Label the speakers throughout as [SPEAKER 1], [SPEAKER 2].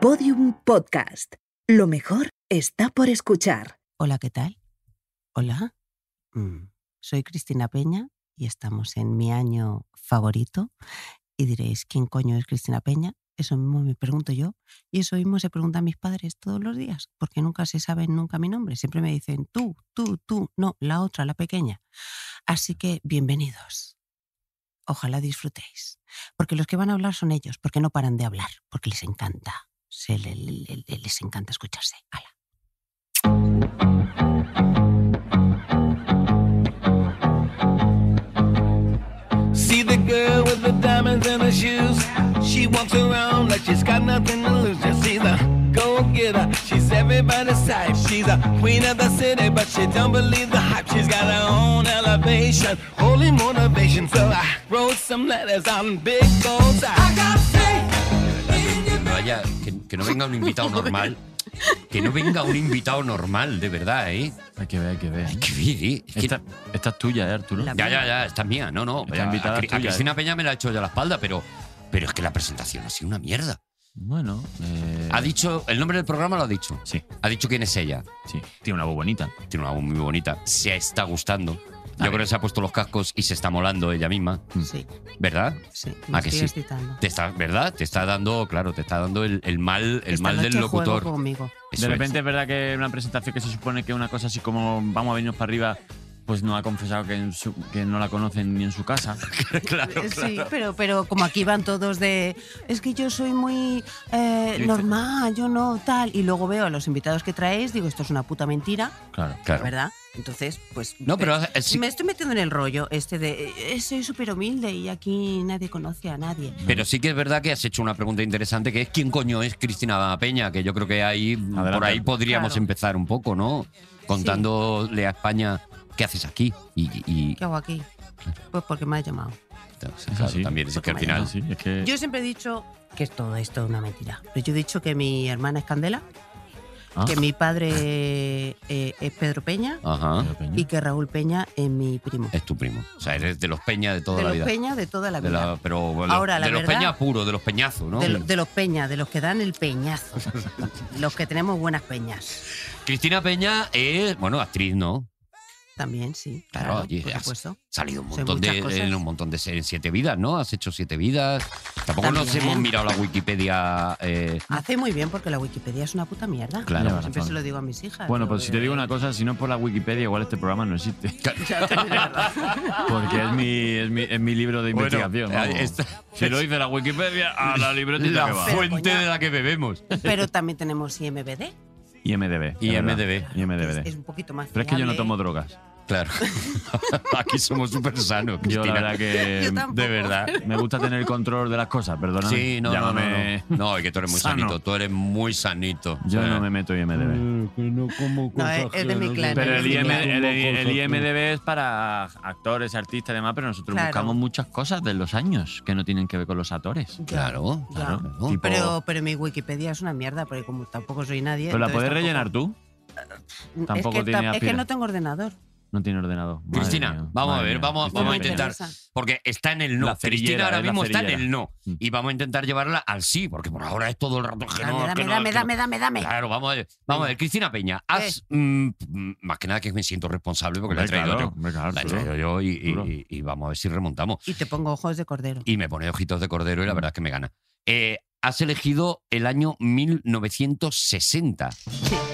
[SPEAKER 1] Podium Podcast. Lo mejor está por escuchar.
[SPEAKER 2] Hola, ¿qué tal? Hola. Mm, Soy Cristina Peña y estamos en mi año favorito. Y diréis, ¿quién coño es Cristina Peña? Eso mismo me pregunto yo. Y eso mismo se preguntan mis padres todos los días, porque nunca se saben nunca mi nombre. Siempre me dicen tú, tú, tú, no, la otra, la pequeña. Así que bienvenidos. Ojalá disfrutéis. Porque los que van a hablar son ellos, porque no paran de hablar, porque les encanta. Se le- le- le- les encanta escucharse. Hala.
[SPEAKER 3] See the girl with the diamonds and the shoes. She walks around like she's got nothing to lose. Just she's a go getter. She's everybody's type. She's a queen of the city, but she don't believe the hype. She's got her own elevation, holy motivation. So I wrote some letters on big goals. I got faith.
[SPEAKER 4] no haya- que, que no venga un invitado normal. Que no venga un invitado normal, de verdad, ¿eh?
[SPEAKER 5] Hay que ver, hay que ver.
[SPEAKER 4] Hay que ver, ¿eh? Es que-
[SPEAKER 5] Esta, esta es tuya, ¿eh, Arturo?
[SPEAKER 2] La-
[SPEAKER 4] ya, ya, ya, esta es mía. No, no.
[SPEAKER 5] Esta
[SPEAKER 4] ya, a,
[SPEAKER 5] invitada
[SPEAKER 4] Cri-
[SPEAKER 5] es
[SPEAKER 4] a
[SPEAKER 5] tuya,
[SPEAKER 4] Cristina
[SPEAKER 5] ¿eh?
[SPEAKER 4] Peña me la ha hecho ya a la espalda, pero, pero es que la presentación ha sido una mierda.
[SPEAKER 5] Bueno, eh,
[SPEAKER 4] Ha dicho, el nombre del programa lo ha dicho.
[SPEAKER 5] Sí,
[SPEAKER 4] Ha dicho quién es ella.
[SPEAKER 5] sí. Tiene una voz bonita.
[SPEAKER 4] Tiene una voz muy bonita. Se está gustando. Yo creo que se ha puesto los cascos y se está molando ella misma,
[SPEAKER 2] Sí,
[SPEAKER 4] ¿verdad?
[SPEAKER 2] sí,
[SPEAKER 4] ¿A
[SPEAKER 2] me
[SPEAKER 4] que
[SPEAKER 2] estoy
[SPEAKER 4] sí?
[SPEAKER 2] excitando.
[SPEAKER 4] Te está, ¿Verdad? Te está dando, claro, te está dando el, el mal, el
[SPEAKER 2] Esta
[SPEAKER 4] mal del
[SPEAKER 2] noche juego
[SPEAKER 4] locutor.
[SPEAKER 2] conmigo.
[SPEAKER 4] Eso
[SPEAKER 5] de
[SPEAKER 4] es.
[SPEAKER 5] repente es. verdad que una presentación que se supone que es una cosa así como vamos a venirnos para arriba, pues no ha confesado que, en su- que no la conocen ni en su casa.
[SPEAKER 4] claro,
[SPEAKER 2] Eh, Sí, pero, pero como aquí van todos de. Es que yo soy muy eh,
[SPEAKER 5] Dice-
[SPEAKER 2] normal, yo no tal. Y luego veo a los invitados que traéis, digo, esto es una puta mentira,
[SPEAKER 5] Claro.
[SPEAKER 4] claro.
[SPEAKER 2] ¿verdad? Entonces, pues.
[SPEAKER 4] No, pero eh, sí-
[SPEAKER 2] Me estoy metiendo en el rollo este de. eh, soy súper humilde y aquí nadie conoce a nadie.
[SPEAKER 4] Pero sí que es verdad que has hecho una pregunta interesante que es quién coño es Cristina Peña, que yo creo que ahí por ahí podríamos
[SPEAKER 2] Claro.
[SPEAKER 4] empezar un poco, ¿no? Contándole a España qué haces aquí y, y-
[SPEAKER 2] ¿Qué hago aquí? Pues porque me has llamado.
[SPEAKER 4] Eh. claro,
[SPEAKER 5] así.
[SPEAKER 4] también es que al
[SPEAKER 2] Porque
[SPEAKER 4] final
[SPEAKER 5] Sí, es que
[SPEAKER 2] Yo siempre he dicho que es todo esto es una mentira. Pero yo he dicho que mi hermana es Candela,
[SPEAKER 5] Ah.
[SPEAKER 2] que mi padre eh, es Pedro Peña
[SPEAKER 4] ajá,
[SPEAKER 2] y que Raúl Peña es mi primo.
[SPEAKER 4] es tu primo, o sea, eres de los Peña de toda
[SPEAKER 2] de
[SPEAKER 4] la
[SPEAKER 2] los
[SPEAKER 4] vida.
[SPEAKER 2] Peña de toda la
[SPEAKER 4] De
[SPEAKER 2] vida.
[SPEAKER 4] la- pero bueno,
[SPEAKER 2] Ahora, la
[SPEAKER 4] de los
[SPEAKER 2] verdad-
[SPEAKER 4] Peña puro, de los peñazos, ¿no?
[SPEAKER 2] De, lo- de los Peña, de los que dan el peñazo. los que tenemos buenas peñas.
[SPEAKER 4] Cristina Peña es, bueno, actriz, ¿no?
[SPEAKER 2] También, sí.
[SPEAKER 4] Claro,
[SPEAKER 2] Claro,
[SPEAKER 4] oye,
[SPEAKER 2] por
[SPEAKER 4] has-
[SPEAKER 2] supuesto.
[SPEAKER 4] salido un
[SPEAKER 2] Son
[SPEAKER 4] montón
[SPEAKER 2] muchas
[SPEAKER 4] de
[SPEAKER 2] cosas.
[SPEAKER 4] en un montón de series, siete vidas, ¿no? Has hecho siete vidas. Tampoco nos
[SPEAKER 2] También.
[SPEAKER 4] hemos mirado la Wikipedia eh,
[SPEAKER 2] Hace muy bien porque la Wikipedia es una puta mierda.
[SPEAKER 4] Claro,
[SPEAKER 2] Yo siempre
[SPEAKER 5] razón.
[SPEAKER 2] se lo digo a mis hijas.
[SPEAKER 5] Bueno,
[SPEAKER 2] Yo,
[SPEAKER 5] pues si te
[SPEAKER 2] eh,
[SPEAKER 5] digo una cosa, si no es por la Wikipedia, igual este programa no existe.
[SPEAKER 2] ya, también es verdad.
[SPEAKER 5] Porque es mi, es mi, es mi libro de
[SPEAKER 4] Bueno,
[SPEAKER 5] investigación. vamos.
[SPEAKER 4] ahí está.
[SPEAKER 5] Si lo dice la Wikipedia, a la libretita que
[SPEAKER 4] la
[SPEAKER 5] va.
[SPEAKER 2] fe-
[SPEAKER 4] fuente
[SPEAKER 2] coño.
[SPEAKER 4] de la que bebemos.
[SPEAKER 2] Pero también tenemos IMBD.
[SPEAKER 5] IMDB. es
[SPEAKER 4] IMDb.
[SPEAKER 5] verdad. IMDB.
[SPEAKER 2] Es, es un poquito más
[SPEAKER 5] Pero es que yo no
[SPEAKER 2] fiable.
[SPEAKER 5] tomo drogas.
[SPEAKER 4] Claro. Aquí somos súper sanos,
[SPEAKER 5] Yo la
[SPEAKER 4] Cristina.
[SPEAKER 5] verdad que...
[SPEAKER 2] Yo tampoco.
[SPEAKER 4] de verdad.
[SPEAKER 5] Me gusta tener control de las cosas, perdóname.
[SPEAKER 4] Sí, no, no, no,
[SPEAKER 5] Llámame-
[SPEAKER 4] no. No, es que tú eres muy
[SPEAKER 5] Sano.
[SPEAKER 4] sanito. Tú eres muy sanito.
[SPEAKER 5] Yo
[SPEAKER 4] Eh,
[SPEAKER 5] no me meto IMDB.
[SPEAKER 2] No, es, es de mi clan.
[SPEAKER 5] Mm, Pero
[SPEAKER 2] es
[SPEAKER 5] el,
[SPEAKER 2] de mi
[SPEAKER 5] IM
[SPEAKER 2] clan.
[SPEAKER 5] el- el IMDB es para actores, artistas y demás, pero nosotros
[SPEAKER 2] Claro.
[SPEAKER 5] buscamos muchas cosas de los años que no tienen que ver con los actores.
[SPEAKER 4] Claro,
[SPEAKER 2] Ya.
[SPEAKER 4] claro. Pero-
[SPEAKER 5] Tipo-
[SPEAKER 2] Pero, pero mi Wikipedia es una mierda, porque como tampoco soy nadie.
[SPEAKER 5] Pero la
[SPEAKER 2] entonces
[SPEAKER 5] puedes
[SPEAKER 2] tampoco-
[SPEAKER 5] rellenar tú.
[SPEAKER 2] Es
[SPEAKER 5] Tampoco
[SPEAKER 2] que
[SPEAKER 5] tiene
[SPEAKER 2] tam- es que
[SPEAKER 5] aspira.
[SPEAKER 2] no tengo ordenador.
[SPEAKER 5] No tiene ordenador. Madre
[SPEAKER 4] Cristina,
[SPEAKER 5] mía,
[SPEAKER 4] vamos a
[SPEAKER 5] madre
[SPEAKER 4] ver,
[SPEAKER 5] mía.
[SPEAKER 4] vamos-
[SPEAKER 5] Cristina
[SPEAKER 4] vamos a
[SPEAKER 5] Peña.
[SPEAKER 4] intentar- Porque está en el
[SPEAKER 5] La
[SPEAKER 4] no.
[SPEAKER 5] cerillera,
[SPEAKER 4] Cristina ahora
[SPEAKER 5] es la
[SPEAKER 4] mismo está en
[SPEAKER 5] cerillera.
[SPEAKER 4] el no.
[SPEAKER 5] Mm.
[SPEAKER 4] Y vamos a intentar llevarla al sí, porque por ahora es todo el rato que no.
[SPEAKER 2] dame,
[SPEAKER 4] que no,
[SPEAKER 2] dame, dame,
[SPEAKER 4] que no.
[SPEAKER 2] dame, dame, dame.
[SPEAKER 4] Claro, vamos a ver. Vamos a ver, Cristina Peña, haz. mm, mm, más que nada que me siento responsable porque la he
[SPEAKER 5] Hombre,
[SPEAKER 4] traído
[SPEAKER 5] claro,
[SPEAKER 4] yo.
[SPEAKER 5] hombre, claro,
[SPEAKER 4] La he
[SPEAKER 5] seguro.
[SPEAKER 4] traído yo y- y-
[SPEAKER 5] Duro.
[SPEAKER 4] y- y vamos a ver si remontamos.
[SPEAKER 2] Y te pongo ojos de cordero.
[SPEAKER 4] y me pone ojitos de cordero y la verdad es que me gana. Eh, has elegido el año 1960.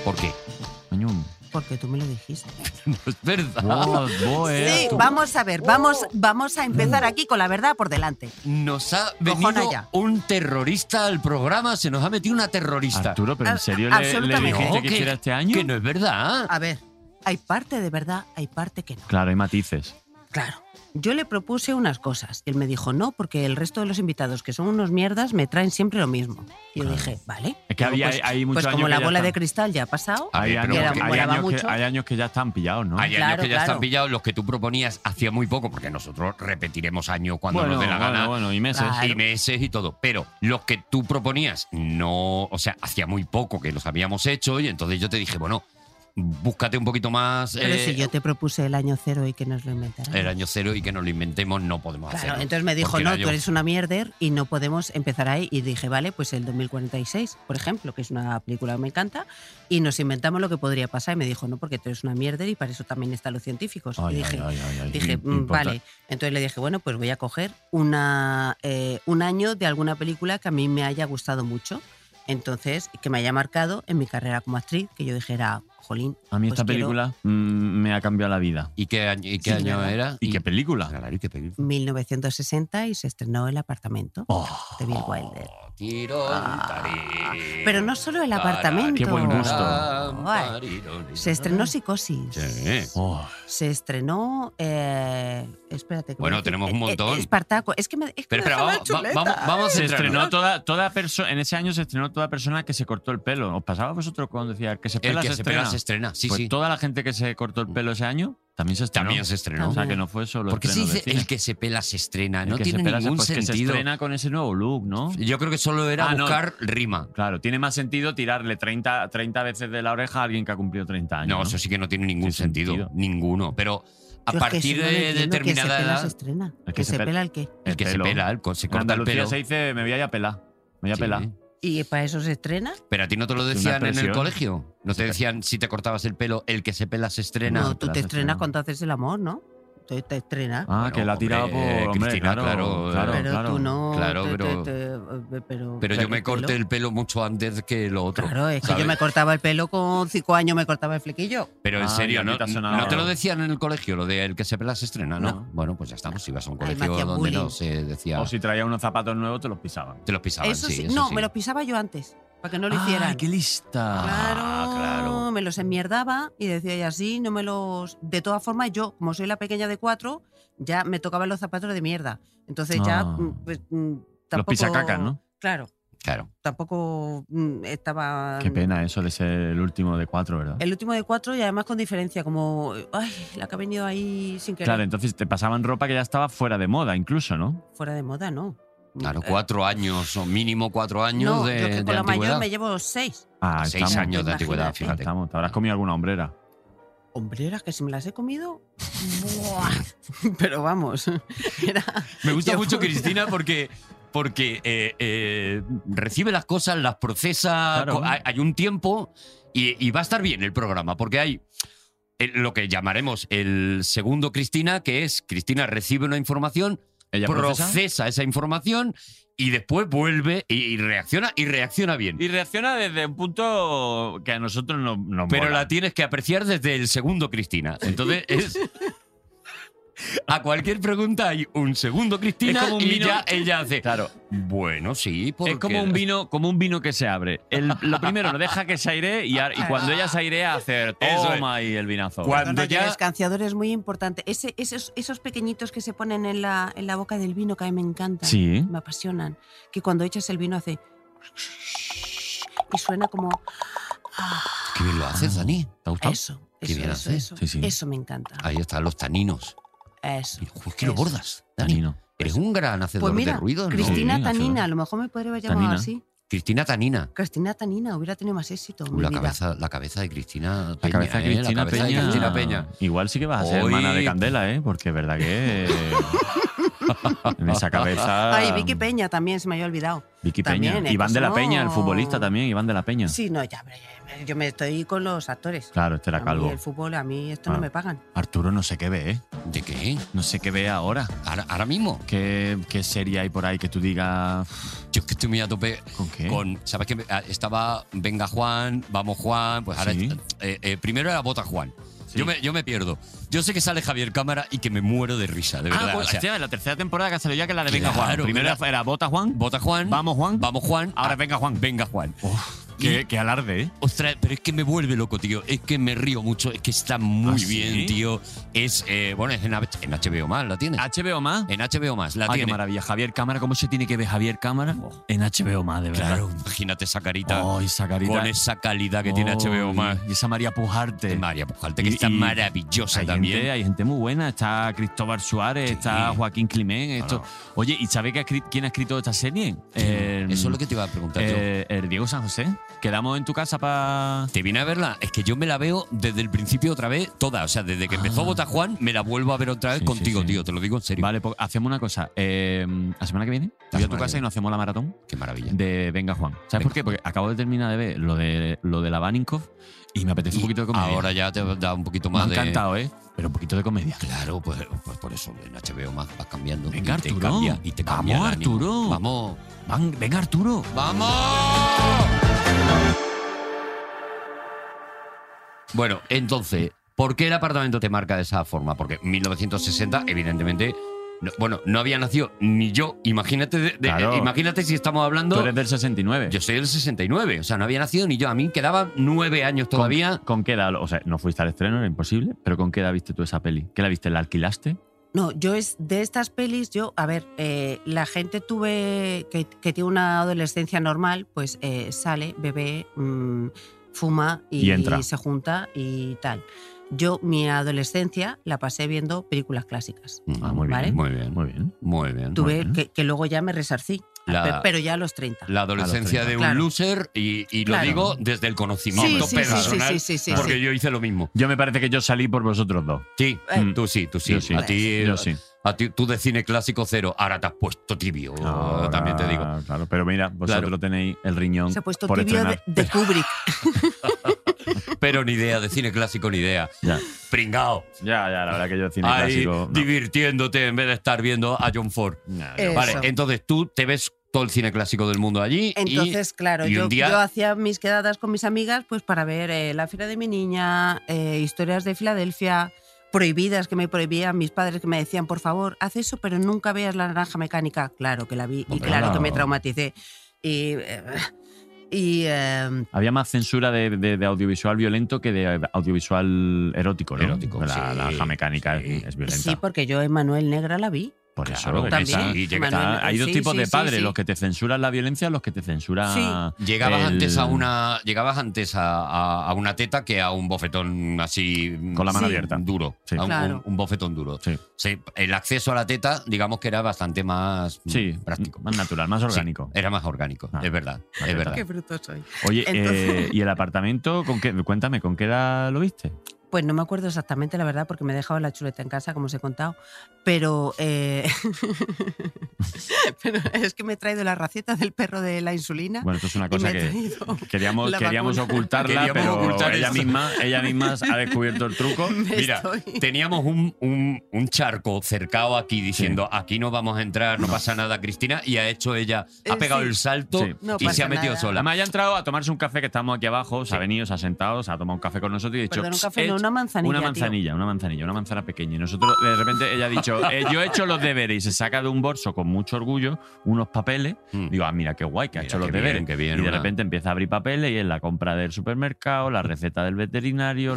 [SPEAKER 4] ¿Por qué?
[SPEAKER 5] Coño.
[SPEAKER 2] Porque tú me lo dijiste.
[SPEAKER 4] No es verdad.
[SPEAKER 5] Vos, vos, eh,
[SPEAKER 2] Sí,
[SPEAKER 5] tú.
[SPEAKER 2] vamos a ver, vamos, vamos a empezar aquí con la verdad por delante.
[SPEAKER 4] Nos ha
[SPEAKER 2] Cojona
[SPEAKER 4] venido
[SPEAKER 2] ya.
[SPEAKER 4] un terrorista al programa, se nos ha metido una terrorista.
[SPEAKER 5] Arturo, pero
[SPEAKER 2] A-
[SPEAKER 5] ¿en serio
[SPEAKER 2] a-
[SPEAKER 5] le- le,
[SPEAKER 2] absolutamente.
[SPEAKER 5] dijiste
[SPEAKER 4] No,
[SPEAKER 5] que
[SPEAKER 4] que-
[SPEAKER 5] hiciera este año?
[SPEAKER 4] Que no es verdad.
[SPEAKER 2] A ver, hay parte de verdad, hay parte que no.
[SPEAKER 5] Claro, hay matices.
[SPEAKER 2] Claro. Yo le propuse unas cosas y él me dijo no, porque el resto de los invitados, que son unos mierdas, me traen siempre lo mismo. Y yo dije, vale.
[SPEAKER 5] Es que
[SPEAKER 2] Digo,
[SPEAKER 5] había-
[SPEAKER 2] pues,
[SPEAKER 5] hay muchos
[SPEAKER 2] pues
[SPEAKER 5] años
[SPEAKER 2] como
[SPEAKER 5] que
[SPEAKER 2] la
[SPEAKER 5] ya Ah,
[SPEAKER 2] bola de
[SPEAKER 5] están.
[SPEAKER 2] cristal ya ha pasado,
[SPEAKER 4] A
[SPEAKER 5] Hay
[SPEAKER 4] ver,
[SPEAKER 5] años
[SPEAKER 2] pero
[SPEAKER 5] que-
[SPEAKER 2] como
[SPEAKER 5] hay
[SPEAKER 2] la va
[SPEAKER 5] años que-
[SPEAKER 2] mucho.
[SPEAKER 5] hay años que ya están pillados, ¿no?
[SPEAKER 4] Hay años
[SPEAKER 2] Ah, Claro,
[SPEAKER 4] que ya
[SPEAKER 2] claro.
[SPEAKER 4] están pillados, los que tú proponías hacía muy poco, porque nosotros repetiremos años cuando
[SPEAKER 5] bueno,
[SPEAKER 4] nos dé la
[SPEAKER 5] bueno,
[SPEAKER 4] gana.
[SPEAKER 5] bueno, y meses.
[SPEAKER 2] Claro.
[SPEAKER 4] y meses y todo. Pero los que tú proponías, no, o sea, hacía muy poco que los habíamos hecho y entonces yo te dije, bueno, búscate un poquito más
[SPEAKER 2] Pero
[SPEAKER 4] eh,
[SPEAKER 2] si yo te propuse el año cero y que nos lo inventaras.
[SPEAKER 4] el año cero y que nos lo inventemos, no podemos
[SPEAKER 2] Claro,
[SPEAKER 4] hacerlo.
[SPEAKER 2] entonces me dijo,
[SPEAKER 4] Porque el
[SPEAKER 2] no,
[SPEAKER 4] año-
[SPEAKER 2] tú eres una mierder y no podemos empezar ahí. Y dije, vale, pues el 2046, por ejemplo, que es una película que me encanta, y nos inventamos lo que podría pasar. Y me dijo, no, porque tú eres una mierder y para eso también están los científicos.
[SPEAKER 5] Ay,
[SPEAKER 2] y dije,
[SPEAKER 5] ay, ay, ay, ay,
[SPEAKER 2] dije,
[SPEAKER 5] im-
[SPEAKER 2] "Mm,
[SPEAKER 5] importa-
[SPEAKER 2] vale. Entonces le dije, bueno, pues voy a coger una, eh, un año de alguna película que a mí me haya gustado mucho. Entonces, que me haya marcado en mi carrera como actriz, que yo dijera, jolín,
[SPEAKER 5] A mí
[SPEAKER 2] pues
[SPEAKER 5] esta
[SPEAKER 2] quiero
[SPEAKER 5] película mm, me ha cambiado la vida.
[SPEAKER 4] ¿Y qué año, y qué
[SPEAKER 2] Sí,
[SPEAKER 4] año
[SPEAKER 2] claro.
[SPEAKER 4] era?
[SPEAKER 5] ¿Y qué película?
[SPEAKER 4] Claro, y qué película.
[SPEAKER 2] 1960 y se estrenó El apartamento
[SPEAKER 5] Oh,
[SPEAKER 2] de Bill Wilder.
[SPEAKER 4] Tirón,
[SPEAKER 2] Ah,
[SPEAKER 4] Oh, tarín,
[SPEAKER 2] Pero no solo el
[SPEAKER 4] tararán,
[SPEAKER 2] apartamento.
[SPEAKER 5] qué buen gusto.
[SPEAKER 2] Ay.
[SPEAKER 4] tarirón,
[SPEAKER 2] Se estrenó Psicosis.
[SPEAKER 4] Sí.
[SPEAKER 5] oh,
[SPEAKER 2] Se estrenó. eh, espérate. que
[SPEAKER 4] Bueno,
[SPEAKER 2] me-
[SPEAKER 4] tenemos un
[SPEAKER 2] eh, eh,
[SPEAKER 4] montón.
[SPEAKER 2] Espartaco. Es que me. Es que
[SPEAKER 4] Pero
[SPEAKER 2] me
[SPEAKER 4] espera,
[SPEAKER 2] deja la
[SPEAKER 4] vamos, va-
[SPEAKER 2] chuleta.
[SPEAKER 4] vamos, vamos a
[SPEAKER 5] Se
[SPEAKER 4] centrarnos.
[SPEAKER 5] estrenó toda, toda persona. En ese año se estrenó toda persona que se cortó el pelo. ¿Os pasaba a vosotros cuando decía "El que se
[SPEAKER 4] El
[SPEAKER 5] pela
[SPEAKER 4] que
[SPEAKER 5] se,
[SPEAKER 4] se
[SPEAKER 5] estrena"?
[SPEAKER 4] pela se estrena. Sí,
[SPEAKER 5] pues
[SPEAKER 4] sí.
[SPEAKER 5] toda la gente que se cortó el pelo ese año también se estrenó.
[SPEAKER 4] También se
[SPEAKER 5] O
[SPEAKER 4] estrenó.
[SPEAKER 5] sea que no fue solo
[SPEAKER 4] Porque se
[SPEAKER 5] estreno de
[SPEAKER 4] dice
[SPEAKER 5] cine.
[SPEAKER 4] el que se pela se estrena.
[SPEAKER 5] El
[SPEAKER 4] No
[SPEAKER 5] que se
[SPEAKER 4] tiene
[SPEAKER 5] pela se-
[SPEAKER 4] ningún
[SPEAKER 5] pues que se
[SPEAKER 4] sentido.
[SPEAKER 5] estrena con ese nuevo look, ¿no?
[SPEAKER 4] Yo creo que solo era
[SPEAKER 5] Ah, no.
[SPEAKER 4] buscar rima.
[SPEAKER 5] Claro, tiene más sentido tirarle 30, 30 veces de la oreja a alguien que ha cumplido 30 años.
[SPEAKER 4] No,
[SPEAKER 5] Ah, No,
[SPEAKER 4] eso sí que no tiene ningún
[SPEAKER 5] Sin sentido.
[SPEAKER 4] sentido. Ninguno. Pero a
[SPEAKER 2] Yo es que
[SPEAKER 4] partir
[SPEAKER 2] eso no lo
[SPEAKER 4] de
[SPEAKER 2] entiendo,
[SPEAKER 4] determinada
[SPEAKER 2] Que se pela, se
[SPEAKER 4] edad,
[SPEAKER 2] estrena.
[SPEAKER 5] que
[SPEAKER 2] Que,
[SPEAKER 5] se
[SPEAKER 2] se,
[SPEAKER 5] pela-
[SPEAKER 2] pela, el qué.
[SPEAKER 4] el que se
[SPEAKER 5] pelo.
[SPEAKER 4] pela, el, co- se
[SPEAKER 5] En
[SPEAKER 4] corta el
[SPEAKER 5] Andalucía
[SPEAKER 4] pelo.
[SPEAKER 5] se dice, me voy a ir a pelar. Me voy a
[SPEAKER 4] Sí.
[SPEAKER 5] pelar.
[SPEAKER 2] ¿Y para eso se estrena?
[SPEAKER 4] Pero a ti no te lo decían en el
[SPEAKER 5] expresión.
[SPEAKER 4] colegio. No te decían si te cortabas el pelo, el que se pela se estrena.
[SPEAKER 5] se
[SPEAKER 2] No, tú
[SPEAKER 5] pela,
[SPEAKER 2] te
[SPEAKER 5] se
[SPEAKER 2] estrenas
[SPEAKER 5] estrena.
[SPEAKER 2] cuando haces el amor, ¿no? Tú te estrenas.
[SPEAKER 5] Ah,
[SPEAKER 4] Bueno,
[SPEAKER 5] que la ha tirado por.
[SPEAKER 4] hombre, eh,
[SPEAKER 5] hombre,
[SPEAKER 4] Cristina, claro, eh.
[SPEAKER 5] claro, claro,
[SPEAKER 2] pero
[SPEAKER 5] claro.
[SPEAKER 2] tú no.
[SPEAKER 4] Claro,
[SPEAKER 2] te-
[SPEAKER 4] pero-
[SPEAKER 2] te- te- eh, pero
[SPEAKER 4] Pero yo me corté
[SPEAKER 2] pelo.
[SPEAKER 4] el pelo mucho antes que lo otro.
[SPEAKER 2] Claro, es que
[SPEAKER 4] ¿sabes?
[SPEAKER 2] yo me cortaba el pelo con cinco años, me cortaba el flequillo.
[SPEAKER 4] Pero en
[SPEAKER 5] Ah, y
[SPEAKER 4] serio,
[SPEAKER 5] a ti
[SPEAKER 4] ¿no,
[SPEAKER 5] te ha sonado-
[SPEAKER 4] no te lo decían en el colegio lo de el que se pela se estrena? No.
[SPEAKER 5] No. Oh,
[SPEAKER 4] Bueno, pues ya estamos. Ibas a un
[SPEAKER 2] Ahí me
[SPEAKER 4] colegio
[SPEAKER 2] hacían
[SPEAKER 4] donde
[SPEAKER 2] bullying.
[SPEAKER 4] no se decía.
[SPEAKER 5] O si traía unos zapatos nuevos, te los pisaban.
[SPEAKER 4] Te los pisaban,
[SPEAKER 2] eso
[SPEAKER 4] sí.
[SPEAKER 2] sí,
[SPEAKER 4] eso
[SPEAKER 2] no,
[SPEAKER 4] sí.
[SPEAKER 2] me los pisaba yo antes, para que no lo hicieran.
[SPEAKER 5] ¡Ay, qué lista!
[SPEAKER 2] Claro,
[SPEAKER 4] Ah, claro.
[SPEAKER 2] me los enmierdaba y decía, y así no me los. De todas formas, yo, como soy la pequeña de cuatro, ya me tocaban los zapatos de mierda. Entonces
[SPEAKER 5] Ah.
[SPEAKER 2] ya. mm, pues, mm, tampoco.
[SPEAKER 5] pisacacas, ¿no?
[SPEAKER 2] Claro,
[SPEAKER 4] Claro.
[SPEAKER 2] tampoco mm, estaba.
[SPEAKER 5] Qué pena eso de ser el último de cuatro, ¿verdad?
[SPEAKER 2] El último de cuatro y además con diferencia, como. Ay, la que ha venido ahí sin querer.
[SPEAKER 5] Claro, entonces te pasaban ropa que ya estaba fuera de moda, incluso, ¿no?
[SPEAKER 2] Fuera de moda, no.
[SPEAKER 4] Claro,
[SPEAKER 2] Eh,
[SPEAKER 4] cuatro años o mínimo cuatro años
[SPEAKER 2] no,
[SPEAKER 4] de,
[SPEAKER 2] yo que con
[SPEAKER 4] de
[SPEAKER 2] la mayor
[SPEAKER 4] antigüedad.
[SPEAKER 2] me llevo seis.
[SPEAKER 5] Ah,
[SPEAKER 4] Seis años
[SPEAKER 5] estamos,
[SPEAKER 4] de
[SPEAKER 2] Imagínate.
[SPEAKER 4] antigüedad, fíjate.
[SPEAKER 5] estamos. Te habrás comido alguna hombrera.
[SPEAKER 2] Hombreras que si me las he comido. Buah. Pero vamos. Era.
[SPEAKER 4] Me gusta
[SPEAKER 2] Yo-
[SPEAKER 4] mucho Cristina porque, porque eh, eh, recibe las cosas, las procesa,
[SPEAKER 5] Claro.
[SPEAKER 4] co- hay, hay un tiempo y, y va a estar bien el programa, porque hay eh, lo que llamaremos el segundo Cristina, que es Cristina recibe una información,
[SPEAKER 5] Ella
[SPEAKER 4] procesa,
[SPEAKER 5] procesa
[SPEAKER 4] esa información y después vuelve y, y reacciona y reacciona bien.
[SPEAKER 5] y reacciona desde un punto que a nosotros no- nos
[SPEAKER 4] pero
[SPEAKER 5] mola.
[SPEAKER 4] la tienes que apreciar desde el segundo Cristina. Entonces es... A cualquier pregunta hay un segundo Cristina
[SPEAKER 5] como un
[SPEAKER 4] y
[SPEAKER 5] vino-
[SPEAKER 4] ya ella hace...
[SPEAKER 5] Claro,
[SPEAKER 4] Bueno, sí, porque...
[SPEAKER 5] es como un vino, como un vino que se abre. El- lo primero lo deja que se aire y, ar- y cuando ella se airea hacer
[SPEAKER 4] Eso es.
[SPEAKER 5] toma y el vinazo.
[SPEAKER 4] Cuando
[SPEAKER 2] Perdona, que
[SPEAKER 4] ya-
[SPEAKER 2] El escanciador es muy importante. Ese- esos, esos pequeñitos que se ponen en la, en la boca del vino que a mí me encantan.
[SPEAKER 5] Sí.
[SPEAKER 2] Me apasionan. Que cuando echas el vino hace. Y suena como. ah,
[SPEAKER 4] Qué bien lo
[SPEAKER 5] Ah.
[SPEAKER 4] haces, Dani. ¿Te ha gustado?
[SPEAKER 2] Eso.
[SPEAKER 4] Ah, Qué
[SPEAKER 2] Eso,
[SPEAKER 4] bien
[SPEAKER 2] eso,
[SPEAKER 4] haces.
[SPEAKER 2] eso.
[SPEAKER 5] Sí, sí.
[SPEAKER 2] Eso me encanta.
[SPEAKER 4] Ahí están los taninos.
[SPEAKER 2] Eso.
[SPEAKER 4] Uy, que lo
[SPEAKER 2] Eso.
[SPEAKER 4] bordas, Dani.
[SPEAKER 5] Danilo.
[SPEAKER 4] Eres un gran hacedor
[SPEAKER 2] Pues mira,
[SPEAKER 4] de ruido, ¿no?
[SPEAKER 2] Cristina
[SPEAKER 5] Sí,
[SPEAKER 2] Tanina,
[SPEAKER 5] hacedor.
[SPEAKER 2] a lo mejor me podría haber llamado
[SPEAKER 5] Tanina.
[SPEAKER 2] así.
[SPEAKER 4] Cristina Tanina.
[SPEAKER 2] Cristina Tanina, hubiera tenido más éxito. en
[SPEAKER 4] Uy,
[SPEAKER 2] mi
[SPEAKER 4] la,
[SPEAKER 2] vida.
[SPEAKER 4] cabeza, la cabeza de Cristina
[SPEAKER 5] La
[SPEAKER 4] Peña.
[SPEAKER 5] cabeza, de
[SPEAKER 4] ¿eh?
[SPEAKER 5] Cristina,
[SPEAKER 4] la cabeza
[SPEAKER 5] Peña.
[SPEAKER 4] de Cristina Peña.
[SPEAKER 5] Igual sí que vas a ser
[SPEAKER 4] Hoy-
[SPEAKER 5] hermana de Candela, ¿eh? Porque es verdad que. en esa cabeza.
[SPEAKER 2] Ay, Vicky Peña también, se me había olvidado.
[SPEAKER 5] Vicky
[SPEAKER 2] También,
[SPEAKER 5] Peña.
[SPEAKER 2] ¿eh?
[SPEAKER 5] Iván de la
[SPEAKER 2] Cosmo.
[SPEAKER 5] Peña, el futbolista también, Iván de la Peña.
[SPEAKER 2] Sí, no, ya, pero ya- yo me estoy con los actores.
[SPEAKER 5] Claro, este
[SPEAKER 2] A
[SPEAKER 5] era
[SPEAKER 2] mí
[SPEAKER 5] calvo.
[SPEAKER 2] el fútbol, a mí esto
[SPEAKER 5] Ah.
[SPEAKER 2] no me pagan.
[SPEAKER 5] Arturo no sé qué ve, ¿eh?
[SPEAKER 4] ¿De qué?
[SPEAKER 5] No sé qué ve ahora.
[SPEAKER 4] ¿Ahora, ahora mismo?
[SPEAKER 5] ¿Qué, qué serie hay por ahí que tú digas.
[SPEAKER 4] Yo es que estoy muy a tope
[SPEAKER 5] ¿Con qué?
[SPEAKER 4] con... ¿Sabes qué? Ah, Estaba Venga Juan, Vamos Juan, pues ahora...
[SPEAKER 5] Sí.
[SPEAKER 4] eh, eh, primero era Bota Juan.
[SPEAKER 5] Sí.
[SPEAKER 4] Yo, me, yo me pierdo. Yo sé que sale Javier Cámara y que me muero de risa, de
[SPEAKER 5] Ah,
[SPEAKER 4] verdad.
[SPEAKER 5] pues,
[SPEAKER 4] O sea,
[SPEAKER 5] hostia, la tercera temporada que ha salido ya que es la de Venga Juan.
[SPEAKER 4] Claro,
[SPEAKER 5] Primero
[SPEAKER 4] venga.
[SPEAKER 5] era Bota Juan.
[SPEAKER 4] Bota Juan,
[SPEAKER 5] Vamos Juan.
[SPEAKER 4] Vamos Juan.
[SPEAKER 5] Ahora
[SPEAKER 4] Ah,
[SPEAKER 5] Venga Juan.
[SPEAKER 4] Venga Juan.
[SPEAKER 5] Qué, qué alarde, ¿eh?
[SPEAKER 4] Ostras, pero es que me vuelve loco, tío. Es que me río mucho. Es que está muy
[SPEAKER 5] ¿Ah, sí?
[SPEAKER 4] bien, tío. Es, eh, bueno, es en, H- en HBO más, la tienes.
[SPEAKER 5] HBO más.
[SPEAKER 4] en HBO más, Eh, la
[SPEAKER 5] Ah, qué
[SPEAKER 4] tienes.
[SPEAKER 5] maravilla. Javier Cámara, ¿cómo se tiene que ver Javier Cámara? En HBO más, de verdad.
[SPEAKER 4] Claro, imagínate esa carita
[SPEAKER 5] Oh, esa carita.
[SPEAKER 4] con esa calidad que tiene HBO más.
[SPEAKER 5] Y esa María Pujarte.
[SPEAKER 4] María Pujalte, que
[SPEAKER 5] Y-
[SPEAKER 4] está
[SPEAKER 5] y-
[SPEAKER 4] maravillosa
[SPEAKER 5] Hay
[SPEAKER 4] también.
[SPEAKER 5] gente, hay gente muy buena. Está Cristóbal Suárez,
[SPEAKER 4] Sí.
[SPEAKER 5] está Joaquín Climén.
[SPEAKER 4] No,
[SPEAKER 5] Esto.
[SPEAKER 4] no.
[SPEAKER 5] Oye, ¿y sabéis que ha escri- quién ha escrito esta serie?
[SPEAKER 4] ¿Quién?
[SPEAKER 5] El-
[SPEAKER 4] Eso es lo que te iba a preguntar yo.
[SPEAKER 5] eh, el Diego San José. Quedamos en tu casa para.
[SPEAKER 4] eh, Te vine a verla. Es que yo me la veo desde el principio otra vez, toda. O sea, desde que empezó
[SPEAKER 5] Ah.
[SPEAKER 4] Bota Juan, me la vuelvo a ver otra vez
[SPEAKER 5] Sí, sí,
[SPEAKER 4] contigo,
[SPEAKER 5] sí.
[SPEAKER 4] tío. Te lo digo en serio.
[SPEAKER 5] Vale, pues hacemos una cosa. eh, la semana que viene, voy a tu
[SPEAKER 4] semana que
[SPEAKER 5] casa y nos hacemos la maratón
[SPEAKER 4] Qué maravilla.
[SPEAKER 5] de Venga Juan. ¿Sabes
[SPEAKER 4] Venga.
[SPEAKER 5] por qué? Porque acabo de terminar de ver lo de, lo de la Vaninkoff y me
[SPEAKER 4] Y
[SPEAKER 5] apetece un poquito de comedia.
[SPEAKER 4] ahora ya te da un poquito
[SPEAKER 5] me ha
[SPEAKER 4] más de.
[SPEAKER 5] encantado, ¿eh? Pero un poquito de comedia.
[SPEAKER 4] Claro, pues, pues por eso en HBO más vas cambiando.
[SPEAKER 5] Venga,
[SPEAKER 4] y te
[SPEAKER 5] Arturo.
[SPEAKER 4] cambia, y te cambia
[SPEAKER 5] Vamos,
[SPEAKER 4] el ánimo.
[SPEAKER 5] Arturo.
[SPEAKER 4] Vamos.
[SPEAKER 5] Van- venga, Arturo.
[SPEAKER 4] ¡Vamos! Bueno, entonces, ¿por qué el apartamento te marca de esa forma? Porque 1960, evidentemente. no- bueno, no había nacido ni yo. Imagínate, de- de-
[SPEAKER 5] Claro.
[SPEAKER 4] imagínate si estamos hablando.
[SPEAKER 5] Tú eres del 69.
[SPEAKER 4] Yo soy del 69, o sea, no había nacido ni yo. A mí quedaban nueve años
[SPEAKER 5] ¿Con-
[SPEAKER 4] todavía.
[SPEAKER 5] ¿Con, qué edad? O sea, no fuiste al estreno, era imposible, pero ¿con qué edad viste tú esa peli? ¿Qué la viste? ¿La alquilaste?
[SPEAKER 2] No, yo es de estas pelis, yo, a ver, eh, la gente tuve que, que tiene una adolescencia normal, pues eh, sale, bebe, mm, fuma y,
[SPEAKER 5] Y entra.
[SPEAKER 2] se junta y tal. Yo mi adolescencia la pasé viendo películas clásicas.
[SPEAKER 5] Ah, muy
[SPEAKER 2] Vale.
[SPEAKER 4] bien, muy bien,
[SPEAKER 5] Muy bien.
[SPEAKER 4] muy bien.
[SPEAKER 2] Tuve
[SPEAKER 5] bien. Ah.
[SPEAKER 2] que, que luego ya me resarcí,
[SPEAKER 4] La-
[SPEAKER 2] pe- pero ya a los 30.
[SPEAKER 4] La adolescencia
[SPEAKER 5] A los treinta.
[SPEAKER 4] de un
[SPEAKER 2] Claro.
[SPEAKER 4] loser y, y lo
[SPEAKER 2] Claro.
[SPEAKER 4] digo desde el
[SPEAKER 2] sí,
[SPEAKER 4] conocimiento
[SPEAKER 2] sí, sí, sí,
[SPEAKER 4] personal.
[SPEAKER 2] sí, sí, sí,
[SPEAKER 4] porque
[SPEAKER 2] sí.
[SPEAKER 4] yo hice lo mismo.
[SPEAKER 5] Yo me parece que yo salí por vosotros dos.
[SPEAKER 4] Sí,
[SPEAKER 2] Eh.
[SPEAKER 4] tú sí, tú sí.
[SPEAKER 5] Yo sí.
[SPEAKER 4] A ti, eh,
[SPEAKER 5] Yo sí.
[SPEAKER 4] a ti, tú de cine clásico cero. Ahora te has puesto tibio,
[SPEAKER 5] Ahora,
[SPEAKER 4] también te digo.
[SPEAKER 5] Claro, pero mira, vosotros
[SPEAKER 4] Claro.
[SPEAKER 5] tenéis el riñón
[SPEAKER 2] Se ha puesto
[SPEAKER 5] por
[SPEAKER 2] tibio de,
[SPEAKER 5] estrenar.
[SPEAKER 2] de Kubrick.
[SPEAKER 4] Pero ni idea de cine clásico, ni idea.
[SPEAKER 5] Ya.
[SPEAKER 4] Pringao.
[SPEAKER 5] ya, ya, la verdad que yo el cine
[SPEAKER 4] Ahí
[SPEAKER 5] clásico. no.
[SPEAKER 4] divirtiéndote en vez de estar viendo a John Ford.
[SPEAKER 5] No,
[SPEAKER 2] Eh,
[SPEAKER 5] no.
[SPEAKER 4] Vale,
[SPEAKER 2] Eso.
[SPEAKER 4] entonces tú te ves todo el cine clásico del mundo allí
[SPEAKER 2] Entonces, claro,
[SPEAKER 4] y un
[SPEAKER 2] yo,
[SPEAKER 4] día-
[SPEAKER 2] yo hacía mis quedadas con mis amigas pues para ver eh, La Fira de mi Niña, eh, Historias de Filadelfia, prohibidas que me prohibían mis padres que me decían, por favor, haz eso, pero nunca veas La Naranja Mecánica. Claro que la vi y
[SPEAKER 4] Hombre,
[SPEAKER 2] claro que me
[SPEAKER 5] claro.
[SPEAKER 2] traumaticé. Y. eh, y eh,
[SPEAKER 5] Había más censura de, de- de audiovisual violento que de audiovisual erótico, ¿no?
[SPEAKER 4] Erótico,
[SPEAKER 5] La,
[SPEAKER 4] sí,
[SPEAKER 5] la hoja mecánica
[SPEAKER 4] sí.
[SPEAKER 5] es, es violenta.
[SPEAKER 2] sí, porque yo, Emanuel Negra, la vi.
[SPEAKER 5] por
[SPEAKER 4] claro,
[SPEAKER 5] eso. lo que
[SPEAKER 2] también.
[SPEAKER 5] está-
[SPEAKER 4] Sí, llega-
[SPEAKER 2] Emanuel-
[SPEAKER 5] Hay dos
[SPEAKER 2] sí,
[SPEAKER 5] tipos
[SPEAKER 2] sí,
[SPEAKER 5] de
[SPEAKER 2] sí,
[SPEAKER 5] padres,
[SPEAKER 2] sí.
[SPEAKER 5] los que te censuran la violencia, los que te censuran.
[SPEAKER 2] Sí.
[SPEAKER 4] Llegabas
[SPEAKER 5] el-
[SPEAKER 4] antes a una. Llegabas antes a, a- a una teta que a un bofetón así.
[SPEAKER 5] Con la mano
[SPEAKER 4] mm,
[SPEAKER 5] abierta.
[SPEAKER 4] Duro.
[SPEAKER 5] Sí.
[SPEAKER 4] A un,
[SPEAKER 2] Claro.
[SPEAKER 4] un- un bofetón duro.
[SPEAKER 5] Sí.
[SPEAKER 4] Sí, El acceso a la teta, digamos que era bastante más mm,
[SPEAKER 5] Sí,
[SPEAKER 4] práctico.
[SPEAKER 5] Más natural, más
[SPEAKER 4] Sí,
[SPEAKER 5] orgánico.
[SPEAKER 4] era más orgánico.
[SPEAKER 5] Ah,
[SPEAKER 4] es verdad.
[SPEAKER 5] la
[SPEAKER 4] Es
[SPEAKER 5] teta.
[SPEAKER 4] verdad.
[SPEAKER 5] Qué
[SPEAKER 2] bruto soy.
[SPEAKER 5] Oye,
[SPEAKER 2] Entonces-
[SPEAKER 5] eh, ¿y el apartamento? ¿con qué, cuéntame, ¿con qué edad lo viste?
[SPEAKER 2] Pues no me acuerdo exactamente, la verdad, porque me he dejado la chuleta en casa, como os he contado. Pero, eh, pero es que me he traído la receta del perro de la insulina.
[SPEAKER 5] Bueno, esto es una
[SPEAKER 2] y me
[SPEAKER 5] cosa
[SPEAKER 2] he
[SPEAKER 5] que
[SPEAKER 2] traído-
[SPEAKER 5] queríamos,
[SPEAKER 2] la
[SPEAKER 5] queríamos
[SPEAKER 2] vacuna.
[SPEAKER 5] ocultarla,
[SPEAKER 4] Queríamos
[SPEAKER 5] pero
[SPEAKER 4] ocultar
[SPEAKER 5] ella
[SPEAKER 4] eso.
[SPEAKER 5] misma, ella misma ha descubierto el truco.
[SPEAKER 2] me
[SPEAKER 4] Mira,
[SPEAKER 2] estoy-
[SPEAKER 4] Teníamos un, un- un charco cercado aquí diciendo aquí no vamos a entrar, no, pasa nada, Cristina, y ha hecho ella, ha
[SPEAKER 2] Eh,
[SPEAKER 4] pegado
[SPEAKER 2] sí.
[SPEAKER 4] el salto
[SPEAKER 5] Sí.
[SPEAKER 2] No
[SPEAKER 4] y se
[SPEAKER 2] pasa
[SPEAKER 4] ha metido
[SPEAKER 2] nada.
[SPEAKER 4] sola.
[SPEAKER 5] Además, ella ha entrado a tomarse un café que estamos aquí abajo, se
[SPEAKER 4] Sí.
[SPEAKER 5] ha venido, se ha sentado, se ha tomado un café con nosotros y ha dicho.
[SPEAKER 2] Perdón, un
[SPEAKER 5] "Psst,
[SPEAKER 2] café,
[SPEAKER 5] he
[SPEAKER 2] no,
[SPEAKER 5] hecho
[SPEAKER 2] una manzanilla.
[SPEAKER 5] Una
[SPEAKER 2] tío.
[SPEAKER 5] manzanilla, una manzanilla, una manzana pequeña. Y nosotros, de repente, ella ha dicho, "Eh, yo he hecho los deberes. Y se saca de un bolso con mucho orgullo unos papeles.
[SPEAKER 4] Mm.
[SPEAKER 5] Digo, ah, mira, qué guay, que ha
[SPEAKER 4] Mira,
[SPEAKER 5] hecho los
[SPEAKER 4] qué bien,
[SPEAKER 5] deberes.
[SPEAKER 4] qué bien,
[SPEAKER 5] y de
[SPEAKER 4] una-
[SPEAKER 5] repente empieza a abrir papeles y es la compra del supermercado, la receta del veterinario,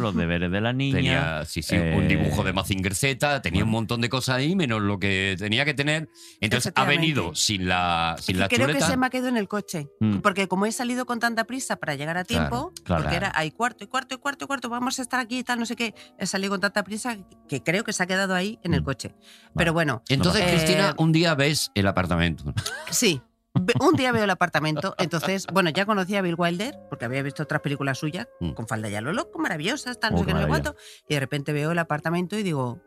[SPEAKER 5] los deberes de la niña.
[SPEAKER 4] Tenía, sí, sí,
[SPEAKER 5] eh,
[SPEAKER 4] un dibujo de Mazinger Z, tenía un montón de cosas ahí, menos lo que tenía que tener. Entonces ha
[SPEAKER 2] Efectivamente.
[SPEAKER 4] venido sin la, sin
[SPEAKER 2] Y
[SPEAKER 4] la
[SPEAKER 2] creo
[SPEAKER 4] chuleta.
[SPEAKER 2] que se me ha quedado en el coche.
[SPEAKER 5] Mm.
[SPEAKER 2] Porque como he salido con tanta prisa para llegar a tiempo,
[SPEAKER 5] claro.
[SPEAKER 2] porque era hay cuarto y cuarto y cuarto y cuarto, vamos a estar aquí y tal, no sé qué, he salido con tanta prisa que creo que se ha quedado ahí en el
[SPEAKER 5] Mm.
[SPEAKER 2] coche. Pero bueno,
[SPEAKER 4] Entonces,
[SPEAKER 2] Eh,
[SPEAKER 4] Cristina, un día ves el apartamento.
[SPEAKER 2] Sí. Ve- Un día veo el apartamento, entonces, bueno, ya conocía a Bill Wilder, porque había visto otras películas suyas,
[SPEAKER 4] Mm.
[SPEAKER 2] con falda ya lo loco, maravillosas, tal,
[SPEAKER 5] Oh,
[SPEAKER 2] no sé
[SPEAKER 5] qué
[SPEAKER 2] qué, no sé
[SPEAKER 5] maravilla.
[SPEAKER 2] cuánto, y de repente veo el apartamento y digo,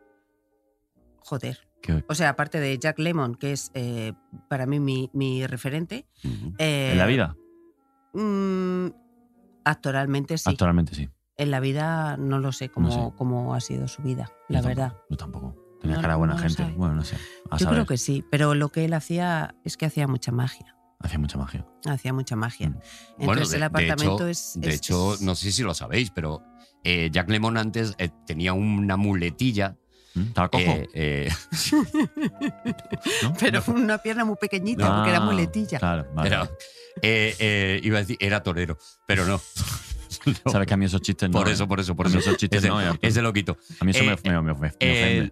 [SPEAKER 2] joder.
[SPEAKER 5] ¿Qué?
[SPEAKER 2] O sea, aparte de Jack Lemon, que es eh, para mí mi, mi referente. eh,
[SPEAKER 5] ¿En la vida?
[SPEAKER 2] mm, actualmente sí.
[SPEAKER 5] Actualmente sí.
[SPEAKER 2] en la vida no lo sé cómo,
[SPEAKER 5] No sé.
[SPEAKER 2] cómo ha sido su vida, la
[SPEAKER 5] Yo tampoco,
[SPEAKER 2] verdad.
[SPEAKER 5] Yo tampoco. Tenía
[SPEAKER 2] No,
[SPEAKER 5] cara de buena
[SPEAKER 2] no lo
[SPEAKER 5] gente.
[SPEAKER 2] sabe.
[SPEAKER 5] Bueno, no sé. A
[SPEAKER 2] Yo
[SPEAKER 5] saber.
[SPEAKER 2] creo que sí, pero lo que él hacía es que hacía mucha magia.
[SPEAKER 5] Hacía mucha magia.
[SPEAKER 2] Hacía mucha magia.
[SPEAKER 5] Mm.
[SPEAKER 2] Entonces
[SPEAKER 4] Bueno, de-
[SPEAKER 2] el
[SPEAKER 4] de
[SPEAKER 2] apartamento
[SPEAKER 4] hecho-
[SPEAKER 2] es,
[SPEAKER 4] De
[SPEAKER 2] es-
[SPEAKER 4] hecho,
[SPEAKER 2] es-
[SPEAKER 4] no sé si lo sabéis, pero eh, Jack Lemon antes eh, tenía una muletilla.
[SPEAKER 5] Mm, Estaba cojo.
[SPEAKER 4] eh, eh,
[SPEAKER 5] ¿no?
[SPEAKER 2] Pero fue una pierna muy pequeñita, porque era
[SPEAKER 5] Ah,
[SPEAKER 2] muletilla.
[SPEAKER 5] Claro, vale.
[SPEAKER 4] era, eh, eh, iba a decir, era torero, pero no. No.
[SPEAKER 5] Sabes que a mí esos chistes no.
[SPEAKER 4] Por
[SPEAKER 5] eh.
[SPEAKER 4] eso, por eso, por
[SPEAKER 5] A mí
[SPEAKER 4] eso.
[SPEAKER 5] esos chistes
[SPEAKER 4] Ese-
[SPEAKER 5] no, eh, Arturo.
[SPEAKER 4] ese lo quito.
[SPEAKER 5] A mí eso me-
[SPEAKER 4] eh,
[SPEAKER 5] me, me- me
[SPEAKER 4] El-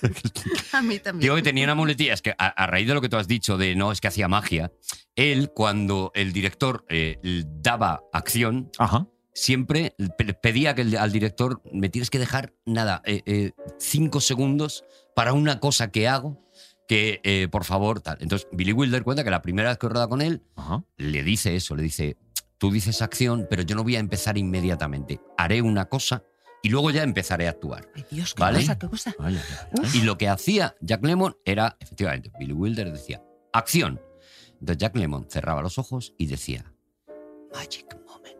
[SPEAKER 5] ofende.
[SPEAKER 2] A mí también.
[SPEAKER 4] Digo que tenía una muletilla. Es que a, a raíz de lo que tú has dicho de no, es que hacía magia, él, cuando el director eh, daba acción,
[SPEAKER 5] Ajá.
[SPEAKER 4] siempre pe- pedía que el- al director me tienes que dejar nada, eh, eh, cinco segundos para una cosa que hago, que eh, por favor, tal. Entonces, Billy Wilder cuenta que la primera vez que rueda con él,
[SPEAKER 5] Ajá.
[SPEAKER 4] le dice eso, le dice, tú dices acción, pero yo no voy a empezar inmediatamente. Haré una cosa y luego ya empezaré a actuar.
[SPEAKER 2] Ay, Dios, qué
[SPEAKER 4] Vale.
[SPEAKER 2] cosa, qué cosa.
[SPEAKER 5] Vaya, vaya.
[SPEAKER 4] Y lo que hacía Jack Lemmon era, efectivamente, Billy Wilder decía, acción. Entonces Jack Lemmon cerraba los ojos y decía, magic moment.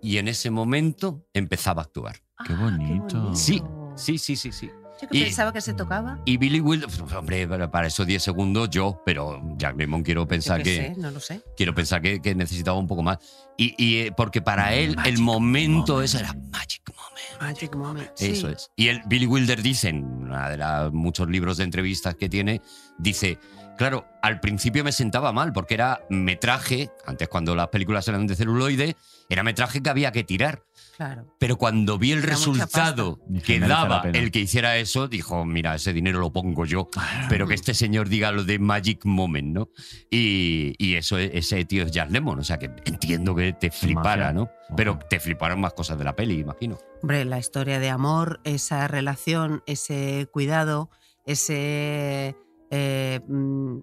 [SPEAKER 4] Y en ese momento empezaba a actuar.
[SPEAKER 5] Qué
[SPEAKER 2] Ah,
[SPEAKER 5] bonito.
[SPEAKER 4] Sí, sí, sí, sí, sí.
[SPEAKER 2] Yo que
[SPEAKER 4] Y-
[SPEAKER 2] pensaba que se tocaba.
[SPEAKER 4] Y Billy Wilder, pues, hombre, para para esos 10 segundos yo, pero Jack Lemmon quiero pensar
[SPEAKER 2] Yo
[SPEAKER 4] que...
[SPEAKER 2] qué sé, no lo sé.
[SPEAKER 4] quiero pensar que, que necesitaba un poco más. Y, y, eh, porque para él el
[SPEAKER 5] Magic
[SPEAKER 4] momento
[SPEAKER 5] moment.
[SPEAKER 4] ese era Magic Moment.
[SPEAKER 2] Magic moment.
[SPEAKER 4] Eso
[SPEAKER 2] Sí.
[SPEAKER 4] es. Y el Billy Wilder dice, en uno de los muchos libros de entrevistas que tiene, dice, claro, al principio me sentaba mal porque era metraje, antes cuando las películas eran de celuloide, era metraje que había que tirar.
[SPEAKER 2] Claro.
[SPEAKER 4] Pero cuando vi el
[SPEAKER 2] Era mucha
[SPEAKER 4] resultado
[SPEAKER 5] pasta.
[SPEAKER 4] que
[SPEAKER 5] Merece la
[SPEAKER 4] daba
[SPEAKER 5] pena.
[SPEAKER 4] el que hiciera eso, dijo, mira, ese dinero lo pongo yo, pero que este señor diga lo de Magic Moment, ¿no? Y, y eso, es- ese tío es Jack Lemmon, o sea que entiendo que te flipara,
[SPEAKER 5] Magia.
[SPEAKER 4] ¿no?
[SPEAKER 5] Ojo.
[SPEAKER 4] Pero te fliparon más cosas de la peli, imagino.
[SPEAKER 2] Hombre, la historia de amor, esa relación, ese cuidado, ese. eh, mm,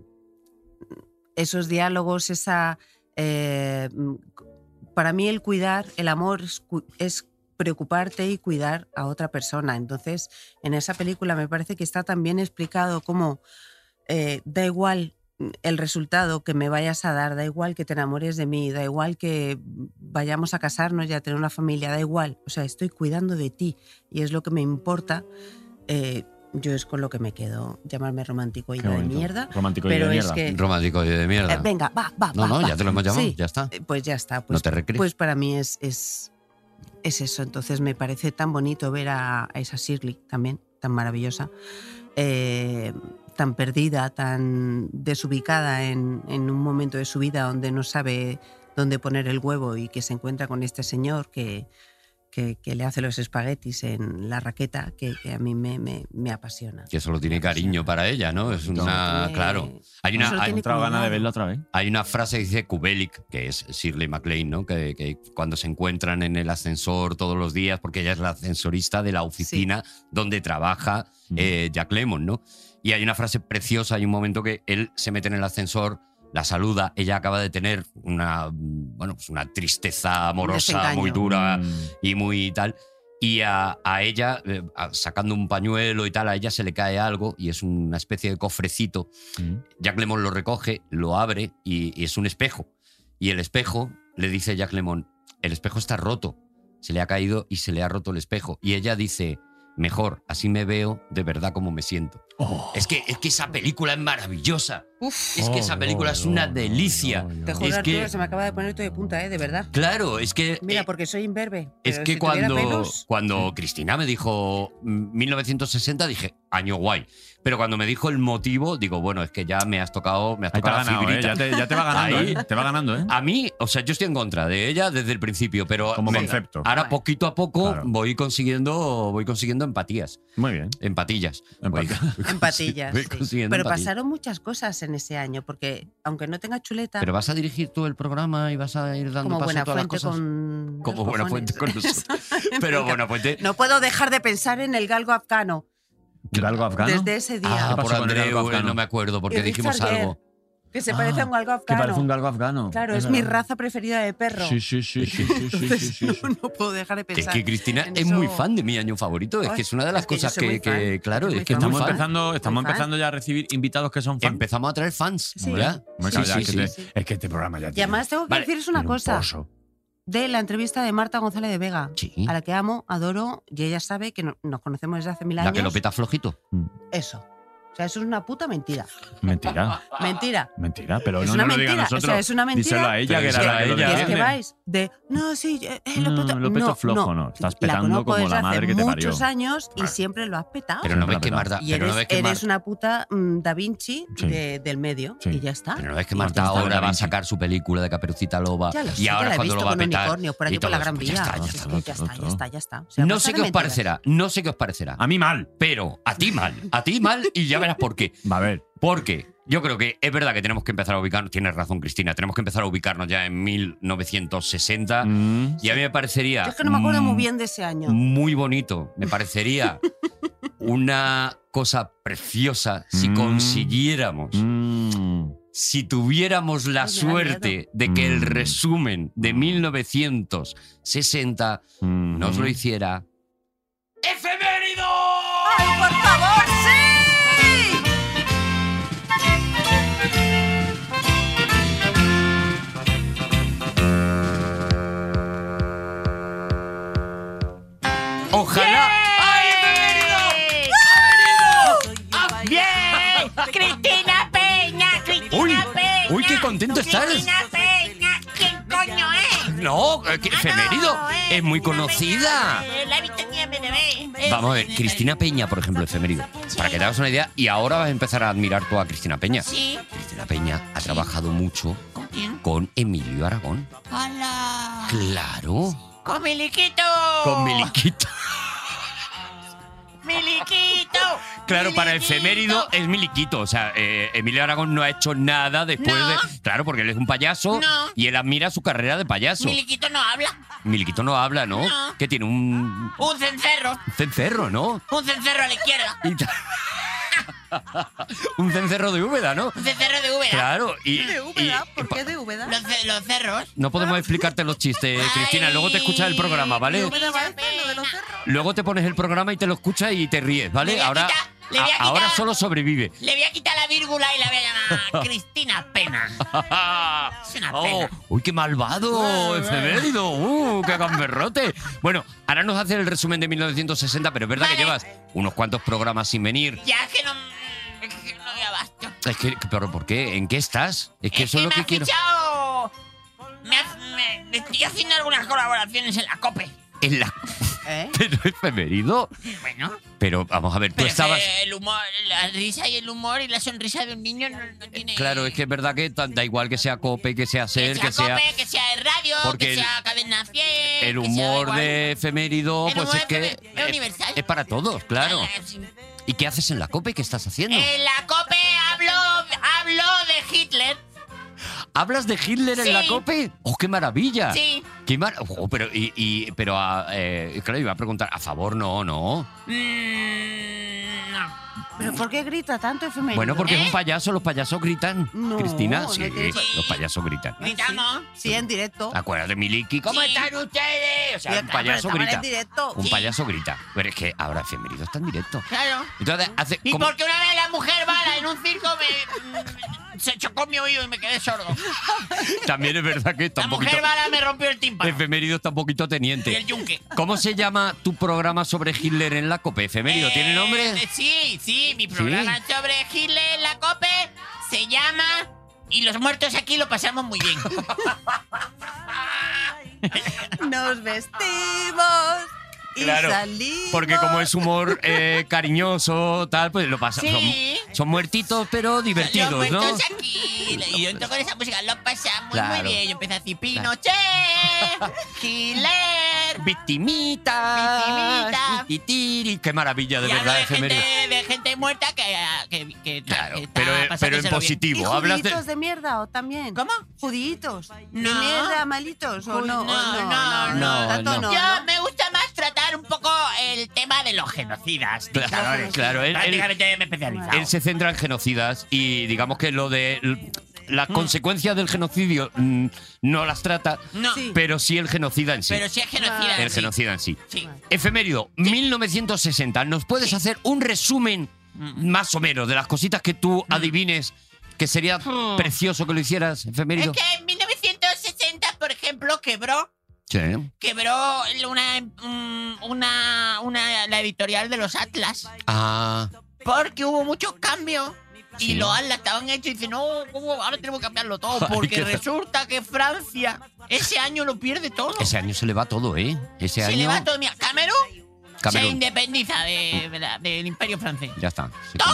[SPEAKER 2] esos diálogos, esa. eh, mm, para mí, el cuidar, el amor es, cu- es preocuparte y cuidar a otra persona. Entonces, en esa película me parece que está también explicado cómo eh, da igual mm, el resultado que me vayas a dar, da igual que te enamores de mí, da igual que vayamos a casarnos y a tener una familia, da igual. O sea, estoy cuidando de ti y es lo que me importa. Eh, yo es con lo que me quedo, llamarme romántico y
[SPEAKER 5] Qué
[SPEAKER 2] de
[SPEAKER 5] bonito.
[SPEAKER 2] mierda.
[SPEAKER 5] Romántico
[SPEAKER 2] pero
[SPEAKER 5] y de
[SPEAKER 2] es
[SPEAKER 5] mierda.
[SPEAKER 2] que- Eh,
[SPEAKER 4] Romántico de
[SPEAKER 2] Eh,
[SPEAKER 4] mierda.
[SPEAKER 2] venga, va, va.
[SPEAKER 4] no,
[SPEAKER 2] va,
[SPEAKER 4] no,
[SPEAKER 2] va.
[SPEAKER 4] ya te lo hemos llamado,
[SPEAKER 2] Sí.
[SPEAKER 4] ya está.
[SPEAKER 2] Eh, Pues ya está. Pues,
[SPEAKER 4] No te recrees.
[SPEAKER 2] pues para mí es, es, es eso. Entonces me parece tan bonito ver a, a esa Shirley también, tan maravillosa, eh, tan perdida, tan desubicada en, en un momento de su vida donde no sabe dónde poner el huevo y que se encuentra con este señor que, que, que le hace los espaguetis en la raqueta, que, que a mí me, me, me apasiona.
[SPEAKER 4] que solo tiene cariño para ella, ¿no? Es
[SPEAKER 5] Solo
[SPEAKER 4] una...
[SPEAKER 2] pues, eh, tiene-
[SPEAKER 4] Claro. Hay
[SPEAKER 2] solo
[SPEAKER 4] una,
[SPEAKER 5] He
[SPEAKER 4] hay,
[SPEAKER 2] tiene
[SPEAKER 5] entrado ganas de
[SPEAKER 2] cuidado.
[SPEAKER 5] verla otra vez.
[SPEAKER 4] hay una frase que dice Kubelik, que es Shirley MacLaine, ¿no? Que, que cuando se encuentran en el ascensor todos los días, porque ella es la ascensorista de la oficina donde trabaja eh, Jack Lemmon, ¿no? Y hay una frase preciosa, hay un momento que él se mete en el ascensor, la saluda, ella acaba de tener una, mm, bueno, pues una tristeza amorosa
[SPEAKER 2] desengaño.
[SPEAKER 4] muy dura
[SPEAKER 5] Mm.
[SPEAKER 4] y muy tal. Y a, a ella, eh, a- sacando un pañuelo y tal, a ella se le cae algo y es una especie de cofrecito.
[SPEAKER 5] Mm.
[SPEAKER 4] Jack Lemon lo recoge, lo abre y, y es un espejo. Y el espejo le dice Jack Lemon, el espejo está roto, se le ha caído y se le ha roto el espejo. Y ella dice, mejor, así me veo de verdad como me siento.
[SPEAKER 5] Oh.
[SPEAKER 4] Es que, es que esa película es maravillosa.
[SPEAKER 2] Uf.
[SPEAKER 4] Es que esa
[SPEAKER 5] Oh,
[SPEAKER 4] película
[SPEAKER 5] no,
[SPEAKER 4] es una
[SPEAKER 5] no,
[SPEAKER 4] delicia.
[SPEAKER 5] no, no.
[SPEAKER 2] Te
[SPEAKER 4] Es
[SPEAKER 2] juro,
[SPEAKER 4] que-
[SPEAKER 2] Arturo, se me acaba de poner todo de punta, ¿eh? De verdad.
[SPEAKER 4] Claro, es que...
[SPEAKER 2] Mira,
[SPEAKER 4] eh,
[SPEAKER 2] porque soy imberbe.
[SPEAKER 4] Es
[SPEAKER 2] pero
[SPEAKER 4] que
[SPEAKER 2] si tuviera
[SPEAKER 4] cuando,
[SPEAKER 2] pelos-
[SPEAKER 4] cuando Cristina me dijo mm, 1960, dije, año guay. Pero cuando me dijo el motivo, digo, bueno, es que ya me has tocado, me has
[SPEAKER 5] Ahí te ha
[SPEAKER 4] tocado la
[SPEAKER 5] ganado, ¿eh?
[SPEAKER 4] fibrita.
[SPEAKER 5] ya, te, ya te va ganando,
[SPEAKER 4] Ahí. Ah,
[SPEAKER 5] ¿eh? Te va ganando, ¿eh?
[SPEAKER 4] A mí, o sea, yo estoy en contra de ella desde el principio, pero
[SPEAKER 5] Como
[SPEAKER 4] me-
[SPEAKER 5] concepto.
[SPEAKER 4] ahora
[SPEAKER 2] Bueno.
[SPEAKER 4] poquito a poco
[SPEAKER 5] Claro.
[SPEAKER 4] voy consiguiendo, voy consiguiendo empatías,
[SPEAKER 5] Muy bien.
[SPEAKER 4] empatillas. Voy-
[SPEAKER 5] Empatía.
[SPEAKER 4] voy
[SPEAKER 2] En patillas.
[SPEAKER 4] consi- voy
[SPEAKER 2] sí.
[SPEAKER 4] consiguiendo
[SPEAKER 2] Pero
[SPEAKER 4] empatillas.
[SPEAKER 2] pasaron muchas cosas en ese año, porque aunque no tenga chuleta,
[SPEAKER 4] Pero vas a dirigir tú el programa y vas a ir dando
[SPEAKER 2] como
[SPEAKER 4] paso
[SPEAKER 2] buena
[SPEAKER 4] a todas las
[SPEAKER 2] fuente
[SPEAKER 4] cosas.
[SPEAKER 2] con.
[SPEAKER 4] como
[SPEAKER 2] los
[SPEAKER 4] buena
[SPEAKER 2] cojones.
[SPEAKER 4] fuente con nosotros. Pero bueno, fuente. ah,
[SPEAKER 2] No puedo dejar de pensar en el galgo afgano
[SPEAKER 5] ¿Galgo afgano?
[SPEAKER 2] desde ese día.
[SPEAKER 4] Ah,
[SPEAKER 5] ¿Qué pasó
[SPEAKER 4] por
[SPEAKER 5] con el
[SPEAKER 4] Andreu,
[SPEAKER 5] algo
[SPEAKER 4] eh,
[SPEAKER 5] afgano?
[SPEAKER 4] no me acuerdo, porque
[SPEAKER 2] Y Richard
[SPEAKER 4] dijimos algo.
[SPEAKER 2] Gere, Que se
[SPEAKER 5] Ah,
[SPEAKER 2] parece a un galgo
[SPEAKER 5] Que parece un
[SPEAKER 2] afgano.
[SPEAKER 5] galgo afgano.
[SPEAKER 2] Claro, es mi
[SPEAKER 5] verdad.
[SPEAKER 2] raza preferida de perro.
[SPEAKER 5] Sí, sí, sí, sí, sí, sí, sí,
[SPEAKER 2] Entonces,
[SPEAKER 5] sí, sí.
[SPEAKER 2] No puedo dejar de
[SPEAKER 4] Es
[SPEAKER 2] pensar.
[SPEAKER 4] que Cristina
[SPEAKER 2] en
[SPEAKER 4] es muy
[SPEAKER 2] eso-
[SPEAKER 4] fan de mi año favorito. Es
[SPEAKER 2] Ay,
[SPEAKER 4] que es una de las
[SPEAKER 2] es que yo
[SPEAKER 4] cosas
[SPEAKER 2] soy muy
[SPEAKER 4] que, que,
[SPEAKER 2] fan.
[SPEAKER 4] claro,
[SPEAKER 2] Yo soy muy
[SPEAKER 4] es que
[SPEAKER 2] fan.
[SPEAKER 4] estamos
[SPEAKER 5] Estamos
[SPEAKER 2] fan.
[SPEAKER 5] empezando, estamos
[SPEAKER 2] fan.
[SPEAKER 5] empezando ya a recibir invitados que son fans.
[SPEAKER 4] Empezamos a traer fans,
[SPEAKER 2] Sí.
[SPEAKER 4] ¿verdad?
[SPEAKER 5] Me
[SPEAKER 4] Sí,
[SPEAKER 5] cago ya,
[SPEAKER 4] sí,
[SPEAKER 5] que
[SPEAKER 4] sí.
[SPEAKER 5] te- Es que este programa ya
[SPEAKER 2] Y además tengo que
[SPEAKER 4] Vale,
[SPEAKER 2] deciros una
[SPEAKER 5] tiene un
[SPEAKER 2] cosa
[SPEAKER 5] pozo.
[SPEAKER 2] de la entrevista de Marta González de Vega,
[SPEAKER 4] Sí.
[SPEAKER 2] a la que amo, adoro, y ella sabe que no- nos conocemos desde hace mil años.
[SPEAKER 4] La que lo peta flojito.
[SPEAKER 2] Eso. O sea, eso es una puta mentira.
[SPEAKER 5] Mentira,
[SPEAKER 2] Mentira.
[SPEAKER 5] mentira, pero
[SPEAKER 2] Es
[SPEAKER 5] no,
[SPEAKER 2] una
[SPEAKER 5] no lo diga a
[SPEAKER 2] mentira, o sea,
[SPEAKER 5] nosotros.
[SPEAKER 2] es una mentira.
[SPEAKER 5] Díselo a ella, que
[SPEAKER 4] Pero
[SPEAKER 5] era
[SPEAKER 4] sí,
[SPEAKER 5] la que lo
[SPEAKER 2] Y
[SPEAKER 4] ella,
[SPEAKER 2] es que
[SPEAKER 5] defiende.
[SPEAKER 2] vais de, no, sí, eh, eh, lo
[SPEAKER 5] Mm,
[SPEAKER 2] peto.
[SPEAKER 5] lo peto flojo, no. Estás
[SPEAKER 2] la
[SPEAKER 5] petando
[SPEAKER 2] conozco
[SPEAKER 5] como
[SPEAKER 2] desde
[SPEAKER 5] la madre que te
[SPEAKER 2] hace
[SPEAKER 5] parió.
[SPEAKER 2] muchos años y
[SPEAKER 5] Claro.
[SPEAKER 2] siempre lo has petado.
[SPEAKER 4] Pero no ves
[SPEAKER 5] Siempre la
[SPEAKER 4] que
[SPEAKER 5] peta.
[SPEAKER 4] Marta.
[SPEAKER 2] Ah. y
[SPEAKER 4] Pero
[SPEAKER 2] eres,
[SPEAKER 4] no ves que
[SPEAKER 2] eres
[SPEAKER 4] Marta.
[SPEAKER 2] una puta mm, Da Vinci
[SPEAKER 5] Sí.
[SPEAKER 2] de- del medio
[SPEAKER 5] Sí.
[SPEAKER 2] y ya está.
[SPEAKER 4] Pero no ves que
[SPEAKER 2] Y
[SPEAKER 4] Marta
[SPEAKER 5] Marta
[SPEAKER 4] ahora va a
[SPEAKER 5] Vinci.
[SPEAKER 4] sacar su película de Caperucita Loba.
[SPEAKER 2] Ya lo sé,
[SPEAKER 4] y
[SPEAKER 2] ya
[SPEAKER 4] ahora
[SPEAKER 2] la he
[SPEAKER 4] cuando
[SPEAKER 2] visto
[SPEAKER 4] lo va a
[SPEAKER 2] con
[SPEAKER 4] petar.
[SPEAKER 2] unicornios por
[SPEAKER 4] y
[SPEAKER 2] aquí por
[SPEAKER 4] todo
[SPEAKER 2] la
[SPEAKER 4] eso,
[SPEAKER 2] Gran
[SPEAKER 4] pues ya
[SPEAKER 2] Vía.
[SPEAKER 4] está, ya
[SPEAKER 2] Es
[SPEAKER 4] está,
[SPEAKER 2] que ya
[SPEAKER 5] todo,
[SPEAKER 2] está,
[SPEAKER 5] todo.
[SPEAKER 2] ya está, ya está. O sea,
[SPEAKER 4] No
[SPEAKER 2] basta
[SPEAKER 4] sé
[SPEAKER 2] de
[SPEAKER 4] qué os
[SPEAKER 2] mentiras.
[SPEAKER 4] parecerá, no sé qué os parecerá.
[SPEAKER 5] A mí mal.
[SPEAKER 4] Pero a ti mal, a ti mal y ya verás por qué.
[SPEAKER 5] Va a ver.
[SPEAKER 4] Porque yo creo que es verdad que tenemos que empezar a ubicarnos, tienes razón Cristina, tenemos que empezar a ubicarnos ya en 1960
[SPEAKER 5] Mm.
[SPEAKER 4] y a mí me parecería...
[SPEAKER 2] Yo es que no me acuerdo muy
[SPEAKER 4] mm,
[SPEAKER 2] bien de ese año.
[SPEAKER 4] muy bonito. Me parecería una cosa preciosa si
[SPEAKER 5] Mm.
[SPEAKER 4] consiguiéramos,
[SPEAKER 5] Mm.
[SPEAKER 4] si tuviéramos la
[SPEAKER 2] Ay, me da
[SPEAKER 4] suerte de que el
[SPEAKER 5] Mm.
[SPEAKER 4] resumen de
[SPEAKER 5] Mm.
[SPEAKER 4] 1960 nos lo hiciera. ¡Efemérido!
[SPEAKER 6] ¡Ay, por favor, sí!
[SPEAKER 4] ¡Ojalá! ¡Ay,
[SPEAKER 6] ¡Eh!
[SPEAKER 4] ¡Ah, ¡Bien!
[SPEAKER 6] ¡Cristina Peña! ¡Cristina
[SPEAKER 4] Uy,
[SPEAKER 6] Peña!
[SPEAKER 4] uy, qué contento estás.
[SPEAKER 6] ¡Cristina Peña! ¿Quién coño es?
[SPEAKER 4] No, eh, que
[SPEAKER 6] Ah,
[SPEAKER 4] efemérido.
[SPEAKER 6] no,
[SPEAKER 4] Es muy conocida.
[SPEAKER 6] Peña, eh, La he visto en IMDb.
[SPEAKER 4] Vamos a ver, Cristina Peña, por ejemplo, efemérido. Para que te hagas una idea, y ahora vas a empezar a admirar tú a Cristina Peña.
[SPEAKER 6] Sí,
[SPEAKER 4] Cristina Peña ha trabajado mucho
[SPEAKER 6] ¿con quién?
[SPEAKER 4] con Emilio Aragón.
[SPEAKER 6] ¡Hola!
[SPEAKER 4] Claro.
[SPEAKER 6] ¡Con Miliquito!
[SPEAKER 4] Con Miliquito.
[SPEAKER 6] ¡Miliquito!
[SPEAKER 4] Claro, para
[SPEAKER 6] Miliquito.
[SPEAKER 4] efemérido es Miliquito. O sea, eh, Emilio Aragón no ha hecho nada después
[SPEAKER 6] No.
[SPEAKER 4] de. Claro, porque él es un payaso
[SPEAKER 6] No.
[SPEAKER 4] y él admira su carrera de payaso.
[SPEAKER 6] Miliquito no habla.
[SPEAKER 4] Miliquito no habla, ¿no?
[SPEAKER 6] No.
[SPEAKER 4] Que tiene un
[SPEAKER 6] Un cencerro.
[SPEAKER 4] cencerro, ¿no?
[SPEAKER 6] Un cencerro a la izquierda.
[SPEAKER 4] Y ta- un cencerro de Úbeda, ¿no?
[SPEAKER 6] Un cencerro de Úbeda.
[SPEAKER 4] Claro, y.
[SPEAKER 7] ¿De
[SPEAKER 4] y-
[SPEAKER 7] Úbeda? ¿Por qué de Úbeda?
[SPEAKER 6] Los, ce- los cerros.
[SPEAKER 4] no podemos explicarte los chistes, Eh, Cristina. Luego te escuchas el programa,
[SPEAKER 7] ¿De
[SPEAKER 4] ¿vale?
[SPEAKER 7] Úbeda Baeza, lo de los cerros?
[SPEAKER 4] Luego te pones el programa y te lo escuchas y te ríes, ¿vale?
[SPEAKER 6] Le voy a
[SPEAKER 4] ahora,
[SPEAKER 6] quitar, le voy a
[SPEAKER 4] a-
[SPEAKER 6] quitar.
[SPEAKER 4] ahora solo sobrevive.
[SPEAKER 6] Le voy a quitar la vírgula y la voy a llamar Cristina Pena. Es una
[SPEAKER 4] Oh,
[SPEAKER 6] pena.
[SPEAKER 4] ¡Uy, qué malvado! ¡Efemérido! ¡Uh, qué gamberrote! Bueno, ahora nos hace el resumen de 1960, pero es verdad que
[SPEAKER 6] Vale.
[SPEAKER 4] llevas unos cuantos programas sin venir.
[SPEAKER 6] Ya es que no. Es que no me abasto.
[SPEAKER 4] Es que, ¿pero por qué? ¿En qué estás? Es que
[SPEAKER 6] es
[SPEAKER 4] eso es
[SPEAKER 6] que
[SPEAKER 4] lo
[SPEAKER 6] me
[SPEAKER 4] que
[SPEAKER 6] ha
[SPEAKER 4] quiero.
[SPEAKER 6] fichado. Me, ha- me- estoy haciendo algunas colaboraciones en la COPE.
[SPEAKER 4] En la...
[SPEAKER 7] ¿Eh?
[SPEAKER 4] Pero efemérido.
[SPEAKER 6] Bueno,
[SPEAKER 4] Pero vamos a ver, tú
[SPEAKER 6] pero es que
[SPEAKER 4] estabas.
[SPEAKER 6] el humor, la risa y el humor y la sonrisa de un niño no, no tiene.
[SPEAKER 4] Claro, es que es verdad que tan- da igual que sea cope, que sea
[SPEAKER 6] Que
[SPEAKER 4] ser,
[SPEAKER 6] sea,
[SPEAKER 4] que sea.
[SPEAKER 6] COPE, que sea el radio,
[SPEAKER 4] Porque
[SPEAKER 6] que
[SPEAKER 4] el-
[SPEAKER 6] sea cadena 100.
[SPEAKER 4] El
[SPEAKER 6] que sea
[SPEAKER 4] humor
[SPEAKER 6] igual.
[SPEAKER 4] de efemérido,
[SPEAKER 6] El
[SPEAKER 4] pues
[SPEAKER 6] humor
[SPEAKER 4] es que.
[SPEAKER 6] efemérido es universal.
[SPEAKER 4] es para todos, claro.
[SPEAKER 6] Sí.
[SPEAKER 4] ¿Y qué haces en la cope? ¿Qué estás haciendo?
[SPEAKER 6] En la COPE hablo, hablo de Hitler.
[SPEAKER 4] ¿Hablas de Hitler en la
[SPEAKER 6] Sí.
[SPEAKER 4] cope? ¡Oh, qué maravilla!
[SPEAKER 6] Sí.
[SPEAKER 4] Qué mar- Ojo, pero, y, y- pero a- eh, claro, iba a preguntar, ¿a favor no no?
[SPEAKER 6] Mm, no.
[SPEAKER 2] ¿Pero por qué grita tanto efemérido?
[SPEAKER 4] Bueno, porque es
[SPEAKER 6] ¿Eh?
[SPEAKER 4] un payaso, los payasos gritan.
[SPEAKER 2] No,
[SPEAKER 4] Cristina,
[SPEAKER 2] no
[SPEAKER 4] sí, eh,
[SPEAKER 2] tiene-
[SPEAKER 4] los payasos gritan.
[SPEAKER 6] Gritamos.
[SPEAKER 7] Sí, en directo.
[SPEAKER 4] Acuérdate, Miliki, ¿cómo
[SPEAKER 6] Sí.
[SPEAKER 4] están ustedes? O sea,
[SPEAKER 7] Pero- ah, pero
[SPEAKER 4] un payaso
[SPEAKER 7] estaban
[SPEAKER 4] grita.
[SPEAKER 7] en directo.
[SPEAKER 4] Un
[SPEAKER 7] Sí.
[SPEAKER 4] payaso grita. Pero es que ahora efemérido está en directo.
[SPEAKER 6] Claro.
[SPEAKER 4] Entonces, hace.
[SPEAKER 6] Y
[SPEAKER 4] como-
[SPEAKER 6] porque una vez la mujer bala en un circo me, mm, se chocó mi oído y me quedé sordo.
[SPEAKER 4] También es verdad que está
[SPEAKER 6] La
[SPEAKER 4] un poquito.
[SPEAKER 6] mujer bala me rompió el tímpano
[SPEAKER 4] Efemérido está un poquito
[SPEAKER 6] y el
[SPEAKER 4] teniente.
[SPEAKER 6] yunque.
[SPEAKER 4] ¿Cómo se llama tu programa sobre Hitler en la cope? Efemérido, ¿tiene
[SPEAKER 6] Eh,
[SPEAKER 4] nombre?
[SPEAKER 6] sí, sí. Mi programa sobre Hitler en la COPE se llama... Y los muertos aquí lo pasamos muy bien.
[SPEAKER 7] Nos vestimos y
[SPEAKER 4] Claro,
[SPEAKER 7] salimos.
[SPEAKER 4] Porque como es humor eh, cariñoso, tal, pues lo pasa.
[SPEAKER 6] Sí.
[SPEAKER 4] Son, son muertitos, pero divertidos,
[SPEAKER 6] los
[SPEAKER 4] ¿no?
[SPEAKER 6] muertos aquí. Y yo entro con esa música, lo pasamos
[SPEAKER 4] Claro.
[SPEAKER 6] muy bien. Yo empecé a decir Pinochet, Hitler.
[SPEAKER 4] Victimitas.
[SPEAKER 6] Victimitas.
[SPEAKER 4] tititiri. Qué maravilla, de
[SPEAKER 6] Y hablo
[SPEAKER 4] verdad,
[SPEAKER 6] de
[SPEAKER 4] efemérido.
[SPEAKER 6] gente, de gente muerta que, que, que-
[SPEAKER 4] Claro,
[SPEAKER 6] que está
[SPEAKER 4] pero, eh, pero en
[SPEAKER 6] pasándoselo bien.
[SPEAKER 4] positivo.
[SPEAKER 7] ¿Y
[SPEAKER 4] Hablas de.
[SPEAKER 7] judíos de... mierda o también?
[SPEAKER 6] ¿Cómo?
[SPEAKER 7] ¿Judíitos? ¿De
[SPEAKER 6] No.
[SPEAKER 7] mierda, malitos o
[SPEAKER 6] Uy,
[SPEAKER 7] no? o
[SPEAKER 6] no,
[SPEAKER 7] no,
[SPEAKER 6] no,
[SPEAKER 5] no,
[SPEAKER 7] tanto
[SPEAKER 5] no.
[SPEAKER 7] no,
[SPEAKER 6] Yo
[SPEAKER 7] ¿no?
[SPEAKER 6] me gusta más tratar un poco el tema de los genocidas.
[SPEAKER 4] Claro,
[SPEAKER 6] dictadores.
[SPEAKER 4] claro. Él, él-
[SPEAKER 6] Prácticamente me he especializado.
[SPEAKER 4] él se centra en genocidas y digamos que lo de. l-
[SPEAKER 6] Mm.
[SPEAKER 4] Las consecuencias del genocidio mm, no las trata,
[SPEAKER 6] no,
[SPEAKER 7] Sí.
[SPEAKER 4] pero sí el genocida en sí.
[SPEAKER 6] pero si es genocida.
[SPEAKER 4] el
[SPEAKER 6] sí.
[SPEAKER 4] genocida en sí.
[SPEAKER 6] Sí.
[SPEAKER 4] Efemérido, 1960. ¿Nos puedes hacer un resumen
[SPEAKER 6] Mm.
[SPEAKER 4] más o menos de las cositas que tú adivines que sería
[SPEAKER 6] Hmm.
[SPEAKER 4] precioso que lo hicieras,
[SPEAKER 6] Es
[SPEAKER 4] efemérido?
[SPEAKER 6] que en 1960, por ejemplo, quebró
[SPEAKER 4] Sí.
[SPEAKER 6] quebró una, mm, una, una, la editorial de los Atlas
[SPEAKER 4] Ah,
[SPEAKER 6] porque hubo muchos cambios y
[SPEAKER 4] Sí.
[SPEAKER 6] los Atlas estaban hechos y dicen, no, ¿cómo? ahora tenemos que cambiarlo todo
[SPEAKER 4] Ay,
[SPEAKER 6] porque
[SPEAKER 4] qué-
[SPEAKER 6] resulta que Francia ese año lo pierde todo.
[SPEAKER 4] ese año se le va todo, ¿eh? Ese
[SPEAKER 6] se
[SPEAKER 4] año.
[SPEAKER 6] le va todo. Mira, Camerún, se
[SPEAKER 4] Camerún.
[SPEAKER 6] independiza de- de la- del Imperio francés.
[SPEAKER 4] Ya está. se
[SPEAKER 6] ¡Togo!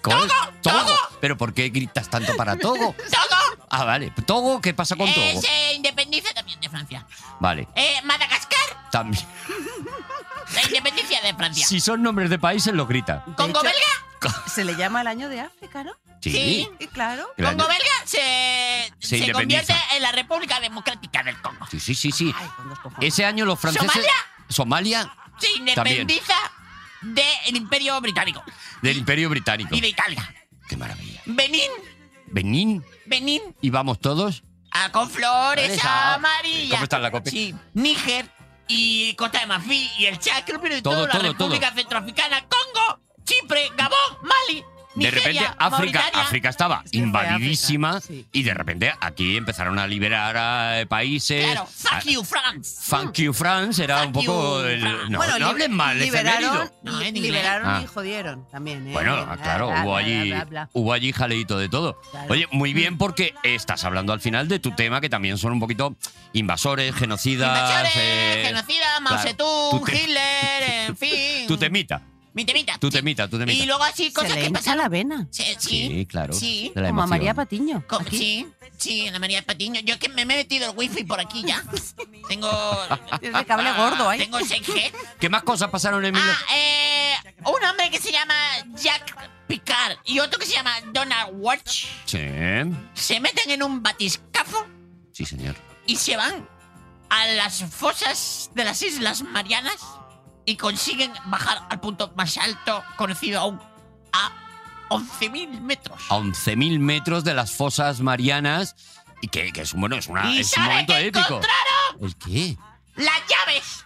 [SPEAKER 4] convierte- ¿Cómo es? ¡Togo! ¿Pero por qué gritas tanto para Togo?
[SPEAKER 6] ¡Togo!
[SPEAKER 4] Ah, vale. ¿Togo? ¿Qué pasa con
[SPEAKER 6] Eh,
[SPEAKER 4] Togo?
[SPEAKER 6] se independiza también de Francia.
[SPEAKER 4] Vale.
[SPEAKER 6] Eh, Madagascar,
[SPEAKER 4] También.
[SPEAKER 6] la independencia de Francia.
[SPEAKER 4] Si son nombres de países, los grita.
[SPEAKER 6] Congo
[SPEAKER 7] De hecho,
[SPEAKER 6] belga,
[SPEAKER 7] Se le llama el año de África, ¿no?
[SPEAKER 4] Sí.
[SPEAKER 6] Sí.
[SPEAKER 7] Y claro.
[SPEAKER 4] El año-
[SPEAKER 6] Congo belga se,
[SPEAKER 4] Se
[SPEAKER 6] se,
[SPEAKER 4] independiza.
[SPEAKER 6] convierte en la República Democrática del Congo.
[SPEAKER 4] Sí, sí, sí, sí.
[SPEAKER 7] Ay, con dos cojones.
[SPEAKER 4] Ese año los franceses.
[SPEAKER 6] ¿Somalia?
[SPEAKER 4] Somalia
[SPEAKER 6] se
[SPEAKER 4] También.
[SPEAKER 6] independiza del Imperio Británico
[SPEAKER 4] del Imperio Británico.
[SPEAKER 6] y de Italia.
[SPEAKER 4] Qué maravilla.
[SPEAKER 6] Benín
[SPEAKER 4] Benín
[SPEAKER 6] Benín,
[SPEAKER 4] y vamos todos.
[SPEAKER 6] ah, con flores
[SPEAKER 4] Flores, ah,
[SPEAKER 6] amarillas.
[SPEAKER 4] ¿Cómo está la copa?
[SPEAKER 6] Sí, Níger y Costa de Marfil y el Chad, creo que de
[SPEAKER 4] Todo,
[SPEAKER 6] todo, la
[SPEAKER 4] todo, todo.
[SPEAKER 6] República Centroafricana, Congo, Chipre, Gabón, Mali,
[SPEAKER 4] De
[SPEAKER 6] Nigeria,
[SPEAKER 4] repente África,
[SPEAKER 6] Mauritania.
[SPEAKER 4] África estaba
[SPEAKER 2] Es que fue
[SPEAKER 4] invalidísima
[SPEAKER 2] África, sí.
[SPEAKER 4] y de repente aquí empezaron a liberar a eh, países.
[SPEAKER 6] Claro,
[SPEAKER 4] Ah,
[SPEAKER 6] fuck you, France.
[SPEAKER 4] Fuck you, France era
[SPEAKER 6] Fuck
[SPEAKER 4] un poco
[SPEAKER 6] you,
[SPEAKER 4] el.
[SPEAKER 6] France.
[SPEAKER 4] No,
[SPEAKER 7] bueno,
[SPEAKER 4] no
[SPEAKER 7] li-
[SPEAKER 4] hablen mal, es
[SPEAKER 2] Eh,
[SPEAKER 7] liberaron,
[SPEAKER 4] efemérido.
[SPEAKER 6] No, en inglés.
[SPEAKER 7] liberaron
[SPEAKER 4] Ah.
[SPEAKER 7] y jodieron también, ¿eh?
[SPEAKER 4] Bueno,
[SPEAKER 7] Bla,
[SPEAKER 4] ah, claro,
[SPEAKER 7] bla,
[SPEAKER 4] hubo
[SPEAKER 7] bla,
[SPEAKER 4] allí,
[SPEAKER 7] bla, bla, bla.
[SPEAKER 4] hubo allí jaleito de todo.
[SPEAKER 7] Claro.
[SPEAKER 4] Oye, muy bien porque estás hablando al final de tu tema que también son un poquito invasores, genocidas.
[SPEAKER 6] Invasores,
[SPEAKER 4] eh,
[SPEAKER 6] genocida, Mao
[SPEAKER 4] claro,
[SPEAKER 6] Zedong,
[SPEAKER 4] tú te-
[SPEAKER 6] Hitler, en fin.
[SPEAKER 4] Tu temita,
[SPEAKER 6] Mi temita.
[SPEAKER 4] tu
[SPEAKER 6] sí.
[SPEAKER 4] temita, tu
[SPEAKER 6] Y
[SPEAKER 4] temita.
[SPEAKER 6] luego así,
[SPEAKER 2] Se
[SPEAKER 6] cosas
[SPEAKER 2] le
[SPEAKER 6] que
[SPEAKER 2] hincha
[SPEAKER 6] pasaron.
[SPEAKER 2] la vena.
[SPEAKER 6] Sí, sí,
[SPEAKER 4] Sí, claro.
[SPEAKER 6] sí.
[SPEAKER 4] de la
[SPEAKER 2] Como a
[SPEAKER 4] emoción.
[SPEAKER 2] María Patiño.
[SPEAKER 6] Co- sí, sí, Ana María Patiño. Yo es que me he metido el wifi por aquí ya. Tengo.
[SPEAKER 7] Tienes el cable gordo ahí.
[SPEAKER 6] Tengo 6G.
[SPEAKER 4] ¿Qué más cosas pasaron en mi
[SPEAKER 6] Ah, eh, un hombre que se llama Jack Picard y otro que se llama Donald Watch
[SPEAKER 4] Sí,
[SPEAKER 6] se meten en un batiscafo
[SPEAKER 4] sí, señor.
[SPEAKER 6] y se van a las fosas de las Islas Marianas y consiguen bajar al punto más alto conocido aún a 11.000 metros.
[SPEAKER 4] A 11.000 metros de las fosas marianas. Y que, que es, un- bueno, Ah, es, una,
[SPEAKER 6] ¿Y
[SPEAKER 4] es un
[SPEAKER 6] sabe
[SPEAKER 4] momento
[SPEAKER 6] qué
[SPEAKER 4] épico.
[SPEAKER 6] encontraron?
[SPEAKER 4] ¿El qué?
[SPEAKER 6] ¡Las llaves!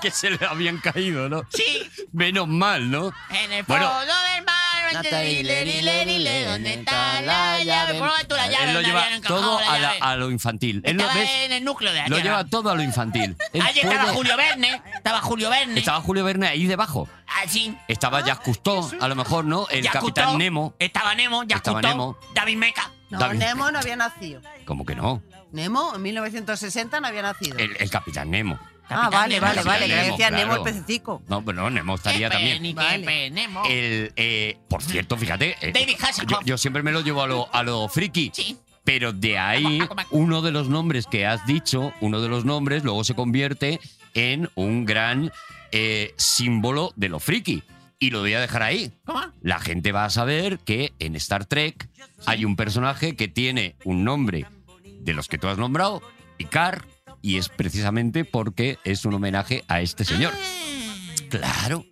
[SPEAKER 4] Que se le habían caído, ¿no?
[SPEAKER 6] Sí,
[SPEAKER 4] Menos mal, ¿no?
[SPEAKER 6] en el fondo
[SPEAKER 4] Bueno.
[SPEAKER 6] del mar.
[SPEAKER 2] No te
[SPEAKER 6] entendí, le, le, le, le, le, ¿Dónde
[SPEAKER 2] la
[SPEAKER 6] está la llave?
[SPEAKER 2] llave?
[SPEAKER 6] Prueba tú la llave.
[SPEAKER 4] Él lo
[SPEAKER 6] ¿dónde
[SPEAKER 4] lleva
[SPEAKER 6] habían encajado
[SPEAKER 4] todo
[SPEAKER 6] la
[SPEAKER 4] a, la-
[SPEAKER 6] llave?
[SPEAKER 4] a lo infantil. Él lo,
[SPEAKER 6] Estaba
[SPEAKER 4] ves,
[SPEAKER 6] en el núcleo de la
[SPEAKER 4] lo
[SPEAKER 6] Tierra.
[SPEAKER 4] lleva todo a lo infantil. Él
[SPEAKER 6] Allí estaba
[SPEAKER 4] puede-
[SPEAKER 6] Julio Verne, estaba Julio Verne.
[SPEAKER 4] Estaba Julio Verne ahí debajo.
[SPEAKER 6] Así.
[SPEAKER 4] Estaba Jacques Cousteau, a lo mejor, ¿no? El
[SPEAKER 6] Jacques
[SPEAKER 4] Capitán
[SPEAKER 6] Cousteau,
[SPEAKER 4] Nemo.
[SPEAKER 6] Estaba Nemo, ya
[SPEAKER 4] Estaba Nemo.
[SPEAKER 6] David Meca.
[SPEAKER 7] No,
[SPEAKER 4] David.
[SPEAKER 7] Nemo no había nacido.
[SPEAKER 4] ¿Cómo que no?
[SPEAKER 7] Nemo en 1960 no había nacido.
[SPEAKER 4] El, el Capitán Nemo.
[SPEAKER 7] ah,
[SPEAKER 6] Capitán
[SPEAKER 7] vale,
[SPEAKER 6] Nemo,
[SPEAKER 7] vale,
[SPEAKER 4] Capitán
[SPEAKER 7] vale. Que
[SPEAKER 4] Nemo,
[SPEAKER 7] decía Nemo el
[SPEAKER 4] claro.
[SPEAKER 7] pececico.
[SPEAKER 4] No, pero no, Nemo estaría
[SPEAKER 6] Qué
[SPEAKER 4] también.
[SPEAKER 6] peni, qué
[SPEAKER 7] Vale.
[SPEAKER 6] peni, Nemo.
[SPEAKER 4] El, eh, por cierto, fíjate. eh,
[SPEAKER 6] David Hasselhoff.
[SPEAKER 4] yo, yo siempre me lo llevo a lo, a lo friki.
[SPEAKER 6] Sí.
[SPEAKER 4] Pero de ahí, uno de los nombres que has dicho, uno de los nombres, luego se convierte en un gran eh, símbolo de lo friki. Y lo voy a dejar ahí.
[SPEAKER 6] ¿Cómo?
[SPEAKER 4] La gente va a saber que en Star Trek hay un personaje que tiene un nombre de los que tú has nombrado, Picard, y es precisamente porque es un homenaje a este señor.
[SPEAKER 6] Ah.
[SPEAKER 4] Claro,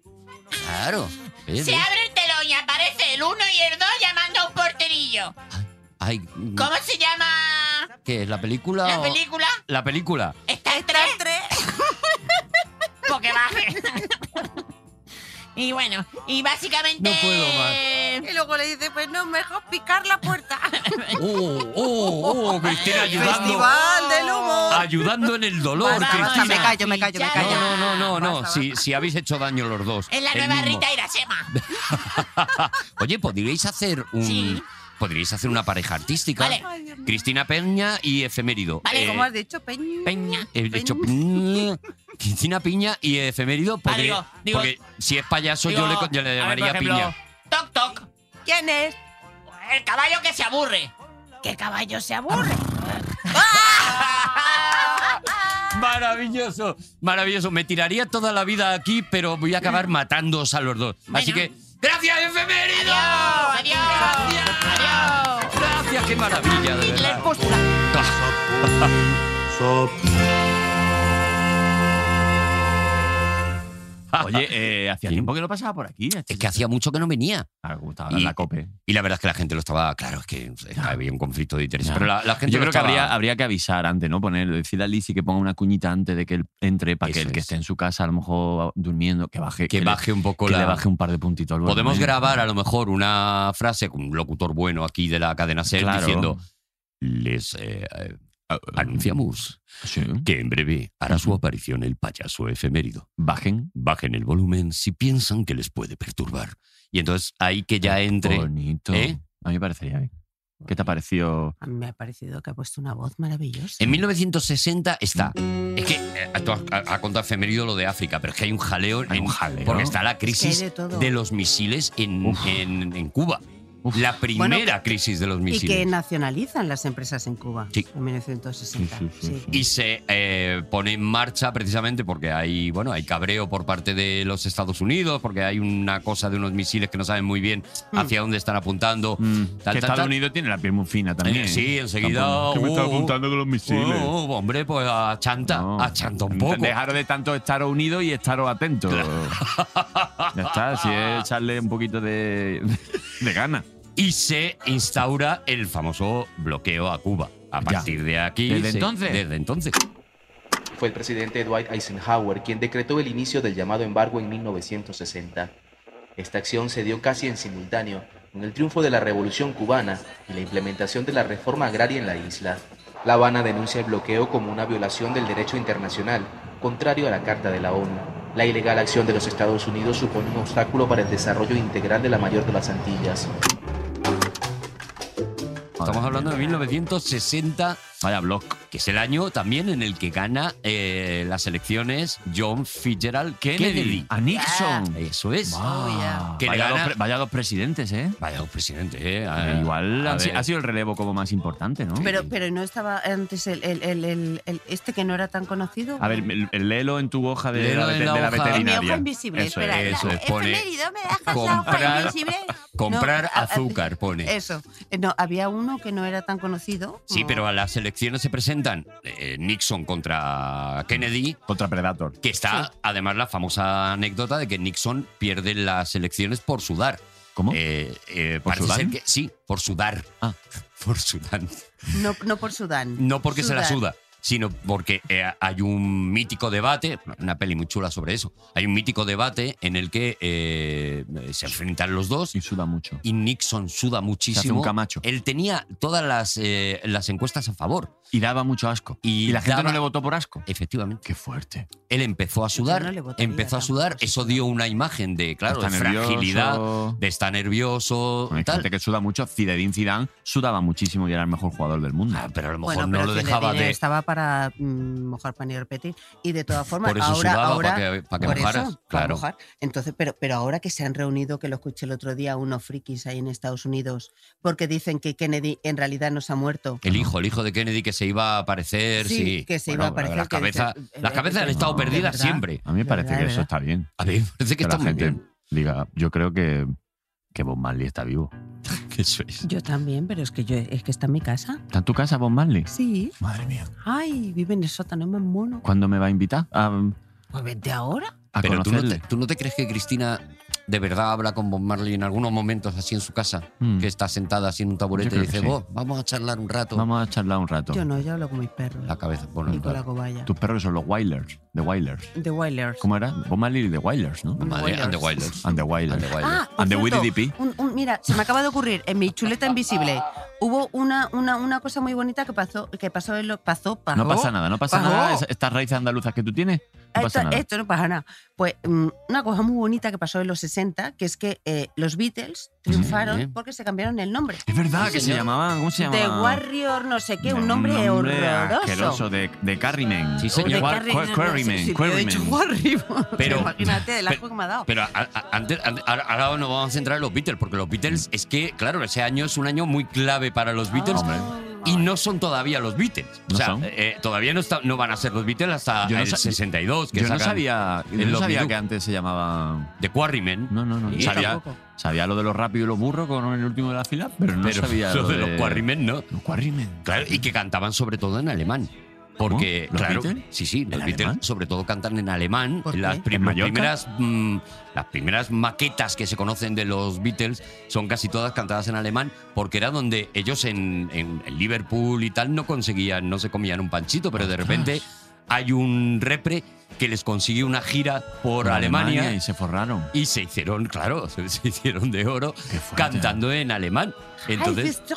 [SPEAKER 4] claro. ¿Ves?
[SPEAKER 6] Mm. Se abre el telón y aparece el uno y el dos llamando a un porterillo.
[SPEAKER 4] Mm. Ay,
[SPEAKER 6] ¿Cómo se llama
[SPEAKER 4] ¿Qué es la película?
[SPEAKER 6] la
[SPEAKER 4] o-
[SPEAKER 6] película?
[SPEAKER 4] La película.
[SPEAKER 6] Está en
[SPEAKER 7] Tras
[SPEAKER 6] tres
[SPEAKER 7] tres.
[SPEAKER 6] porque baje. Y bueno, y básicamente.
[SPEAKER 4] No puedo más.
[SPEAKER 7] Y luego le dice, pues no, mejor picar la puerta.
[SPEAKER 4] Oh, oh, oh, Cristina ayudando.
[SPEAKER 7] Festival del humor.
[SPEAKER 4] Ayudando en el dolor,
[SPEAKER 6] Basta,
[SPEAKER 7] basta,
[SPEAKER 4] Cristina.
[SPEAKER 7] me callo, me callo, me
[SPEAKER 6] Ya.
[SPEAKER 7] callo.
[SPEAKER 4] No, no, no, no, no.
[SPEAKER 7] Basta,
[SPEAKER 4] Si, si habéis hecho daño los dos.
[SPEAKER 6] Es la
[SPEAKER 4] el
[SPEAKER 6] nueva
[SPEAKER 4] mismo.
[SPEAKER 6] Rita Irasema.
[SPEAKER 4] Oye, podríais hacer un.
[SPEAKER 6] Sí.
[SPEAKER 4] Podríais hacer una pareja artística.
[SPEAKER 6] Vale.
[SPEAKER 7] Ay, Dios mío.
[SPEAKER 4] Cristina Peña y Efemérido.
[SPEAKER 6] Vale,
[SPEAKER 4] Eh,
[SPEAKER 7] ¿Cómo has dicho, Peña?
[SPEAKER 4] Peña. He
[SPEAKER 7] Peña.
[SPEAKER 4] dicho Peña. Cristina Piña y Efemérido.
[SPEAKER 6] Vale,
[SPEAKER 4] podría-
[SPEAKER 6] digo, digo-
[SPEAKER 4] porque si es payaso, yo le,
[SPEAKER 6] Digo,
[SPEAKER 4] co- yo le
[SPEAKER 6] a ver,
[SPEAKER 4] llamaría
[SPEAKER 6] por ejemplo,
[SPEAKER 4] Piña.
[SPEAKER 6] Toc, toc.
[SPEAKER 7] ¿Quién es?
[SPEAKER 6] El caballo que se aburre. ¿Qué caballo se aburre?
[SPEAKER 4] Maravilloso, maravilloso. Me tiraría toda la vida aquí, pero voy a acabar matándoos a los dos. Así que,
[SPEAKER 6] Bueno.
[SPEAKER 4] ¡gracias, efemérido!
[SPEAKER 6] Adiós, adiós, adiós.
[SPEAKER 4] ¡Gracias! ¡Qué maravilla, de verdad!
[SPEAKER 2] Pues
[SPEAKER 5] Oye, eh, hacía
[SPEAKER 4] Sí.
[SPEAKER 5] tiempo que no pasaba por aquí. eh,
[SPEAKER 4] Es que hacía mucho que no venía.
[SPEAKER 5] Ah, como estaba
[SPEAKER 4] Y-
[SPEAKER 5] la cope.
[SPEAKER 4] Y la verdad es que la gente lo estaba... Claro, es que es que había un conflicto de interés.
[SPEAKER 5] Ya.
[SPEAKER 4] Pero la, la gente
[SPEAKER 5] Yo
[SPEAKER 4] lo
[SPEAKER 5] creo que
[SPEAKER 4] estaba-
[SPEAKER 5] habría, habría que avisar antes, ¿no? Ponerlo. Decirle a Lizzy que ponga una cuñita antes de que él entre para que
[SPEAKER 4] Eso
[SPEAKER 5] el que
[SPEAKER 4] es.
[SPEAKER 5] esté en su casa, a lo mejor durmiendo, que baje.
[SPEAKER 4] Que
[SPEAKER 5] le-
[SPEAKER 4] baje un poco
[SPEAKER 5] que
[SPEAKER 4] la...
[SPEAKER 5] le baje un par de puntitos. al
[SPEAKER 4] Podemos
[SPEAKER 5] volumen.
[SPEAKER 4] grabar a lo mejor una frase con un locutor bueno aquí de la cadena SER
[SPEAKER 5] Claro. Ah, mm.
[SPEAKER 4] diciendo... Les eh, eh, anunciamos
[SPEAKER 5] Sí.
[SPEAKER 4] que en breve hará su aparición el payaso efemérido.
[SPEAKER 5] Bajen.
[SPEAKER 4] bajen el volumen si piensan que les puede perturbar. Y entonces ahí que ya entre.
[SPEAKER 5] Bonito.
[SPEAKER 4] ¿Eh?
[SPEAKER 5] A mí me parecería bien. ¿Qué te ha parecido?
[SPEAKER 2] A mí me ha parecido que ha puesto una voz maravillosa.
[SPEAKER 4] En 1960 está. Es que eh, tú has, ha- ha contado efemérido lo de África, pero es que hay un jaleo,
[SPEAKER 5] Hay un
[SPEAKER 4] en-
[SPEAKER 5] jaleo.
[SPEAKER 4] porque está la
[SPEAKER 7] Es que hay
[SPEAKER 4] crisis
[SPEAKER 7] de todo.
[SPEAKER 4] de los misiles en,
[SPEAKER 5] Uf.
[SPEAKER 4] en- en Cuba.
[SPEAKER 5] Uf.
[SPEAKER 4] La primera crisis de los
[SPEAKER 2] y que
[SPEAKER 4] misiles.
[SPEAKER 2] nacionalizan las empresas en Cuba
[SPEAKER 4] Sí.
[SPEAKER 2] en 1960.
[SPEAKER 5] Sí, sí, sí,
[SPEAKER 2] sí.
[SPEAKER 5] sí.
[SPEAKER 4] Y se eh, pone en marcha precisamente porque hay, bueno, hay cabreo por parte de los Estados Unidos, porque hay una cosa de unos misiles que no saben muy bien
[SPEAKER 7] Mm.
[SPEAKER 4] hacia dónde están apuntando.
[SPEAKER 5] Mm,
[SPEAKER 4] Tal,
[SPEAKER 5] que
[SPEAKER 4] tal,
[SPEAKER 5] Estados
[SPEAKER 4] tal.
[SPEAKER 5] Unidos tiene la piel muy fina también.
[SPEAKER 4] Eh, sí, enseguida,
[SPEAKER 5] Que me está
[SPEAKER 4] uh,
[SPEAKER 5] apuntando con los misiles.
[SPEAKER 4] Oh, hombre, pues achanta,
[SPEAKER 5] Mm. No.
[SPEAKER 4] achanta un poco.
[SPEAKER 5] Dejaros de tanto estaros unidos y estaros atentos. ya está, si es echarle un poquito de, de gana.
[SPEAKER 4] y se instaura el famoso bloqueo a Cuba. A
[SPEAKER 5] Ya.
[SPEAKER 4] partir de aquí.
[SPEAKER 5] ¿Desde
[SPEAKER 4] se-
[SPEAKER 5] entonces?
[SPEAKER 4] Desde entonces.
[SPEAKER 8] Fue el presidente Dwight Eisenhower quien decretó el inicio del llamado embargo en 1960. Esta acción se dio casi en simultáneo con el triunfo de la Revolución cubana y la implementación de la reforma agraria en la isla. La Habana denuncia el bloqueo como una violación del derecho internacional, contrario a la Carta de la ONU. La ilegal acción de los Estados Unidos supone un obstáculo para el desarrollo integral de la mayor de las Antillas.
[SPEAKER 4] Estamos hablando de 1960, vaya block, que es el año también en el que gana eh, las elecciones John Fitzgerald Kennedy.
[SPEAKER 5] A Nixon.
[SPEAKER 4] Eso es.
[SPEAKER 5] Wow.
[SPEAKER 7] Oh, yeah.
[SPEAKER 4] Que le
[SPEAKER 5] vaya, dos
[SPEAKER 4] gana-
[SPEAKER 5] pre- vaya dos presidentes, ¿eh?
[SPEAKER 4] Vaya un presidente, eh. A-
[SPEAKER 5] Eh, Igual
[SPEAKER 4] a
[SPEAKER 5] ha, si-
[SPEAKER 4] ver.
[SPEAKER 5] ha sido el relevo como más importante, ¿no?
[SPEAKER 2] Pero, pero no estaba antes el, el- el- el- el- este que no era tan conocido.
[SPEAKER 5] A ver, el- el- léelo en tu hoja de,
[SPEAKER 4] Léelo
[SPEAKER 5] la, vete-
[SPEAKER 4] en la
[SPEAKER 5] de la
[SPEAKER 4] hoja.
[SPEAKER 5] veterinaria.
[SPEAKER 4] En
[SPEAKER 7] mi hoja invisible,
[SPEAKER 5] Eso es,
[SPEAKER 7] espera.
[SPEAKER 4] eso
[SPEAKER 7] la
[SPEAKER 4] es, pone
[SPEAKER 7] efemérido, ¿me dejas la hoja
[SPEAKER 4] comprar-
[SPEAKER 7] invisible?
[SPEAKER 4] Comprar
[SPEAKER 2] No, a- a-
[SPEAKER 4] azúcar, pone.
[SPEAKER 2] Eso. Eh, No, había uno que no era tan conocido.
[SPEAKER 4] Sí,
[SPEAKER 2] como-
[SPEAKER 4] pero a las elecciones se presentan eh, Nixon contra Kennedy,
[SPEAKER 5] Contra Predator.
[SPEAKER 4] que está además la famosa anécdota de que Nixon pierde las elecciones por sudar.
[SPEAKER 5] ¿Cómo?
[SPEAKER 4] Eh, eh,
[SPEAKER 5] ¿Por
[SPEAKER 4] parece
[SPEAKER 5] sudar?
[SPEAKER 4] ser que- sí, por sudar.
[SPEAKER 5] Ah.
[SPEAKER 4] Por sudar.
[SPEAKER 2] No, no por Sudán.
[SPEAKER 4] No porque se la
[SPEAKER 2] Sudar.
[SPEAKER 4] suda, sino porque eh, hay un mítico debate, una peli muy chula sobre eso, hay un mítico debate en el que eh, se enfrentan los dos
[SPEAKER 5] Y suda mucho.
[SPEAKER 4] y Nixon suda
[SPEAKER 5] Se hace un
[SPEAKER 4] muchísimo.
[SPEAKER 5] camacho.
[SPEAKER 4] Él tenía todas las, eh, las encuestas a favor.
[SPEAKER 5] Y daba mucho asco.
[SPEAKER 4] Y
[SPEAKER 5] Y, la gente
[SPEAKER 4] daba-
[SPEAKER 5] no le votó por asco.
[SPEAKER 4] Efectivamente.
[SPEAKER 5] Qué fuerte.
[SPEAKER 4] Él empezó a sudar,
[SPEAKER 2] no le votaría
[SPEAKER 4] empezó a
[SPEAKER 2] tampoco,
[SPEAKER 4] sudar,
[SPEAKER 2] sí.
[SPEAKER 4] eso dio una imagen de, claro,
[SPEAKER 5] Está
[SPEAKER 4] de
[SPEAKER 5] nervioso.
[SPEAKER 4] fragilidad, de estar nervioso,
[SPEAKER 5] Hay
[SPEAKER 4] tal.
[SPEAKER 5] gente que suda mucho. Zinedine Zidane sudaba muchísimo y era el mejor jugador del mundo.
[SPEAKER 4] Ah, pero a lo mejor
[SPEAKER 2] Bueno,
[SPEAKER 4] no
[SPEAKER 2] pero
[SPEAKER 4] lo
[SPEAKER 2] Zinedine
[SPEAKER 4] dejaba de...
[SPEAKER 2] Estaba para mm, mojar pan y repetir. Y de todas formas,
[SPEAKER 4] Por eso
[SPEAKER 2] ahora,
[SPEAKER 4] sudaba,
[SPEAKER 2] ahora
[SPEAKER 4] para que, para que
[SPEAKER 2] Por eso,
[SPEAKER 4] mojara.
[SPEAKER 2] para
[SPEAKER 4] claro.
[SPEAKER 2] mojar. Entonces, pero, pero ahora que se han reunido, que lo escuché el otro día, unos frikis ahí en Estados Unidos, porque dicen que Kennedy en realidad no se ha muerto.
[SPEAKER 4] El hijo, el hijo de Kennedy que se iba a aparecer, sí.
[SPEAKER 2] Sí, que se
[SPEAKER 4] Bueno,
[SPEAKER 2] iba a aparecer,
[SPEAKER 4] Las
[SPEAKER 2] que
[SPEAKER 4] cabezas,
[SPEAKER 2] dices,
[SPEAKER 4] las cabezas han
[SPEAKER 2] eh,
[SPEAKER 4] estado
[SPEAKER 5] no,
[SPEAKER 4] perdidas
[SPEAKER 2] ¿verdad?
[SPEAKER 4] siempre.
[SPEAKER 5] A mí me
[SPEAKER 2] de
[SPEAKER 5] parece
[SPEAKER 2] verdad,
[SPEAKER 5] que
[SPEAKER 2] de
[SPEAKER 5] eso
[SPEAKER 2] verdad.
[SPEAKER 5] está bien.
[SPEAKER 4] A mí me parece que,
[SPEAKER 5] Que
[SPEAKER 4] está
[SPEAKER 5] la
[SPEAKER 4] muy
[SPEAKER 5] gente
[SPEAKER 4] bien.
[SPEAKER 5] diga, yo creo que, que Bob Marley está vivo.
[SPEAKER 4] Eso es.
[SPEAKER 2] Yo también, pero es que yo es que está en mi casa.
[SPEAKER 5] ¿Está en tu casa Bob Marley?
[SPEAKER 2] Sí.
[SPEAKER 5] Madre mía.
[SPEAKER 2] Ay, vive en el sótano, me mono.
[SPEAKER 5] ¿Cuándo me va a invitar? A,
[SPEAKER 2] Pues vente ahora.
[SPEAKER 5] a
[SPEAKER 4] Pero tú no,
[SPEAKER 5] conocerle.
[SPEAKER 4] te, tú no te crees que Cristina de verdad habla con Bob Marley en algunos momentos así en su casa,
[SPEAKER 5] Mm.
[SPEAKER 4] que está sentada así en un
[SPEAKER 5] Yo
[SPEAKER 4] taburete y
[SPEAKER 5] creo que
[SPEAKER 4] dice,
[SPEAKER 5] sí.
[SPEAKER 4] "Vos, vamos a charlar un rato.
[SPEAKER 5] Vamos a charlar un rato.
[SPEAKER 2] Yo no, yo hablo con mis perros.
[SPEAKER 4] La cabeza. Bueno,
[SPEAKER 2] y con la
[SPEAKER 4] claro.
[SPEAKER 2] cobaya.
[SPEAKER 5] Tus perros son los Wailers. The Wailers.
[SPEAKER 2] The Wailers.
[SPEAKER 5] ¿Cómo era? Bob Marley y The Wailers, ¿no?
[SPEAKER 2] The
[SPEAKER 4] Madre, and the
[SPEAKER 2] Wailers.
[SPEAKER 4] Wilders.
[SPEAKER 5] And The Wailers.
[SPEAKER 4] And the Wailers.
[SPEAKER 2] Ah, por
[SPEAKER 5] And the
[SPEAKER 2] cierto,
[SPEAKER 5] Willy DP.
[SPEAKER 2] un- un- mira, se me acaba de ocurrir en mi chuleta invisible. Hubo una, una, una cosa muy bonita que pasó, que pasó en lo, pasó, pasó.
[SPEAKER 5] No
[SPEAKER 4] Oh,
[SPEAKER 5] pasa nada, no pasa
[SPEAKER 2] Pajó.
[SPEAKER 5] nada. Es- Estas raíces andaluzas que tú tienes, no pasa
[SPEAKER 2] esto,
[SPEAKER 5] nada.
[SPEAKER 2] esto no pasa nada. Pues mm, una cosa muy bonita que pasó en los 60, que es que eh, los Beatles triunfaron
[SPEAKER 4] Sí.
[SPEAKER 2] porque se cambiaron el nombre.
[SPEAKER 5] Es verdad
[SPEAKER 4] Sí,
[SPEAKER 5] que se
[SPEAKER 4] señor.
[SPEAKER 5] llamaban, ¿cómo se
[SPEAKER 2] The
[SPEAKER 5] llamaba?
[SPEAKER 2] Warrior, no sé qué, un nombre,
[SPEAKER 5] asqueroso
[SPEAKER 2] horroroso.
[SPEAKER 5] de, de Carryman.
[SPEAKER 4] Sí, señor.
[SPEAKER 5] De
[SPEAKER 4] De
[SPEAKER 2] Carryman, no sé si
[SPEAKER 5] Quarryman.
[SPEAKER 2] lo he dicho Warrior.
[SPEAKER 4] Pero-
[SPEAKER 2] imagínate de
[SPEAKER 4] pero-
[SPEAKER 2] asco que me ha dado.
[SPEAKER 4] Pero a- a- antes, an- ahora- ahora nos vamos a centrar en los Beatles, porque los Beatles
[SPEAKER 5] Mm.
[SPEAKER 4] es que, claro, ese año es un año muy clave para los
[SPEAKER 2] Ah,
[SPEAKER 4] Beatles
[SPEAKER 5] Ah, hombre.
[SPEAKER 4] y no son todavía los Beatles.
[SPEAKER 5] No
[SPEAKER 4] o sea,
[SPEAKER 5] son.
[SPEAKER 4] eh, todavía no, está- no van a ser los Beatles hasta
[SPEAKER 5] Yo no
[SPEAKER 4] el
[SPEAKER 5] sa-
[SPEAKER 4] 62, que
[SPEAKER 5] Yo no
[SPEAKER 4] sacan
[SPEAKER 5] sabía, yo
[SPEAKER 4] el
[SPEAKER 5] no sabía
[SPEAKER 4] Lobby
[SPEAKER 5] que antes se llamaba.
[SPEAKER 4] The Quarrymen.
[SPEAKER 5] No, no, no.
[SPEAKER 4] Sí,
[SPEAKER 5] sabía,
[SPEAKER 2] tampoco.
[SPEAKER 5] sabía lo de los rápidos y los burros con el último de la fila, pero no
[SPEAKER 4] pero
[SPEAKER 5] sabía.
[SPEAKER 4] lo de los Quarrymen, ¿no?
[SPEAKER 5] Los Quarrymen.
[SPEAKER 4] Claro, y que cantaban sobre todo en alemán. Porque,
[SPEAKER 5] ¿Los
[SPEAKER 4] claro,
[SPEAKER 5] Beatles?
[SPEAKER 4] sí, sí, los
[SPEAKER 5] ¿En
[SPEAKER 4] Beatles
[SPEAKER 5] alemán?
[SPEAKER 4] sobre todo cantan en alemán.
[SPEAKER 2] ¿Por
[SPEAKER 4] Las,
[SPEAKER 2] qué?
[SPEAKER 4] prim-
[SPEAKER 5] ¿En
[SPEAKER 4] las
[SPEAKER 5] Mallorca?
[SPEAKER 4] primeras, mm, las primeras maquetas que se conocen de los Beatles son casi todas cantadas en alemán, porque era donde ellos en, en- en Liverpool y tal no conseguían, no se comían un panchito, pero de
[SPEAKER 5] Ostras.
[SPEAKER 4] repente hay un repre que les consigue una gira por, Alemania,
[SPEAKER 5] Y se forraron.
[SPEAKER 4] y se hicieron, claro, se, se hicieron de oro
[SPEAKER 5] Qué fuerte.
[SPEAKER 4] cantando en alemán. Entonces,
[SPEAKER 2] este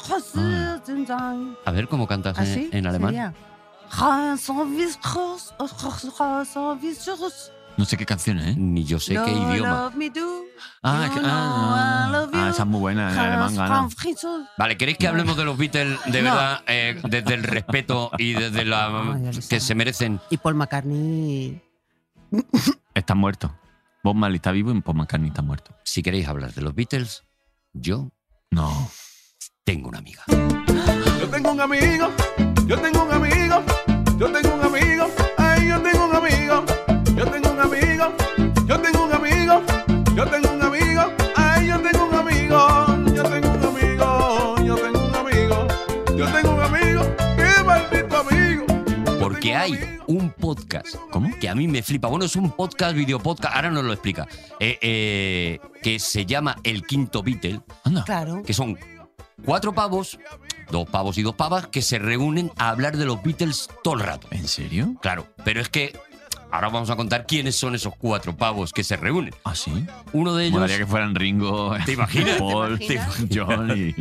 [SPEAKER 4] a ver cómo
[SPEAKER 5] ¿Ah,
[SPEAKER 4] cantas en-
[SPEAKER 2] Así
[SPEAKER 4] en alemán.
[SPEAKER 2] ¿Ah, sería. Hans und Wischus, oh, Hans- Hans und Wischus.
[SPEAKER 5] No sé qué canción es. ¿eh?
[SPEAKER 4] Ni yo sé qué
[SPEAKER 2] No
[SPEAKER 4] idioma.
[SPEAKER 2] love me do,
[SPEAKER 5] Ah,
[SPEAKER 2] you
[SPEAKER 5] que-
[SPEAKER 2] know
[SPEAKER 5] ah,
[SPEAKER 2] I
[SPEAKER 5] ah,
[SPEAKER 2] love you.
[SPEAKER 5] ah, esa es muy buena.
[SPEAKER 2] Hans
[SPEAKER 5] En alemán gana.
[SPEAKER 2] von Fritzl.
[SPEAKER 4] Vale, ¿queréis que hablemos de los Beatles de
[SPEAKER 2] No.
[SPEAKER 4] verdad eh, desde el respeto y desde la
[SPEAKER 2] Ay, Alisa.
[SPEAKER 4] que se merecen?
[SPEAKER 2] Y Paul McCartney.
[SPEAKER 5] Está muerto. Bob Marley está vivo y Paul McCartney está muerto.
[SPEAKER 4] Si queréis hablar de los Beatles, yo
[SPEAKER 5] No.
[SPEAKER 4] tengo una amiga.
[SPEAKER 9] Yo tengo un amigo, yo tengo un amigo, yo tengo un amigo, ay, yo tengo un amigo, yo tengo un amigo, yo tengo un amigo, yo tengo un amigo, ay, yo tengo un amigo, yo tengo un amigo, yo tengo un amigo, yo tengo un amigo, qué maldito amigo. Yo
[SPEAKER 4] Porque
[SPEAKER 9] tengo un
[SPEAKER 4] hay
[SPEAKER 9] amigo.
[SPEAKER 4] un podcast.
[SPEAKER 5] ¿Cómo?
[SPEAKER 4] Que a mí me flipa. Bueno, es un podcast, videopodcast, ahora nos lo explica. eh, eh, que se llama El Quinto Beatle,
[SPEAKER 5] Anda.
[SPEAKER 2] Claro.
[SPEAKER 4] que son cuatro pavos, dos pavos y dos pavas, que se reúnen a hablar de los Beatles todo el rato.
[SPEAKER 5] ¿En serio?
[SPEAKER 4] Claro, pero es que ahora vamos a contar quiénes son esos cuatro pavos que se reúnen.
[SPEAKER 5] ¿Ah, sí?
[SPEAKER 4] Uno de ellos,
[SPEAKER 5] Molaría que fueran Ringo,
[SPEAKER 4] ¿Te imaginas?
[SPEAKER 5] Paul,
[SPEAKER 7] ¿Te
[SPEAKER 5] John y...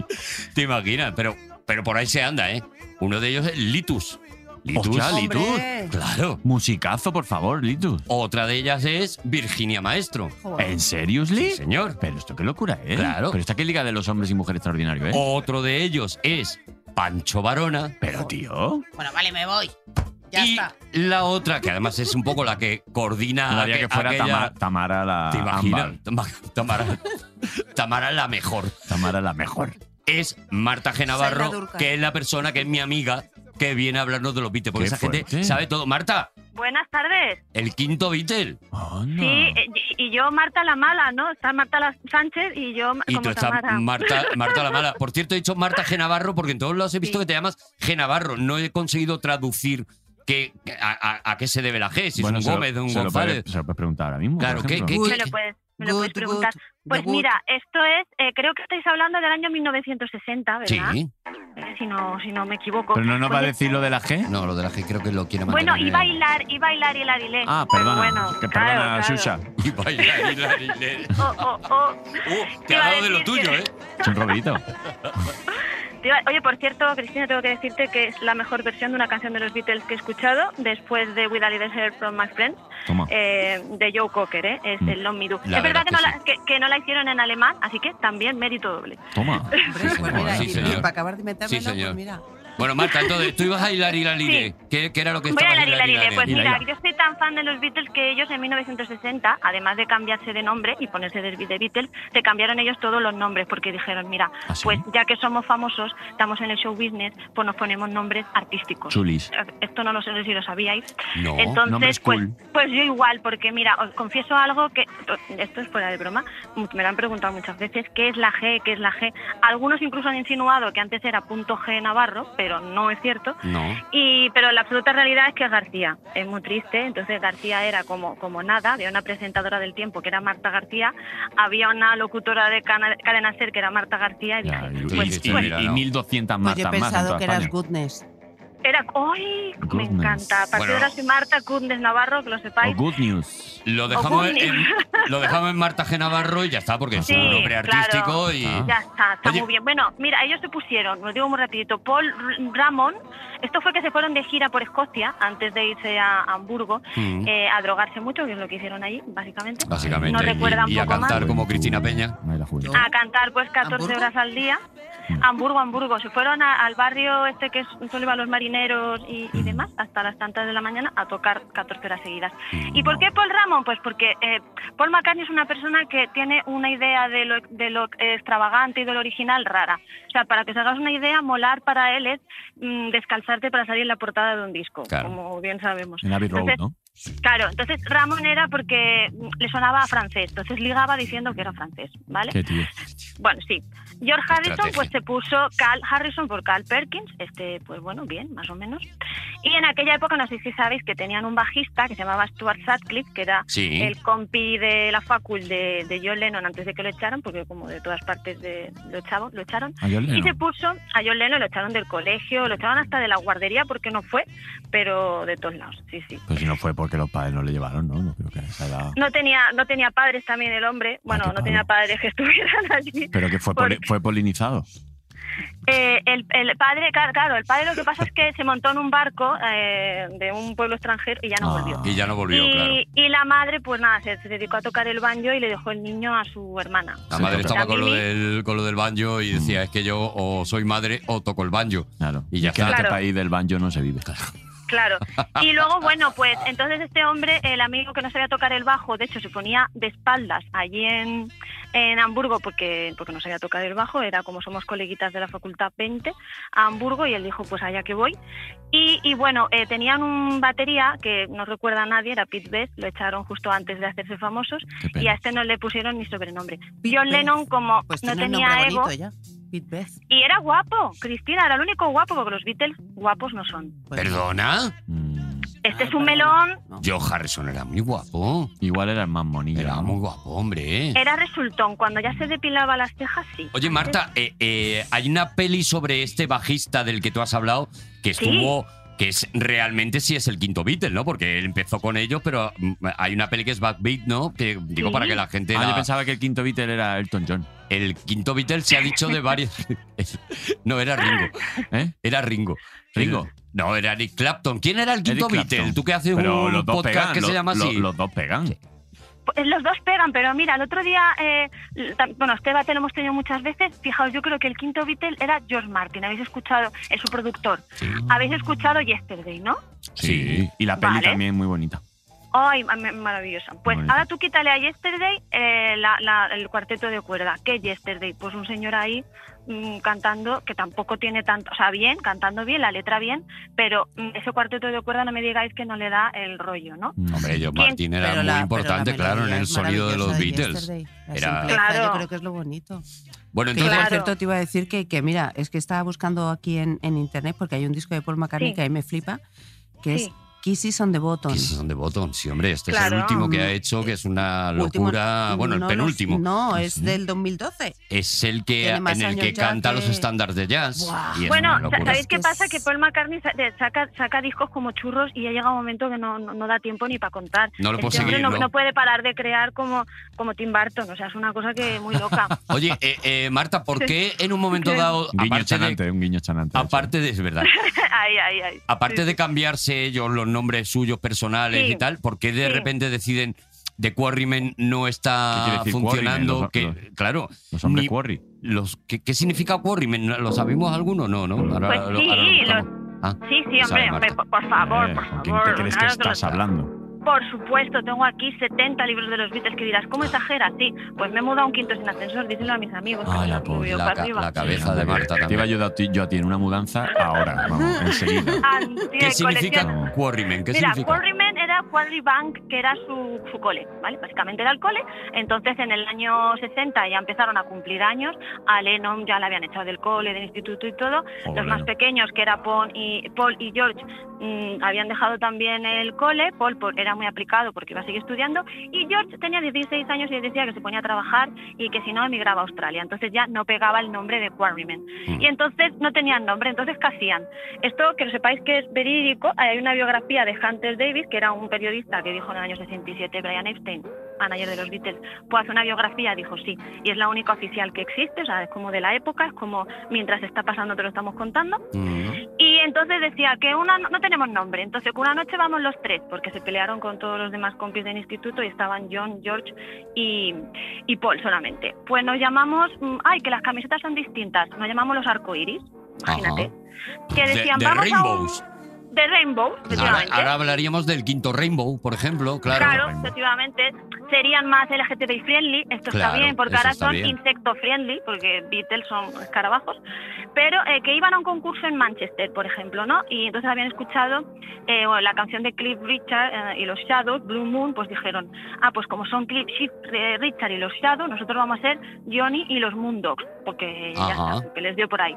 [SPEAKER 4] te imaginas, pero, pero por ahí se anda, ¿eh? Uno de ellos es Litus. Litus,
[SPEAKER 5] Hostia, Litus.
[SPEAKER 7] Hombre.
[SPEAKER 4] claro.
[SPEAKER 5] Musicazo, por favor, Litus.
[SPEAKER 4] Otra de ellas es Virginia Maestro.
[SPEAKER 5] ¿En serio, Lee?
[SPEAKER 4] Sí, señor.
[SPEAKER 5] Pero esto qué locura, ¿eh?
[SPEAKER 4] Claro. Oh.
[SPEAKER 5] Pero esta que liga de los hombres y mujeres extraordinario, ¿eh?
[SPEAKER 4] Otro de ellos es Pancho Varona.
[SPEAKER 5] Pero, tío,
[SPEAKER 7] Bueno, vale, me voy. Ya
[SPEAKER 4] y
[SPEAKER 7] está.
[SPEAKER 4] la otra, que además es un poco la Ah, que coordina.
[SPEAKER 5] molaría que
[SPEAKER 4] aqu-
[SPEAKER 5] fuera
[SPEAKER 4] aquella-
[SPEAKER 5] Tama- Tamara la
[SPEAKER 4] ¿Te imaginas?
[SPEAKER 5] Ámbar.
[SPEAKER 4] Tama- Tamara, Tamara la mejor.
[SPEAKER 5] Tamara la mejor.
[SPEAKER 4] Es Marta G.
[SPEAKER 7] Sandra
[SPEAKER 4] Navarro,
[SPEAKER 7] Durkan.
[SPEAKER 4] que es la persona que es mi amiga que viene a hablarnos de los Beatles. Porque
[SPEAKER 5] Qué
[SPEAKER 4] esa gente
[SPEAKER 5] fuerte.
[SPEAKER 4] sabe todo. Marta,
[SPEAKER 10] Buenas tardes.
[SPEAKER 4] el quinto Beatle.
[SPEAKER 5] Oh, no.
[SPEAKER 10] Sí, eh, y- y yo Marta la mala, ¿no? Está Marta la Sánchez y yo
[SPEAKER 4] Y tú
[SPEAKER 10] como
[SPEAKER 4] estás
[SPEAKER 10] Tamara.
[SPEAKER 4] Marta, Marta la mala. Por cierto, he dicho Marta G. Navarro porque en todos lados he visto que te llamas G. Navarro. No he conseguido traducir que, a, a- a qué se debe la G, si
[SPEAKER 5] Bueno,
[SPEAKER 4] es
[SPEAKER 5] se
[SPEAKER 4] un
[SPEAKER 5] lo-
[SPEAKER 4] Gómez, un
[SPEAKER 5] se lo
[SPEAKER 4] González.
[SPEAKER 5] puede- se lo puedes preguntar ahora mismo.
[SPEAKER 4] Claro,
[SPEAKER 5] por
[SPEAKER 4] ¿qué-
[SPEAKER 5] ejemplo.
[SPEAKER 4] qué-
[SPEAKER 10] Me lo puedes, me lo puedes preguntar. Pues mira, esto es, eh, creo que estáis hablando del año 1960, ¿verdad?
[SPEAKER 4] Sí,
[SPEAKER 10] Eh, Si no, si no me equivoco.
[SPEAKER 5] Pero no nos va a
[SPEAKER 10] Pues-
[SPEAKER 5] decir lo de la G.
[SPEAKER 4] no, lo de la G creo que lo quiere ¿eh? mandar.
[SPEAKER 10] Bueno, y bailar, y bailar, y la dilé.
[SPEAKER 5] Ah, perdona.
[SPEAKER 10] Bueno,
[SPEAKER 5] que
[SPEAKER 10] claro,
[SPEAKER 5] perdona,
[SPEAKER 10] claro.
[SPEAKER 5] Xuxa.
[SPEAKER 4] Y bailar, y la- y le-
[SPEAKER 10] Oh, oh, oh.
[SPEAKER 4] Uh, te
[SPEAKER 10] Te
[SPEAKER 4] ha
[SPEAKER 10] iba a
[SPEAKER 4] dado de lo
[SPEAKER 10] decir
[SPEAKER 4] tuyo,
[SPEAKER 10] que-
[SPEAKER 4] ¿eh?
[SPEAKER 5] Es un robito.
[SPEAKER 10] Te iba- Oye, por cierto, Cristina, tengo que decirte que es la mejor versión de una canción de los Beatles que he escuchado después de With a Little Help from My Friends.
[SPEAKER 5] Toma.
[SPEAKER 10] eh, de Joe Cocker, ¿eh? es el Long Me Do.
[SPEAKER 4] Mm. La
[SPEAKER 10] es
[SPEAKER 4] verdad
[SPEAKER 10] verdad
[SPEAKER 4] que
[SPEAKER 10] que, no la, que- que no la hicieron en alemán, así que también mérito doble.
[SPEAKER 5] Toma.
[SPEAKER 10] Eh,
[SPEAKER 2] Hombre, pues mira,
[SPEAKER 4] Sí,
[SPEAKER 2] y- y
[SPEAKER 4] señor.
[SPEAKER 2] para acabar de meterme,
[SPEAKER 4] Sí, señor.
[SPEAKER 2] pues mira.
[SPEAKER 4] Bueno, Marta, entonces tú ibas a hilar y la liré. ¿Qué, qué era lo que
[SPEAKER 10] Voy
[SPEAKER 4] estaba
[SPEAKER 10] a la Lila Lile. Pues
[SPEAKER 5] Lila,
[SPEAKER 10] mira,
[SPEAKER 5] Lila.
[SPEAKER 10] yo soy tan fan de los Beatles que ellos en 1960, además de cambiarse de nombre y ponerse de de Beatles, se cambiaron ellos todos los nombres porque dijeron, mira,
[SPEAKER 5] ¿Ah, sí?
[SPEAKER 10] pues ya que somos famosos, estamos en el show business, pues nos ponemos nombres artísticos.
[SPEAKER 5] Chulis.
[SPEAKER 10] Esto no lo sé si lo sabíais.
[SPEAKER 5] Oh,
[SPEAKER 4] No,
[SPEAKER 10] Entonces,
[SPEAKER 5] nombres
[SPEAKER 10] pues,
[SPEAKER 5] cool.
[SPEAKER 10] pues yo igual, porque mira, os confieso algo que, esto es fuera de broma, me lo han preguntado muchas veces, ¿qué es la G? ¿Qué es la G? Algunos incluso han insinuado que antes era punto G Navarro, pero no es cierto.
[SPEAKER 4] no.
[SPEAKER 10] Y, pero la absoluta realidad es que es García. Es muy triste. Entonces García era como, como nada. Había una presentadora del tiempo que era Marta García. Había una locutora de cana- Cadena Ser que era Marta García. Y dije,
[SPEAKER 5] Ya, y,
[SPEAKER 4] Pues,
[SPEAKER 5] y- y-
[SPEAKER 4] pues,
[SPEAKER 5] y 1200
[SPEAKER 2] Pues yo he
[SPEAKER 5] martas más en
[SPEAKER 2] pensado
[SPEAKER 5] toda
[SPEAKER 2] que eras
[SPEAKER 5] España.
[SPEAKER 2] goodness.
[SPEAKER 10] era, ¡ay! Me
[SPEAKER 5] Goodness.
[SPEAKER 10] encanta. A partir
[SPEAKER 4] Bueno.
[SPEAKER 10] de ahora soy Marta Cundes Navarro, que lo
[SPEAKER 5] O
[SPEAKER 10] sepáis.
[SPEAKER 5] Pues good news.
[SPEAKER 4] Lo dejamos,
[SPEAKER 10] Oguni.
[SPEAKER 4] en, lo dejamos en Marta G. Navarro y ya está, porque es
[SPEAKER 10] Sí,
[SPEAKER 4] un nombre
[SPEAKER 10] claro.
[SPEAKER 4] artístico y...
[SPEAKER 5] Ah.
[SPEAKER 10] Ya está, está
[SPEAKER 4] Oye.
[SPEAKER 10] muy bien. Bueno, mira, ellos se pusieron, lo digo muy rapidito, Paul R- Ramón, esto fue que se fueron de gira por Escocia antes de irse a Hamburgo
[SPEAKER 4] Mm, Ah.
[SPEAKER 10] eh, a drogarse mucho, que es lo que hicieron allí, básicamente.
[SPEAKER 4] Básicamente.
[SPEAKER 10] No
[SPEAKER 4] y-
[SPEAKER 10] recuerda un
[SPEAKER 4] y, a
[SPEAKER 10] poco más.
[SPEAKER 4] cantar como Cristina Peña. Ah,
[SPEAKER 5] Ahí la juventud.
[SPEAKER 10] a cantar pues 14
[SPEAKER 2] ¿Hamburgo?
[SPEAKER 10] horas al día.
[SPEAKER 5] ¿Eh? Mm.
[SPEAKER 10] Hamburgo, Hamburgo. Se fueron a- al barrio este que es solo iban los marineros y, y
[SPEAKER 5] Mm.
[SPEAKER 10] demás, hasta las tantas de la mañana, a tocar 14 horas seguidas.
[SPEAKER 4] Mm,
[SPEAKER 10] ¿Y por qué Paul Ramón? Pues porque eh, Paul McCartney es una persona que tiene una idea de lo, de lo extravagante y de lo original rara. O sea, para que os hagas una idea, molar para él es mm, descalzarte para salir en la portada de un disco,
[SPEAKER 4] Claro.
[SPEAKER 10] como bien sabemos.
[SPEAKER 5] En Abbey Road,
[SPEAKER 10] Entonces,
[SPEAKER 5] ¿no?
[SPEAKER 10] Claro, entonces Ramón era porque mm, le sonaba a francés, entonces ligaba diciendo que era francés, ¿vale?
[SPEAKER 5] Qué tío.
[SPEAKER 10] Bueno, sí. George Harrison
[SPEAKER 4] Estrategia.
[SPEAKER 10] pues se puso Cal Harrison por Cal Perkins, este pues bueno, bien, más o menos. Y en aquella época no sé si sabéis que tenían un bajista que se llamaba Stuart Sutcliffe, que era
[SPEAKER 4] Sí.
[SPEAKER 10] el compi de la facul de, de John Lennon antes de que lo echaran, porque como de todas partes de, lo, echavo- lo echaron.
[SPEAKER 5] A John
[SPEAKER 10] Y se
[SPEAKER 5] Lennon.
[SPEAKER 10] puso a John Lennon, lo echaron del colegio, lo echaron hasta de la guardería porque no fue, pero de todos lados, sí, sí.
[SPEAKER 4] Pues
[SPEAKER 5] Pero Pues si no fue porque los padres no le llevaron, ¿no? No creo que se haya dado.
[SPEAKER 10] No tenía, no tenía padres también el
[SPEAKER 4] Ah,
[SPEAKER 10] hombre, bueno,
[SPEAKER 5] qué
[SPEAKER 10] no tenía padres que estuvieran allí.
[SPEAKER 5] Pero que fue,
[SPEAKER 10] Por-
[SPEAKER 5] poli- fue polinizado.
[SPEAKER 10] Eh, el, el padre, claro, claro, el padre lo que pasa es que se montó en un barco eh, de un pueblo extranjero y ya no
[SPEAKER 5] Ah.
[SPEAKER 10] volvió.
[SPEAKER 4] Y ya no volvió,
[SPEAKER 10] Y,
[SPEAKER 4] claro.
[SPEAKER 10] y la madre, pues nada, se, se dedicó a tocar el banjo y le dejó el niño a su hermana.
[SPEAKER 4] La
[SPEAKER 5] Sí,
[SPEAKER 4] madre
[SPEAKER 5] total.
[SPEAKER 4] estaba con lo,
[SPEAKER 10] Mimi.
[SPEAKER 4] del, con lo del banjo
[SPEAKER 10] Mm.
[SPEAKER 4] y decía, es que yo o soy madre o toco el banjo.
[SPEAKER 5] Claro.
[SPEAKER 4] Y ya
[SPEAKER 5] que en
[SPEAKER 4] está.
[SPEAKER 5] este
[SPEAKER 10] Claro.
[SPEAKER 5] país del banjo no se vive.
[SPEAKER 10] Claro. Y luego, bueno, pues entonces este hombre, el amigo que no sabía tocar el bajo, de hecho se ponía de espaldas allí en, en Hamburgo porque, porque no sabía tocar el bajo, era como somos coleguitas de la Facultad 20 a Hamburgo y él dijo, pues allá que voy. Y, y bueno, eh, tenían un batería que no recuerda a nadie, era Pete Best, lo echaron justo antes de hacerse famosos
[SPEAKER 5] Qué
[SPEAKER 10] y
[SPEAKER 5] pena.
[SPEAKER 10] a este no le pusieron ni sobrenombre.
[SPEAKER 2] Pete
[SPEAKER 10] John
[SPEAKER 2] Best.
[SPEAKER 10] Lennon como
[SPEAKER 2] Pues
[SPEAKER 10] no
[SPEAKER 2] tiene un
[SPEAKER 10] tenía
[SPEAKER 2] nombre
[SPEAKER 10] ego
[SPEAKER 2] bonito ya. Pete Best.
[SPEAKER 10] y era guapo, Cristina, era el único guapo porque los Beatles guapos no son.
[SPEAKER 2] Pues,
[SPEAKER 4] ¿Perdona?
[SPEAKER 5] Mm.
[SPEAKER 10] Este
[SPEAKER 2] Ah,
[SPEAKER 10] es un melón.
[SPEAKER 4] Yo Harrison era muy guapo.
[SPEAKER 5] Igual era el más monillo.
[SPEAKER 4] Era muy guapo, hombre.
[SPEAKER 10] Era resultón. Cuando ya se depilaba las cejas, sí.
[SPEAKER 4] Oye, Marta, eh, eh, hay una peli sobre este bajista del que tú has hablado que
[SPEAKER 10] Sí.
[SPEAKER 4] estuvo. Que es realmente sí es el quinto Beatle, ¿no? Porque él empezó con ellos, pero mm, hay una peli que es Backbeat, ¿no? Que digo
[SPEAKER 10] Sí.
[SPEAKER 4] para que la gente.
[SPEAKER 5] Ah,
[SPEAKER 4] la-
[SPEAKER 5] yo pensaba que el quinto Beatle era Elton John.
[SPEAKER 4] El quinto Beatle se ha dicho de varios. no, era Ringo.
[SPEAKER 5] ¿Eh?
[SPEAKER 4] Era Ringo.
[SPEAKER 5] Ringo.
[SPEAKER 4] No, era Eric Clapton. ¿Quién era el quinto
[SPEAKER 5] Eric Clapton.
[SPEAKER 4] Beatle? Tú que haces
[SPEAKER 5] Pero
[SPEAKER 4] un
[SPEAKER 5] los dos
[SPEAKER 4] podcast
[SPEAKER 5] pegan,
[SPEAKER 4] que
[SPEAKER 5] lo-
[SPEAKER 4] se llama
[SPEAKER 5] lo-
[SPEAKER 4] así.
[SPEAKER 5] los dos pegan.
[SPEAKER 10] Pues Los dos pegan, pero mira, el otro día, eh, l- tam- bueno, este debate lo hemos tenido muchas veces. Fijaos, yo creo que el quinto Beatle era George Martin. Habéis escuchado, es su productor. Habéis escuchado Yesterday, ¿no?
[SPEAKER 5] Sí. Y la peli
[SPEAKER 10] Vale.
[SPEAKER 5] también muy bonita.
[SPEAKER 10] Ay, ma- ma- maravillosa. Pues
[SPEAKER 5] Bonito.
[SPEAKER 10] ahora tú quítale a Yesterday eh, la- la- el cuarteto de cuerda. ¿Qué Yesterday? Pues un señor ahí mm, cantando que tampoco tiene tanto, o sea, bien, cantando bien, la letra bien, pero mm, ese cuarteto de cuerda no me digáis que no le da el rollo, ¿no?
[SPEAKER 4] Hombre, John
[SPEAKER 10] ¿Quién?
[SPEAKER 4] Martin era
[SPEAKER 2] Pero
[SPEAKER 4] muy
[SPEAKER 2] la- pero la
[SPEAKER 4] importante, claro, en
[SPEAKER 2] melodía
[SPEAKER 4] el
[SPEAKER 2] es
[SPEAKER 4] sonido de los
[SPEAKER 2] maravillosa
[SPEAKER 4] Beatles.
[SPEAKER 2] Yesterday. La
[SPEAKER 4] Era-
[SPEAKER 2] simpleza,
[SPEAKER 10] Claro.
[SPEAKER 2] Yo creo que es lo bonito.
[SPEAKER 4] Bueno,
[SPEAKER 2] Que yo,
[SPEAKER 4] entonces.
[SPEAKER 2] por
[SPEAKER 10] Claro.
[SPEAKER 2] cierto, te iba a decir que, que mira, es que estaba buscando aquí en, en internet porque hay un disco de Paul McCartney
[SPEAKER 10] Sí.
[SPEAKER 2] que a mí me flipa, que
[SPEAKER 10] Sí.
[SPEAKER 2] es Kisses on the Bottom.
[SPEAKER 4] ¿Qué es eso de botón? Sí, hombre, este es el
[SPEAKER 10] Claro.
[SPEAKER 4] último que ha hecho, que es una
[SPEAKER 2] Último-
[SPEAKER 4] locura. bueno, el
[SPEAKER 2] no los-
[SPEAKER 4] penúltimo.
[SPEAKER 2] no, es
[SPEAKER 4] Sí.
[SPEAKER 2] del 2012.
[SPEAKER 4] Es el que
[SPEAKER 2] Tiene más
[SPEAKER 4] en el
[SPEAKER 2] años
[SPEAKER 4] que
[SPEAKER 2] ya
[SPEAKER 4] canta
[SPEAKER 2] que-
[SPEAKER 4] los estándares de jazz.
[SPEAKER 2] Buah.
[SPEAKER 4] Y es
[SPEAKER 10] Bueno,
[SPEAKER 4] una locura.
[SPEAKER 10] ¿sabéis qué
[SPEAKER 2] Es-
[SPEAKER 10] pasa? Que Paul McCartney sa- eh, saca, saca discos como churros y ya llega un momento que no, no, no da tiempo ni para contar.
[SPEAKER 4] No lo puedo
[SPEAKER 10] Este hombre
[SPEAKER 4] seguir,
[SPEAKER 10] no,
[SPEAKER 4] ¿no?
[SPEAKER 10] no puede parar de crear como, como Tim Burton, o sea, es una cosa que muy loca.
[SPEAKER 4] Oye, eh, eh, Marta, ¿por qué en un momento dado,
[SPEAKER 5] Un guiño
[SPEAKER 4] aparte
[SPEAKER 5] chanante,
[SPEAKER 4] de,
[SPEAKER 5] un guiño chanante.
[SPEAKER 4] aparte de, es verdad,
[SPEAKER 10] ay, ay, ay.
[SPEAKER 4] aparte
[SPEAKER 10] Sí,
[SPEAKER 4] de
[SPEAKER 10] sí.
[SPEAKER 4] cambiarse ellos los nombres suyos personales
[SPEAKER 10] Sí.
[SPEAKER 4] y tal, ¿por qué de
[SPEAKER 10] Sí.
[SPEAKER 4] repente deciden The Quarrymen no
[SPEAKER 5] ¿Qué quiere
[SPEAKER 4] está
[SPEAKER 5] decir
[SPEAKER 4] funcionando?
[SPEAKER 5] Quarrymen? Los-
[SPEAKER 4] que, claro,
[SPEAKER 5] Los hombres
[SPEAKER 4] ni-
[SPEAKER 5] Quarry.
[SPEAKER 4] los, ¿qué, qué significa Quarrymen? ¿Lo sabemos alguno? No, ¿no? Ahora-
[SPEAKER 10] Pues
[SPEAKER 4] ahora-
[SPEAKER 10] sí,
[SPEAKER 4] ahora lo
[SPEAKER 10] lo-
[SPEAKER 4] buscamos. Ah,
[SPEAKER 10] Sí, sí,
[SPEAKER 4] sabe,
[SPEAKER 10] hombre, hombre,
[SPEAKER 4] Marta.
[SPEAKER 10] por, por favor,
[SPEAKER 5] Eh,
[SPEAKER 10] por
[SPEAKER 5] ¿con
[SPEAKER 10] favor.
[SPEAKER 5] ¿Quién te crees que
[SPEAKER 10] claro lo
[SPEAKER 5] estás
[SPEAKER 10] sabes.
[SPEAKER 5] hablando?
[SPEAKER 10] Por supuesto, tengo aquí 70 libros de los Beatles que dirás, ¿cómo exagera? Sí, pues me he mudado un quinto sin ascensor, díselo a mis amigos. que
[SPEAKER 4] Ay,
[SPEAKER 10] me
[SPEAKER 4] la,
[SPEAKER 10] han subido
[SPEAKER 4] la
[SPEAKER 10] para
[SPEAKER 4] ca-
[SPEAKER 10] arriba.
[SPEAKER 4] la cabeza de Marta
[SPEAKER 5] Te iba a
[SPEAKER 4] también.
[SPEAKER 5] ayudar a ti- yo a ti en una mudanza ahora, vamos, enseguida.
[SPEAKER 10] Ah, sí, de
[SPEAKER 4] ¿Qué significa
[SPEAKER 10] colección.
[SPEAKER 4] Quarrymen? ¿Qué
[SPEAKER 10] Mira,
[SPEAKER 4] significa?
[SPEAKER 10] Quarrymen era Quarrybank, que era su, su cole, ¿vale? Básicamente era el cole. Entonces, en el año 60 ya empezaron a cumplir años. A Lennon ya la habían echado del cole, del instituto y todo.
[SPEAKER 5] Pobre
[SPEAKER 10] Los más
[SPEAKER 5] Lennon.
[SPEAKER 10] pequeños, que era Paul y, Paul y George, mm, habían dejado también el cole. Paul, por- era muy aplicado porque iba a seguir estudiando. Y George tenía 16 años y decía que se ponía a trabajar y que si no emigraba a Australia. Entonces ya no pegaba el nombre de Quarrymen.
[SPEAKER 4] Mm.
[SPEAKER 10] Y entonces no tenían nombre. Entonces, ¿qué hacían? Esto que lo sepáis que es verídico. Hay una biografía de Hunter Davis, que era un periodista que dijo en el año 67, Brian Epstein, manager de los Beatles, pues hace una biografía, dijo sí. Y es la única oficial que existe, o sea, es como de la época, es como mientras está pasando te lo estamos contando.
[SPEAKER 4] Mm.
[SPEAKER 10] Y entonces decía que una no tenemos nombre, entonces que una noche vamos los tres, porque se pelearon con todos los demás compis del instituto y estaban John, George y, y Paul solamente. Pues nos llamamos, mm, ay, que las camisetas son distintas, nos llamamos los arcoíris, imagínate. Que
[SPEAKER 4] De-
[SPEAKER 10] decían,
[SPEAKER 4] de
[SPEAKER 10] vamos
[SPEAKER 4] Rainbows. Ah,
[SPEAKER 10] a un... De Rainbows,
[SPEAKER 4] Ahora,
[SPEAKER 10] efectivamente.
[SPEAKER 4] ahora hablaríamos del quinto Rainbow, por ejemplo, claro.
[SPEAKER 10] Claro, efectivamente. Serían más LGTBI friendly, esto
[SPEAKER 4] Claro,
[SPEAKER 10] está bien, porque
[SPEAKER 4] eso
[SPEAKER 10] ahora
[SPEAKER 4] está
[SPEAKER 10] son
[SPEAKER 4] bien.
[SPEAKER 10] insecto friendly, porque Beatles son escarabajos, pero eh, que iban a un concurso en Manchester, por ejemplo, ¿no? Y entonces habían escuchado eh, bueno, la canción de Cliff Richard eh, y los Shadows, Blue Moon, pues dijeron, ah, pues como son Cliff Shi- eh, Richard y los Shadows, nosotros vamos a ser Johnny y los Moondogs, porque ya
[SPEAKER 4] Ajá.
[SPEAKER 10] está, que les dio por ahí.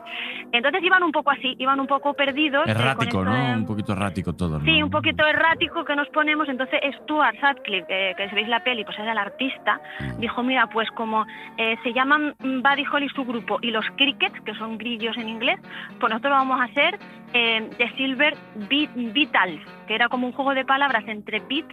[SPEAKER 10] Entonces iban un poco así, iban un poco perdidos. eh, con
[SPEAKER 5] Errático,
[SPEAKER 10] esto
[SPEAKER 5] ¿no?
[SPEAKER 10] de-
[SPEAKER 5] Un poquito errático todo, ¿no?
[SPEAKER 10] Sí, un poquito errático que nos ponemos. Entonces Stuart Sutcliffe, eh, que si veis la peli, pues era el artista, dijo, mira, pues como eh, se llaman mm, Buddy Holly su grupo y los crickets, que son grillos en inglés, pues nosotros vamos a hacer eh, The Silver Beat, Beatles, que era como un juego de palabras entre beat,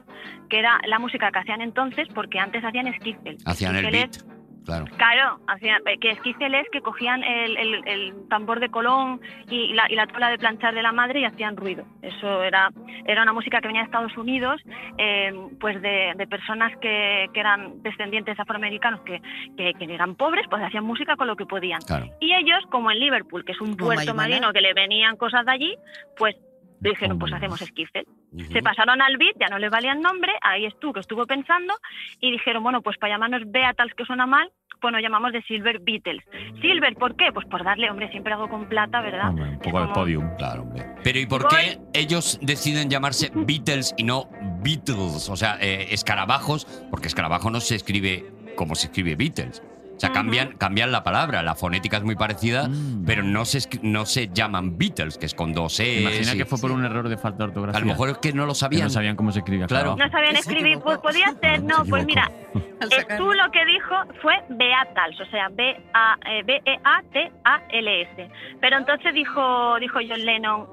[SPEAKER 10] que era la música que hacían entonces, porque antes hacían skiffle.
[SPEAKER 4] Hacían el
[SPEAKER 10] Skiffle es-
[SPEAKER 4] beat, claro.
[SPEAKER 10] Claro, hacían- eh, que esquicel es que cogían el, el- el tambor de Colón y la, y la tabla de planchar de la madre y hacían ruido. Eso era, era una música que venía de Estados Unidos, eh, pues de, de personas que, que eran descendientes afroamericanos que, que, que eran pobres, pues hacían música con lo que podían.
[SPEAKER 4] Claro.
[SPEAKER 10] Y ellos, como en Liverpool, que es un
[SPEAKER 2] Como
[SPEAKER 10] puerto
[SPEAKER 2] Maimana.
[SPEAKER 10] marino que le venían cosas de allí, pues dijeron, pues hacemos esquifel. Se pasaron al beat, ya no le valían nombre, ahí estuvo, que estuvo pensando, y dijeron, bueno, pues para llamarnos Beatles, que suena mal, pues nos llamamos de Silver Beatles. Silver, ¿por qué? Pues por darle, hombre, siempre algo con plata, ¿verdad?
[SPEAKER 5] Hombre, un
[SPEAKER 10] Es
[SPEAKER 5] poco de
[SPEAKER 10] como-
[SPEAKER 5] podium.
[SPEAKER 4] Claro, hombre. Pero ¿y por qué ellos deciden llamarse Beatles y no Beatles? O sea, eh, escarabajos, porque escarabajo no se escribe como se escribe Beatles. O sea, cambian, cambian la palabra, la fonética es muy
[SPEAKER 6] Ah,
[SPEAKER 5] Mm.
[SPEAKER 4] parecida, pero no se, escri- no se llaman Beatles, que es con dos
[SPEAKER 6] eh,
[SPEAKER 4] E.
[SPEAKER 5] Imagina que fue por un error de falta de ortografía.
[SPEAKER 4] A lo mejor es que no lo
[SPEAKER 5] Que
[SPEAKER 4] sabían.
[SPEAKER 5] no sabían cómo se escribía.
[SPEAKER 4] Claro.
[SPEAKER 10] No sabían escribir, pues podía ser, no,
[SPEAKER 5] Se
[SPEAKER 10] pues mira,
[SPEAKER 5] equivocó.
[SPEAKER 10] eh, tú lo que dijo fue Beatals, o sea, B-A- eh, B-E-A-T-A-L-S. Pero entonces dijo, dijo John Lennon,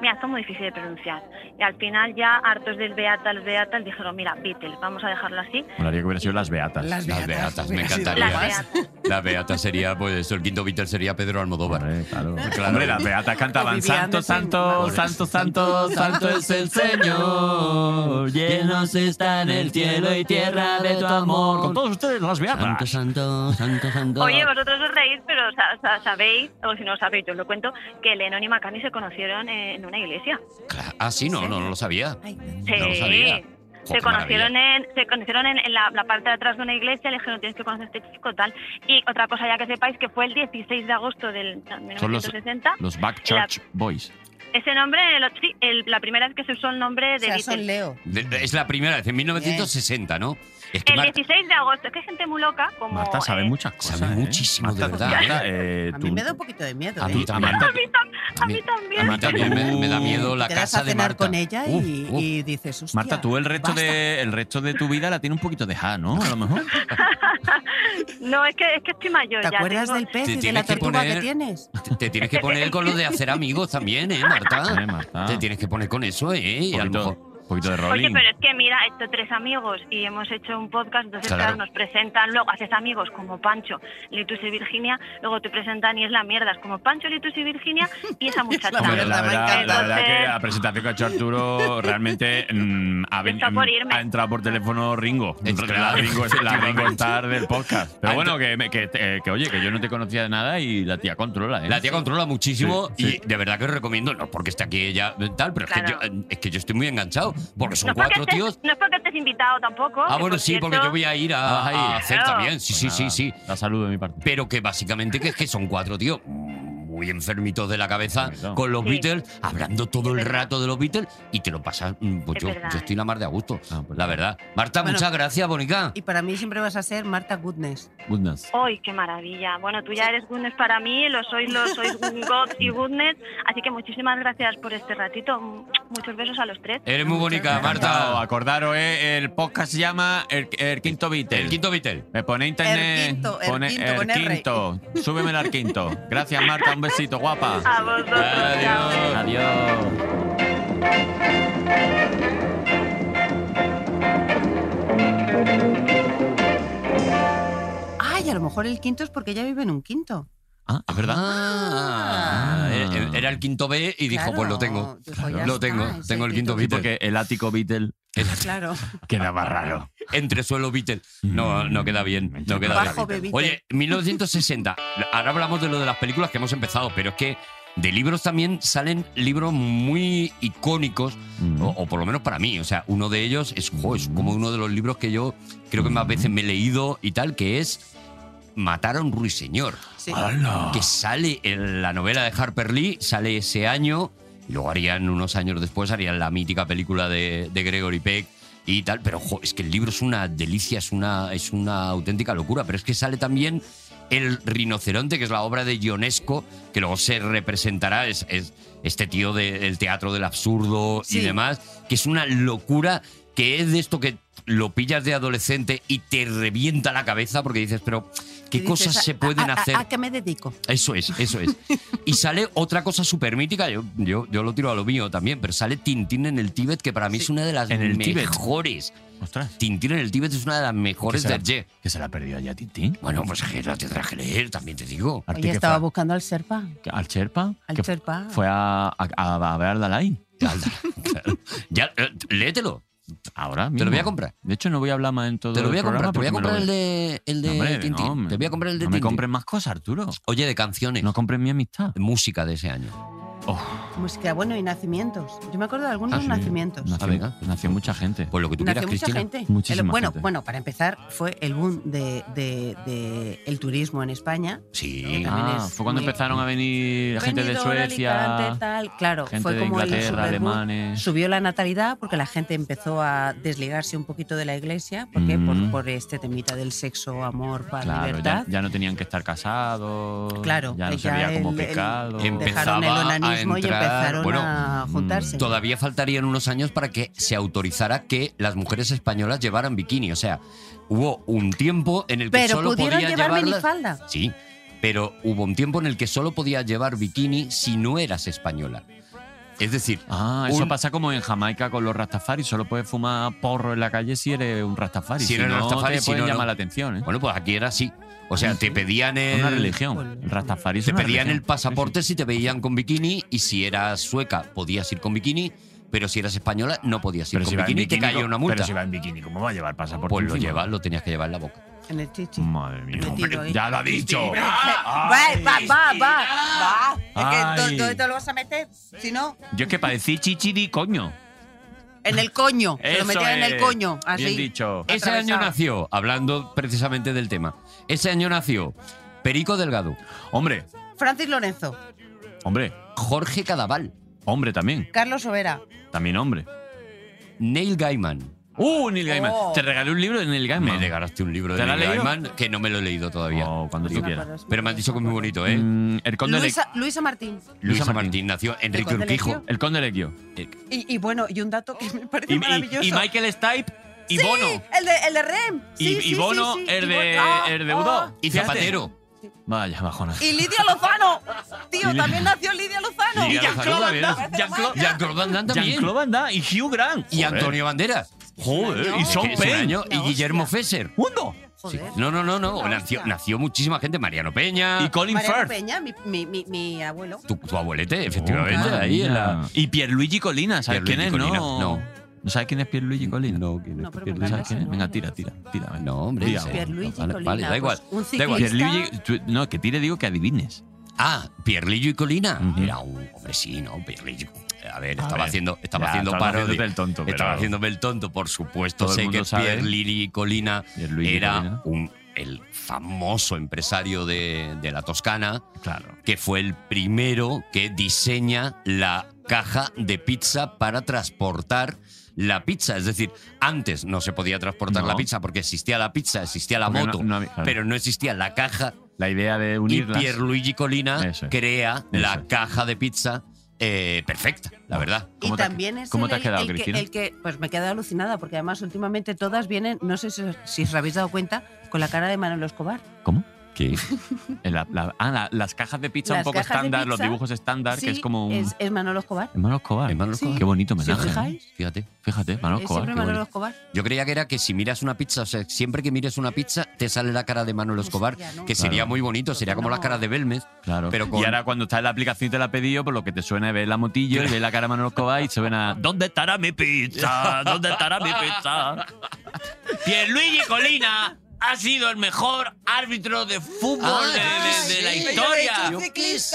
[SPEAKER 10] mira, esto es muy difícil de pronunciar. Y al final ya, hartos del Beatals, Beatals, dijeron, mira, Beatles, vamos a dejarlo así.
[SPEAKER 5] Molaría que hubiera sido las beatas.
[SPEAKER 4] Las Beatas, me
[SPEAKER 10] sido
[SPEAKER 4] encantaría.
[SPEAKER 10] lo más.
[SPEAKER 4] La Beata sería, pues eso, el quinto Beatle sería Pedro Almodóvar.
[SPEAKER 5] claro.
[SPEAKER 4] Claro. Ah,
[SPEAKER 5] Hombre, las beatas cantaban santo, santo, santo, santo, santo es el Señor. Llenos están el cielo y tierra de tu amor. Con todos ustedes las
[SPEAKER 4] Santo,
[SPEAKER 5] beatas.
[SPEAKER 4] santo, santo, santo.
[SPEAKER 10] Oye, vosotros os reís, pero sa- sa- sabéis, o si no sabéis, yo os lo cuento, que Lennon y McCartney se conocieron eh, en una iglesia.
[SPEAKER 4] Ah, sí, no, no, no lo sabía.
[SPEAKER 10] Sí.
[SPEAKER 4] No lo sabía. Jo,
[SPEAKER 10] se
[SPEAKER 4] qué
[SPEAKER 10] conocieron, en, se conocieron en, en la, la parte de atrás de una iglesia, le dijeron tienes que conocer a este chico, tal. Y otra cosa ya que sepáis que fue el 16 de agosto del
[SPEAKER 5] Son los,
[SPEAKER 10] 1960.
[SPEAKER 5] los Backchurch Boys.
[SPEAKER 10] Ese nombre, el, sí, el- la primera vez que se usó el nombre de
[SPEAKER 7] sea, son
[SPEAKER 10] Beatles.
[SPEAKER 7] Leo.
[SPEAKER 4] De- Es la primera vez, en 1960, ¿no? Es que
[SPEAKER 10] El
[SPEAKER 4] Marta
[SPEAKER 10] 16 de agosto, es que hay gente muy loca, como...
[SPEAKER 5] Marta sabe
[SPEAKER 10] eh,
[SPEAKER 5] muchas cosas.
[SPEAKER 4] sabe
[SPEAKER 5] ¿eh?
[SPEAKER 4] muchísimo,
[SPEAKER 5] Marta,
[SPEAKER 4] de verdad.
[SPEAKER 5] Marta,
[SPEAKER 4] ¿eh?
[SPEAKER 5] eh,
[SPEAKER 7] Oh, A
[SPEAKER 5] tú-
[SPEAKER 7] mí me da un poquito de miedo.
[SPEAKER 4] A
[SPEAKER 7] ¿eh?
[SPEAKER 4] mí
[SPEAKER 5] a
[SPEAKER 4] también.
[SPEAKER 5] Marta-
[SPEAKER 10] a, mí tam- a mí también.
[SPEAKER 4] A mí también me, me
[SPEAKER 2] Uh,
[SPEAKER 4] da miedo la
[SPEAKER 7] te vas
[SPEAKER 4] casa
[SPEAKER 7] a
[SPEAKER 4] de
[SPEAKER 7] cenar
[SPEAKER 4] Marta.
[SPEAKER 7] con ella y,
[SPEAKER 4] Uf, uf.
[SPEAKER 7] y dices, hostia,
[SPEAKER 5] Marta, tú el resto,
[SPEAKER 7] basta.
[SPEAKER 5] de, el resto de tu vida la tienes un poquito dejada, ¿no? A lo mejor.
[SPEAKER 10] No, es que, es que estoy mayor
[SPEAKER 7] ¿Te
[SPEAKER 10] ya.
[SPEAKER 7] acuerdas
[SPEAKER 10] tengo-
[SPEAKER 7] del pez
[SPEAKER 4] Te
[SPEAKER 7] y de
[SPEAKER 4] tienes
[SPEAKER 7] la
[SPEAKER 4] que
[SPEAKER 7] tortuga
[SPEAKER 4] poner-
[SPEAKER 7] que tienes?
[SPEAKER 4] Te- Te tienes que poner con lo de hacer amigos también, ¿eh, Marta?
[SPEAKER 5] Eh, Marta.
[SPEAKER 4] Te tienes que poner con eso, ¿eh? Y a lo
[SPEAKER 5] poquito,
[SPEAKER 4] mejor-
[SPEAKER 5] poquito de rolling.
[SPEAKER 10] Oye, pero es que mira, he hecho tres amigos y hemos hecho un podcast, entonces
[SPEAKER 4] Claro.
[SPEAKER 10] claro, nos presentan, luego haces amigos como Pancho, Litus y Virginia, luego te presentan y es la mierda, es como Pancho, Litus y Virginia y esa muchacha.
[SPEAKER 5] Hombre, la,
[SPEAKER 7] mierda, me
[SPEAKER 5] verdad, la
[SPEAKER 7] encanta.
[SPEAKER 5] verdad que la presentación que ha hecho Arturo realmente mm, ha, ven-
[SPEAKER 10] Está por irme.
[SPEAKER 5] ha entrado por teléfono Ringo.
[SPEAKER 4] Es
[SPEAKER 5] La
[SPEAKER 4] claro.
[SPEAKER 5] Ringo, la Ringo Star del podcast.
[SPEAKER 4] Ah,
[SPEAKER 5] Pero bueno, que, me- que, eh, que oye, que yo no te conocía de nada y la tía controla. ¿eh?
[SPEAKER 4] La tía controla muchísimo
[SPEAKER 5] Sí, sí.
[SPEAKER 4] y de verdad que os recomiendo, no porque esté aquí ella tal, pero es que,
[SPEAKER 10] Claro.
[SPEAKER 4] yo, eh, es que yo estoy muy enganchado, porque son
[SPEAKER 10] No es, porque
[SPEAKER 4] cuatro
[SPEAKER 10] estés,
[SPEAKER 4] tíos.
[SPEAKER 10] no es porque estés invitado tampoco.
[SPEAKER 4] Ah,
[SPEAKER 10] que
[SPEAKER 4] bueno,
[SPEAKER 10] por
[SPEAKER 4] sí, porque
[SPEAKER 10] cierto-
[SPEAKER 4] yo voy a ir a, a hacer
[SPEAKER 10] Claro.
[SPEAKER 4] también, sí,
[SPEAKER 5] Pues
[SPEAKER 4] sí, sí,
[SPEAKER 5] nada,
[SPEAKER 4] sí.
[SPEAKER 5] La salud de mi parte.
[SPEAKER 4] Pero que básicamente que es que son cuatro tíos muy enfermitos de la cabeza
[SPEAKER 5] Enfermitos.
[SPEAKER 4] con los
[SPEAKER 10] Sí.
[SPEAKER 4] Beatles, hablando todo
[SPEAKER 10] Es
[SPEAKER 4] el
[SPEAKER 10] verdad.
[SPEAKER 4] rato de los Beatles y te lo pasas. mm, Pues
[SPEAKER 10] Es
[SPEAKER 4] yo,
[SPEAKER 10] verdad,
[SPEAKER 4] yo estoy la mar de a gusto,
[SPEAKER 5] Ah, pues
[SPEAKER 4] la verdad. Marta,
[SPEAKER 7] Bueno.
[SPEAKER 4] muchas gracias, Bonica.
[SPEAKER 7] Y para mí siempre vas a ser Marta Goodness.
[SPEAKER 5] Goodness.
[SPEAKER 10] ¡Ay, qué maravilla! Bueno, tú ya eres goodness para mí, lo sois, lo sois God y goodness, así que muchísimas gracias por este ratito. Muchos besos a los tres.
[SPEAKER 4] Eres muy bonita,
[SPEAKER 5] Marta,
[SPEAKER 4] Marta.
[SPEAKER 5] acordaros, eh, el podcast se llama El, el Quinto Beatle.
[SPEAKER 4] El quinto Beatle.
[SPEAKER 5] Me pone internet.
[SPEAKER 7] El quinto, el
[SPEAKER 5] pone-
[SPEAKER 7] quinto,
[SPEAKER 5] el
[SPEAKER 7] con R.
[SPEAKER 5] quinto. Súbeme al quinto. Gracias, Marta. Un besito, guapa.
[SPEAKER 10] A vosotros. chao.
[SPEAKER 5] Adiós.
[SPEAKER 7] Ay, a lo mejor el quinto es porque ella vive en un quinto.
[SPEAKER 5] Ah, es verdad.
[SPEAKER 4] Ah,
[SPEAKER 5] Ah.
[SPEAKER 4] era- Era el quinto B y dijo,
[SPEAKER 7] Claro,
[SPEAKER 4] pues lo tengo.
[SPEAKER 7] dijo, ya
[SPEAKER 4] Lo
[SPEAKER 7] está,
[SPEAKER 4] tengo,
[SPEAKER 7] es
[SPEAKER 4] tengo el quinto
[SPEAKER 5] Sí,
[SPEAKER 4] Beatle.
[SPEAKER 5] porque el ático Beatle
[SPEAKER 7] Ah, Claro.
[SPEAKER 5] quedaba raro.
[SPEAKER 4] Entre suelo Beatle. No, no queda bien. No queda
[SPEAKER 7] Bajo
[SPEAKER 4] bien.
[SPEAKER 7] Beatle.
[SPEAKER 4] Oye, 1960. Ahora hablamos de lo de las películas que hemos empezado, pero es que de libros también salen libros muy icónicos, o, o por lo menos para mí. O sea, uno de ellos es, jo, es como uno de los libros que yo creo que más veces me he leído y tal, que es Matar a un ruiseñor.
[SPEAKER 7] Sí. Ah.
[SPEAKER 4] que sale en la novela de Harper Lee, sale ese año, y luego harían unos años después, harían la mítica película de, de Gregory Peck y tal, pero jo, es que el libro es una delicia, es una, es una auténtica locura, pero es que sale también El rinoceronte, que es la obra de Ionesco, que luego se representará, es, es este tío de- del teatro del absurdo y
[SPEAKER 7] Sí.
[SPEAKER 4] demás, que es una locura, que es de esto que lo pillas de adolescente y te revienta la cabeza porque dices, pero ¿qué
[SPEAKER 7] Y dices,
[SPEAKER 4] cosas se
[SPEAKER 7] ¿a-
[SPEAKER 4] pueden
[SPEAKER 7] a- a-
[SPEAKER 4] hacer?
[SPEAKER 7] ¿A qué me dedico?
[SPEAKER 4] Eso es, eso es. Y sale otra cosa súper mítica, yo, yo, yo lo tiro a lo mío también, pero sale Tintín en el Tíbet, que para mí es una de las
[SPEAKER 5] En el Tíbet.
[SPEAKER 4] mejores.
[SPEAKER 5] Ostras.
[SPEAKER 4] Tintín en el Tíbet es una de las mejores
[SPEAKER 5] ¿Qué será?
[SPEAKER 4] del Ye.
[SPEAKER 5] Que se la ha perdido allá, Tintín.
[SPEAKER 4] Bueno, pues que la tendrás que leer, también te digo.
[SPEAKER 5] Arti,
[SPEAKER 7] Oye,
[SPEAKER 5] que
[SPEAKER 7] estaba
[SPEAKER 5] fue,
[SPEAKER 7] buscando al Serpa.
[SPEAKER 5] que- al Sherpa.
[SPEAKER 7] Al
[SPEAKER 5] que
[SPEAKER 7] Sherpa.
[SPEAKER 5] Fue a, a, a- a ver al Dalai.
[SPEAKER 4] Anda, claro. Ya, eh, léetelo.
[SPEAKER 5] Ahora mismo.
[SPEAKER 4] Te lo voy a comprar.
[SPEAKER 5] De hecho, no voy a hablar más en todo
[SPEAKER 4] Te lo voy a
[SPEAKER 5] el programa
[SPEAKER 4] comprar. Te voy a
[SPEAKER 5] porque me
[SPEAKER 4] comprar el
[SPEAKER 5] lo-
[SPEAKER 4] de, el de
[SPEAKER 5] No, hombre,
[SPEAKER 4] Tintín.
[SPEAKER 5] no,
[SPEAKER 4] te voy a comprar el de
[SPEAKER 5] No me
[SPEAKER 4] Tintín.
[SPEAKER 5] compren más cosas, Arturo.
[SPEAKER 4] Oye, de canciones.
[SPEAKER 5] No compren mi amistad.
[SPEAKER 4] Música de ese año.
[SPEAKER 5] Oh,
[SPEAKER 7] Ah,
[SPEAKER 2] música. Bueno, y nacimientos. Yo me acuerdo de algunos
[SPEAKER 6] Ah, sí.
[SPEAKER 2] nacimientos.
[SPEAKER 6] Ah, venga.
[SPEAKER 5] Nació, nació mucha gente.
[SPEAKER 6] Pues lo que tú
[SPEAKER 2] Nació
[SPEAKER 6] quieras,
[SPEAKER 2] mucha
[SPEAKER 6] Cristina.
[SPEAKER 2] gente.
[SPEAKER 5] Muchísima
[SPEAKER 2] El- bueno,
[SPEAKER 5] gente.
[SPEAKER 2] bueno, para empezar, fue el boom de, de- de el turismo en España.
[SPEAKER 6] Sí.
[SPEAKER 2] También
[SPEAKER 5] Ah,
[SPEAKER 2] es
[SPEAKER 5] fue cuando
[SPEAKER 2] muy-
[SPEAKER 5] empezaron a venir gente de
[SPEAKER 2] Benidorm, Alicante,
[SPEAKER 5] Suecia.
[SPEAKER 2] tal. Claro,
[SPEAKER 5] gente
[SPEAKER 2] fue
[SPEAKER 5] de
[SPEAKER 2] como el
[SPEAKER 5] Inglaterra,
[SPEAKER 2] superboom.
[SPEAKER 5] alemanes.
[SPEAKER 2] Subió la natalidad porque la gente empezó a desligarse un poquito de la iglesia. ¿Por qué?
[SPEAKER 5] Mm.
[SPEAKER 2] Por, por este temita del sexo, amor, paz,
[SPEAKER 5] Claro, ya,
[SPEAKER 2] libertad.
[SPEAKER 5] ya no tenían que estar casados.
[SPEAKER 2] Claro,
[SPEAKER 5] Ya no se
[SPEAKER 2] ya
[SPEAKER 5] veía como
[SPEAKER 2] el- el-
[SPEAKER 5] pecado.
[SPEAKER 6] Empezaba
[SPEAKER 2] Dejaron el
[SPEAKER 6] a
[SPEAKER 2] onanismo y
[SPEAKER 6] entrar,
[SPEAKER 2] empezaron
[SPEAKER 6] bueno, mm,
[SPEAKER 2] a juntarse.
[SPEAKER 6] Todavía faltarían unos años para que se autorizara que las mujeres españolas llevaran bikini. O sea, hubo un tiempo en el que
[SPEAKER 2] Pero
[SPEAKER 6] solo
[SPEAKER 2] pudieron
[SPEAKER 6] podía
[SPEAKER 2] llevar
[SPEAKER 6] llevarlas-
[SPEAKER 2] minifalda.
[SPEAKER 6] Sí, pero hubo un tiempo en el que solo podía llevar bikini si no eras española. Es decir,
[SPEAKER 5] Ah, eso
[SPEAKER 6] Un-
[SPEAKER 5] pasa como en Jamaica con los rastafaris. Solo puedes fumar porro en la calle si eres un rastafari.
[SPEAKER 6] Si eres
[SPEAKER 5] no,
[SPEAKER 6] rastafari,
[SPEAKER 5] te
[SPEAKER 6] si
[SPEAKER 5] pueden
[SPEAKER 6] no, no.
[SPEAKER 5] llamar la atención. ¿eh?
[SPEAKER 6] bueno, pues aquí era así. O
[SPEAKER 5] Ah,
[SPEAKER 6] sea, te pedían
[SPEAKER 5] Es
[SPEAKER 6] el,
[SPEAKER 5] una
[SPEAKER 2] pues,
[SPEAKER 5] religión. El rastafari es
[SPEAKER 6] te
[SPEAKER 5] una
[SPEAKER 6] pedían
[SPEAKER 5] religión.
[SPEAKER 6] el pasaporte si te veían con bikini y si eras sueca podías ir con bikini, pero si eras española no podías ir
[SPEAKER 5] Pero
[SPEAKER 6] con
[SPEAKER 5] si va en
[SPEAKER 6] bikini, y te
[SPEAKER 5] bikini,
[SPEAKER 6] caía
[SPEAKER 5] co-
[SPEAKER 6] una multa.
[SPEAKER 5] Pero si va en bikini, ¿cómo va a llevar pasaporte?
[SPEAKER 6] pues lo
[SPEAKER 5] encima?
[SPEAKER 6] llevas, lo tenías que llevar en la boca.
[SPEAKER 2] En el chichi.
[SPEAKER 5] Madre mía.
[SPEAKER 2] Metido
[SPEAKER 5] hombre,
[SPEAKER 2] ahí.
[SPEAKER 5] ya lo ha dicho.
[SPEAKER 2] Ay, va, va, va, va.
[SPEAKER 5] Ay.
[SPEAKER 2] Es que todo, lo vas a meter, si no,
[SPEAKER 5] Yo es que padecí chichiri, coño.
[SPEAKER 2] en el coño. Te
[SPEAKER 5] Eso
[SPEAKER 2] lo metía en el
[SPEAKER 5] es.
[SPEAKER 2] coño, así.
[SPEAKER 5] Bien dicho.
[SPEAKER 6] Ese año nació, hablando precisamente del tema, ese año nació Perico Delgado,
[SPEAKER 5] Hombre,
[SPEAKER 2] Francis Lorenzo,
[SPEAKER 5] hombre,
[SPEAKER 6] Jorge Cadaval,
[SPEAKER 5] hombre también.
[SPEAKER 2] Carlos Overa.
[SPEAKER 5] También hombre.
[SPEAKER 6] Neil Gaiman.
[SPEAKER 5] ¡Uh, Neil Gaiman!
[SPEAKER 2] Oh.
[SPEAKER 5] Te regalé un libro de Neil
[SPEAKER 6] Me
[SPEAKER 5] Gaiman.
[SPEAKER 6] regalaste un libro
[SPEAKER 5] Ah. ¿Te
[SPEAKER 6] de
[SPEAKER 5] lo
[SPEAKER 6] Neil
[SPEAKER 5] has leído? Oh.
[SPEAKER 6] Gaiman que no me lo he leído todavía.
[SPEAKER 5] O cuando
[SPEAKER 2] No
[SPEAKER 5] tú
[SPEAKER 2] me
[SPEAKER 5] quieras.
[SPEAKER 2] acuerdo, es muy
[SPEAKER 6] Pero me han dicho que es muy bonito, ¿eh?
[SPEAKER 5] Mm, el Conde Le-
[SPEAKER 2] Luisa, Luisa Martín.
[SPEAKER 6] Luisa
[SPEAKER 5] Martín.
[SPEAKER 6] Martín. nació Enrique
[SPEAKER 2] Conde
[SPEAKER 6] Urquijo.
[SPEAKER 2] Lequio.
[SPEAKER 5] El Conde Lequio.
[SPEAKER 2] Y, y bueno, y un dato que me parece
[SPEAKER 5] Y, y-
[SPEAKER 2] maravilloso.
[SPEAKER 5] y Michael Stipe y
[SPEAKER 2] Sí,
[SPEAKER 5] Bono.
[SPEAKER 2] El de, el de Rem. Sí,
[SPEAKER 5] y,
[SPEAKER 2] sí,
[SPEAKER 5] y
[SPEAKER 2] sí,
[SPEAKER 5] Bono,
[SPEAKER 2] sí.
[SPEAKER 5] el
[SPEAKER 2] Y
[SPEAKER 5] de,
[SPEAKER 2] Bono. Ah,
[SPEAKER 5] el de
[SPEAKER 2] ah.
[SPEAKER 5] Udo.
[SPEAKER 6] Y
[SPEAKER 5] Fíjate.
[SPEAKER 6] Zapatero.
[SPEAKER 5] Vaya, bajona.
[SPEAKER 2] Y Lidia Lozano. Tío,
[SPEAKER 5] Y-
[SPEAKER 2] también nació Lidia Lozano.
[SPEAKER 5] Y Jean-Claude Van Damme.
[SPEAKER 2] Parece
[SPEAKER 5] Jean-Claude-
[SPEAKER 2] magia.
[SPEAKER 6] Jean-Claude Van Damme también.
[SPEAKER 5] Jean-Claude Van Damme y Hugh Grant.
[SPEAKER 6] Y
[SPEAKER 5] Joder.
[SPEAKER 6] Antonio Banderas.
[SPEAKER 5] Joder, y
[SPEAKER 2] Es
[SPEAKER 5] Sean
[SPEAKER 6] que es un
[SPEAKER 5] Penn.
[SPEAKER 6] año. Y
[SPEAKER 2] La
[SPEAKER 6] Guillermo
[SPEAKER 2] hostia.
[SPEAKER 6] Fesser.
[SPEAKER 5] ¡Mundo!
[SPEAKER 6] Sí.
[SPEAKER 2] Joder.
[SPEAKER 6] No, no, no, no.
[SPEAKER 2] Una
[SPEAKER 6] Nació,
[SPEAKER 2] hostia.
[SPEAKER 6] nació muchísima gente. Mariano Peña.
[SPEAKER 5] Y Colin
[SPEAKER 2] Mariano
[SPEAKER 5] Firth.
[SPEAKER 2] Peña, mi, mi, mi, mi abuelo.
[SPEAKER 6] tu, tu abuelete, efectivamente.
[SPEAKER 5] Oh,
[SPEAKER 6] ahí en la.
[SPEAKER 5] mira. Y Pierluigi Colina, ¿sabes
[SPEAKER 6] Pierluigi
[SPEAKER 5] quién es?
[SPEAKER 6] Colina,
[SPEAKER 5] no.
[SPEAKER 6] no.
[SPEAKER 5] ¿No sabes quién es Pierluigi Colina? No, ¿quién
[SPEAKER 2] No, pero me encanta ese nombre.
[SPEAKER 5] Venga, tira, tira, tira. venga.
[SPEAKER 6] No, hombre.
[SPEAKER 5] Tira,
[SPEAKER 6] ese-
[SPEAKER 5] venga.
[SPEAKER 2] Pierluigi
[SPEAKER 6] vale,
[SPEAKER 2] Colina.
[SPEAKER 6] vale, da
[SPEAKER 2] pues,
[SPEAKER 6] igual.
[SPEAKER 2] un
[SPEAKER 6] da
[SPEAKER 2] ciclista.
[SPEAKER 6] igual.
[SPEAKER 5] Pierluigi, tú- no, que tire digo que adivines.
[SPEAKER 6] Ah, Pierlillo y Colina.
[SPEAKER 5] Ujú.
[SPEAKER 6] Era un. Hombre, sí, ¿no? Pierlillo. A ver,
[SPEAKER 5] A
[SPEAKER 6] estaba
[SPEAKER 5] ver.
[SPEAKER 6] haciendo, estaba
[SPEAKER 5] Ya,
[SPEAKER 6] haciendo
[SPEAKER 5] estaba haciéndote
[SPEAKER 6] parodia.
[SPEAKER 5] el tonto, pero-
[SPEAKER 6] Estaba haciéndome el tonto, por supuesto.
[SPEAKER 5] Todo el
[SPEAKER 6] sé
[SPEAKER 5] mundo
[SPEAKER 6] que
[SPEAKER 5] sabe.
[SPEAKER 6] Pierlillo y Colina
[SPEAKER 5] Pierluigi
[SPEAKER 6] era
[SPEAKER 5] Colina.
[SPEAKER 6] un- el famoso empresario de, de la Toscana,
[SPEAKER 5] Claro.
[SPEAKER 6] que fue el primero que diseña la caja de pizza para transportar la pizza. Es decir, antes no se podía transportar
[SPEAKER 5] No.
[SPEAKER 6] la pizza porque existía la pizza, existía la
[SPEAKER 5] Porque no-
[SPEAKER 6] moto,
[SPEAKER 5] no había- claro.
[SPEAKER 6] pero no existía la caja
[SPEAKER 5] La idea de
[SPEAKER 6] y
[SPEAKER 5] unirlas.
[SPEAKER 6] Pierluigi Colina
[SPEAKER 5] Eso es.
[SPEAKER 6] crea la
[SPEAKER 5] Eso es.
[SPEAKER 6] caja de pizza eh, perfecta, la verdad.
[SPEAKER 2] Y
[SPEAKER 5] ¿Cómo te ha-
[SPEAKER 2] también es
[SPEAKER 5] cómo
[SPEAKER 2] el,
[SPEAKER 5] te has quedado,
[SPEAKER 2] el que,
[SPEAKER 5] Cristina?
[SPEAKER 2] el que- pues me he quedado alucinada porque además últimamente todas vienen, no sé si, os- si os habéis dado cuenta, con la cara de Manolo Escobar.
[SPEAKER 5] ¿Cómo?
[SPEAKER 6] ¿Qué?
[SPEAKER 5] En la- la- ah, la- las cajas de pizza
[SPEAKER 2] Las
[SPEAKER 5] un poco
[SPEAKER 2] cajas de
[SPEAKER 5] estándar, los
[SPEAKER 2] pizza,
[SPEAKER 5] dibujos estándar,
[SPEAKER 2] Sí,
[SPEAKER 5] que es como un.
[SPEAKER 2] es, es Manolo Escobar.
[SPEAKER 5] Hermano Escobar.
[SPEAKER 6] Hermano Escobar.
[SPEAKER 5] Qué bonito homenaje.
[SPEAKER 2] ¿Sí os
[SPEAKER 5] ¿eh?
[SPEAKER 2] fijáis?
[SPEAKER 6] Fíjate.
[SPEAKER 5] Fíjate, Manolo
[SPEAKER 2] Es
[SPEAKER 5] Escobar.
[SPEAKER 2] siempre
[SPEAKER 5] qué
[SPEAKER 2] Manolo
[SPEAKER 5] bonito.
[SPEAKER 2] Escobar.
[SPEAKER 6] Yo creía que era que si miras una pizza, o sea, siempre que mires una pizza, te sale la cara de Manolo Escobar,
[SPEAKER 2] Hostia, Pues no.
[SPEAKER 6] que sería
[SPEAKER 5] Claro.
[SPEAKER 6] muy bonito, sería como
[SPEAKER 2] No.
[SPEAKER 6] la cara de Belmez.
[SPEAKER 5] Claro.
[SPEAKER 6] Pero con-
[SPEAKER 5] Y ahora cuando está en la aplicación y te la ha pedido, por lo que te suena es ver la motillo y ver la cara de Manolo Escobar y suena ¿Dónde estará mi pizza? ¿Dónde estará mi pizza? Pierluigi Colina ha sido el mejor árbitro de fútbol
[SPEAKER 6] Ah,
[SPEAKER 5] de- de, de la
[SPEAKER 6] sí.
[SPEAKER 5] historia.
[SPEAKER 2] Un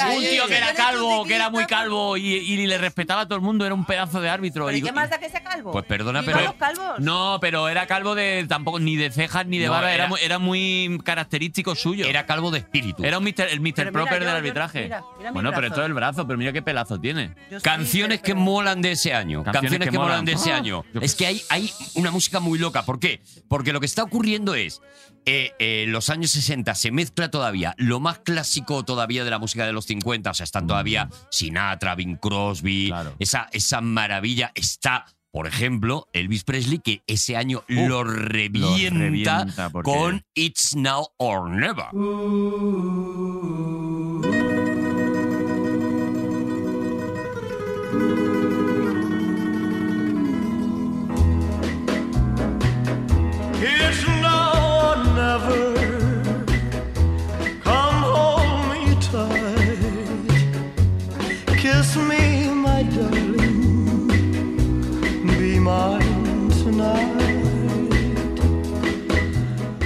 [SPEAKER 5] Un tío que era calvo, que era muy calvo y, y le respetaba a todo el mundo, era un pedazo de árbitro.
[SPEAKER 2] ¿Pero
[SPEAKER 5] Y-
[SPEAKER 2] qué más da que sea calvo?
[SPEAKER 6] Pues perdona,
[SPEAKER 2] Viva
[SPEAKER 6] pero-
[SPEAKER 2] los calvos.
[SPEAKER 5] no, pero era calvo de tampoco ni de cejas ni de
[SPEAKER 6] No,
[SPEAKER 5] barba, era,
[SPEAKER 6] era-
[SPEAKER 5] muy- era muy característico suyo.
[SPEAKER 6] Era calvo de espíritu.
[SPEAKER 5] Era un mister- el Mr.
[SPEAKER 2] Pero mira,
[SPEAKER 5] Proper
[SPEAKER 2] yo-
[SPEAKER 5] del
[SPEAKER 2] yo-
[SPEAKER 5] arbitraje.
[SPEAKER 2] mira, mira mi
[SPEAKER 5] bueno, pero
[SPEAKER 2] brazo.
[SPEAKER 5] esto es el brazo, pero mira qué pelazo tiene.
[SPEAKER 2] Yo sí,
[SPEAKER 6] Canciones que
[SPEAKER 2] pero-
[SPEAKER 6] molan de ese año.
[SPEAKER 5] Canciones
[SPEAKER 6] Canciones,
[SPEAKER 5] que
[SPEAKER 6] que, molan.
[SPEAKER 5] molan.
[SPEAKER 6] de ese
[SPEAKER 5] Ah,
[SPEAKER 6] año.
[SPEAKER 5] yo qué
[SPEAKER 6] Es que hay, hay una música muy loca. ¿Por qué? Porque lo que está ocurriendo es. eh, eh, los años 60 se mezcla todavía lo más clásico todavía de la música de los 50. O sea, están todavía Sinatra, Bing Crosby.
[SPEAKER 5] Mm. Claro.
[SPEAKER 6] Esa, esa maravilla está. Por ejemplo, Elvis Presley, que ese año
[SPEAKER 5] Uh,
[SPEAKER 6] lo revienta,
[SPEAKER 5] revienta porque-
[SPEAKER 6] con It's Now or Never.
[SPEAKER 9] It's now or never. Come hold me tight. Kiss me, my darling. Be mine tonight.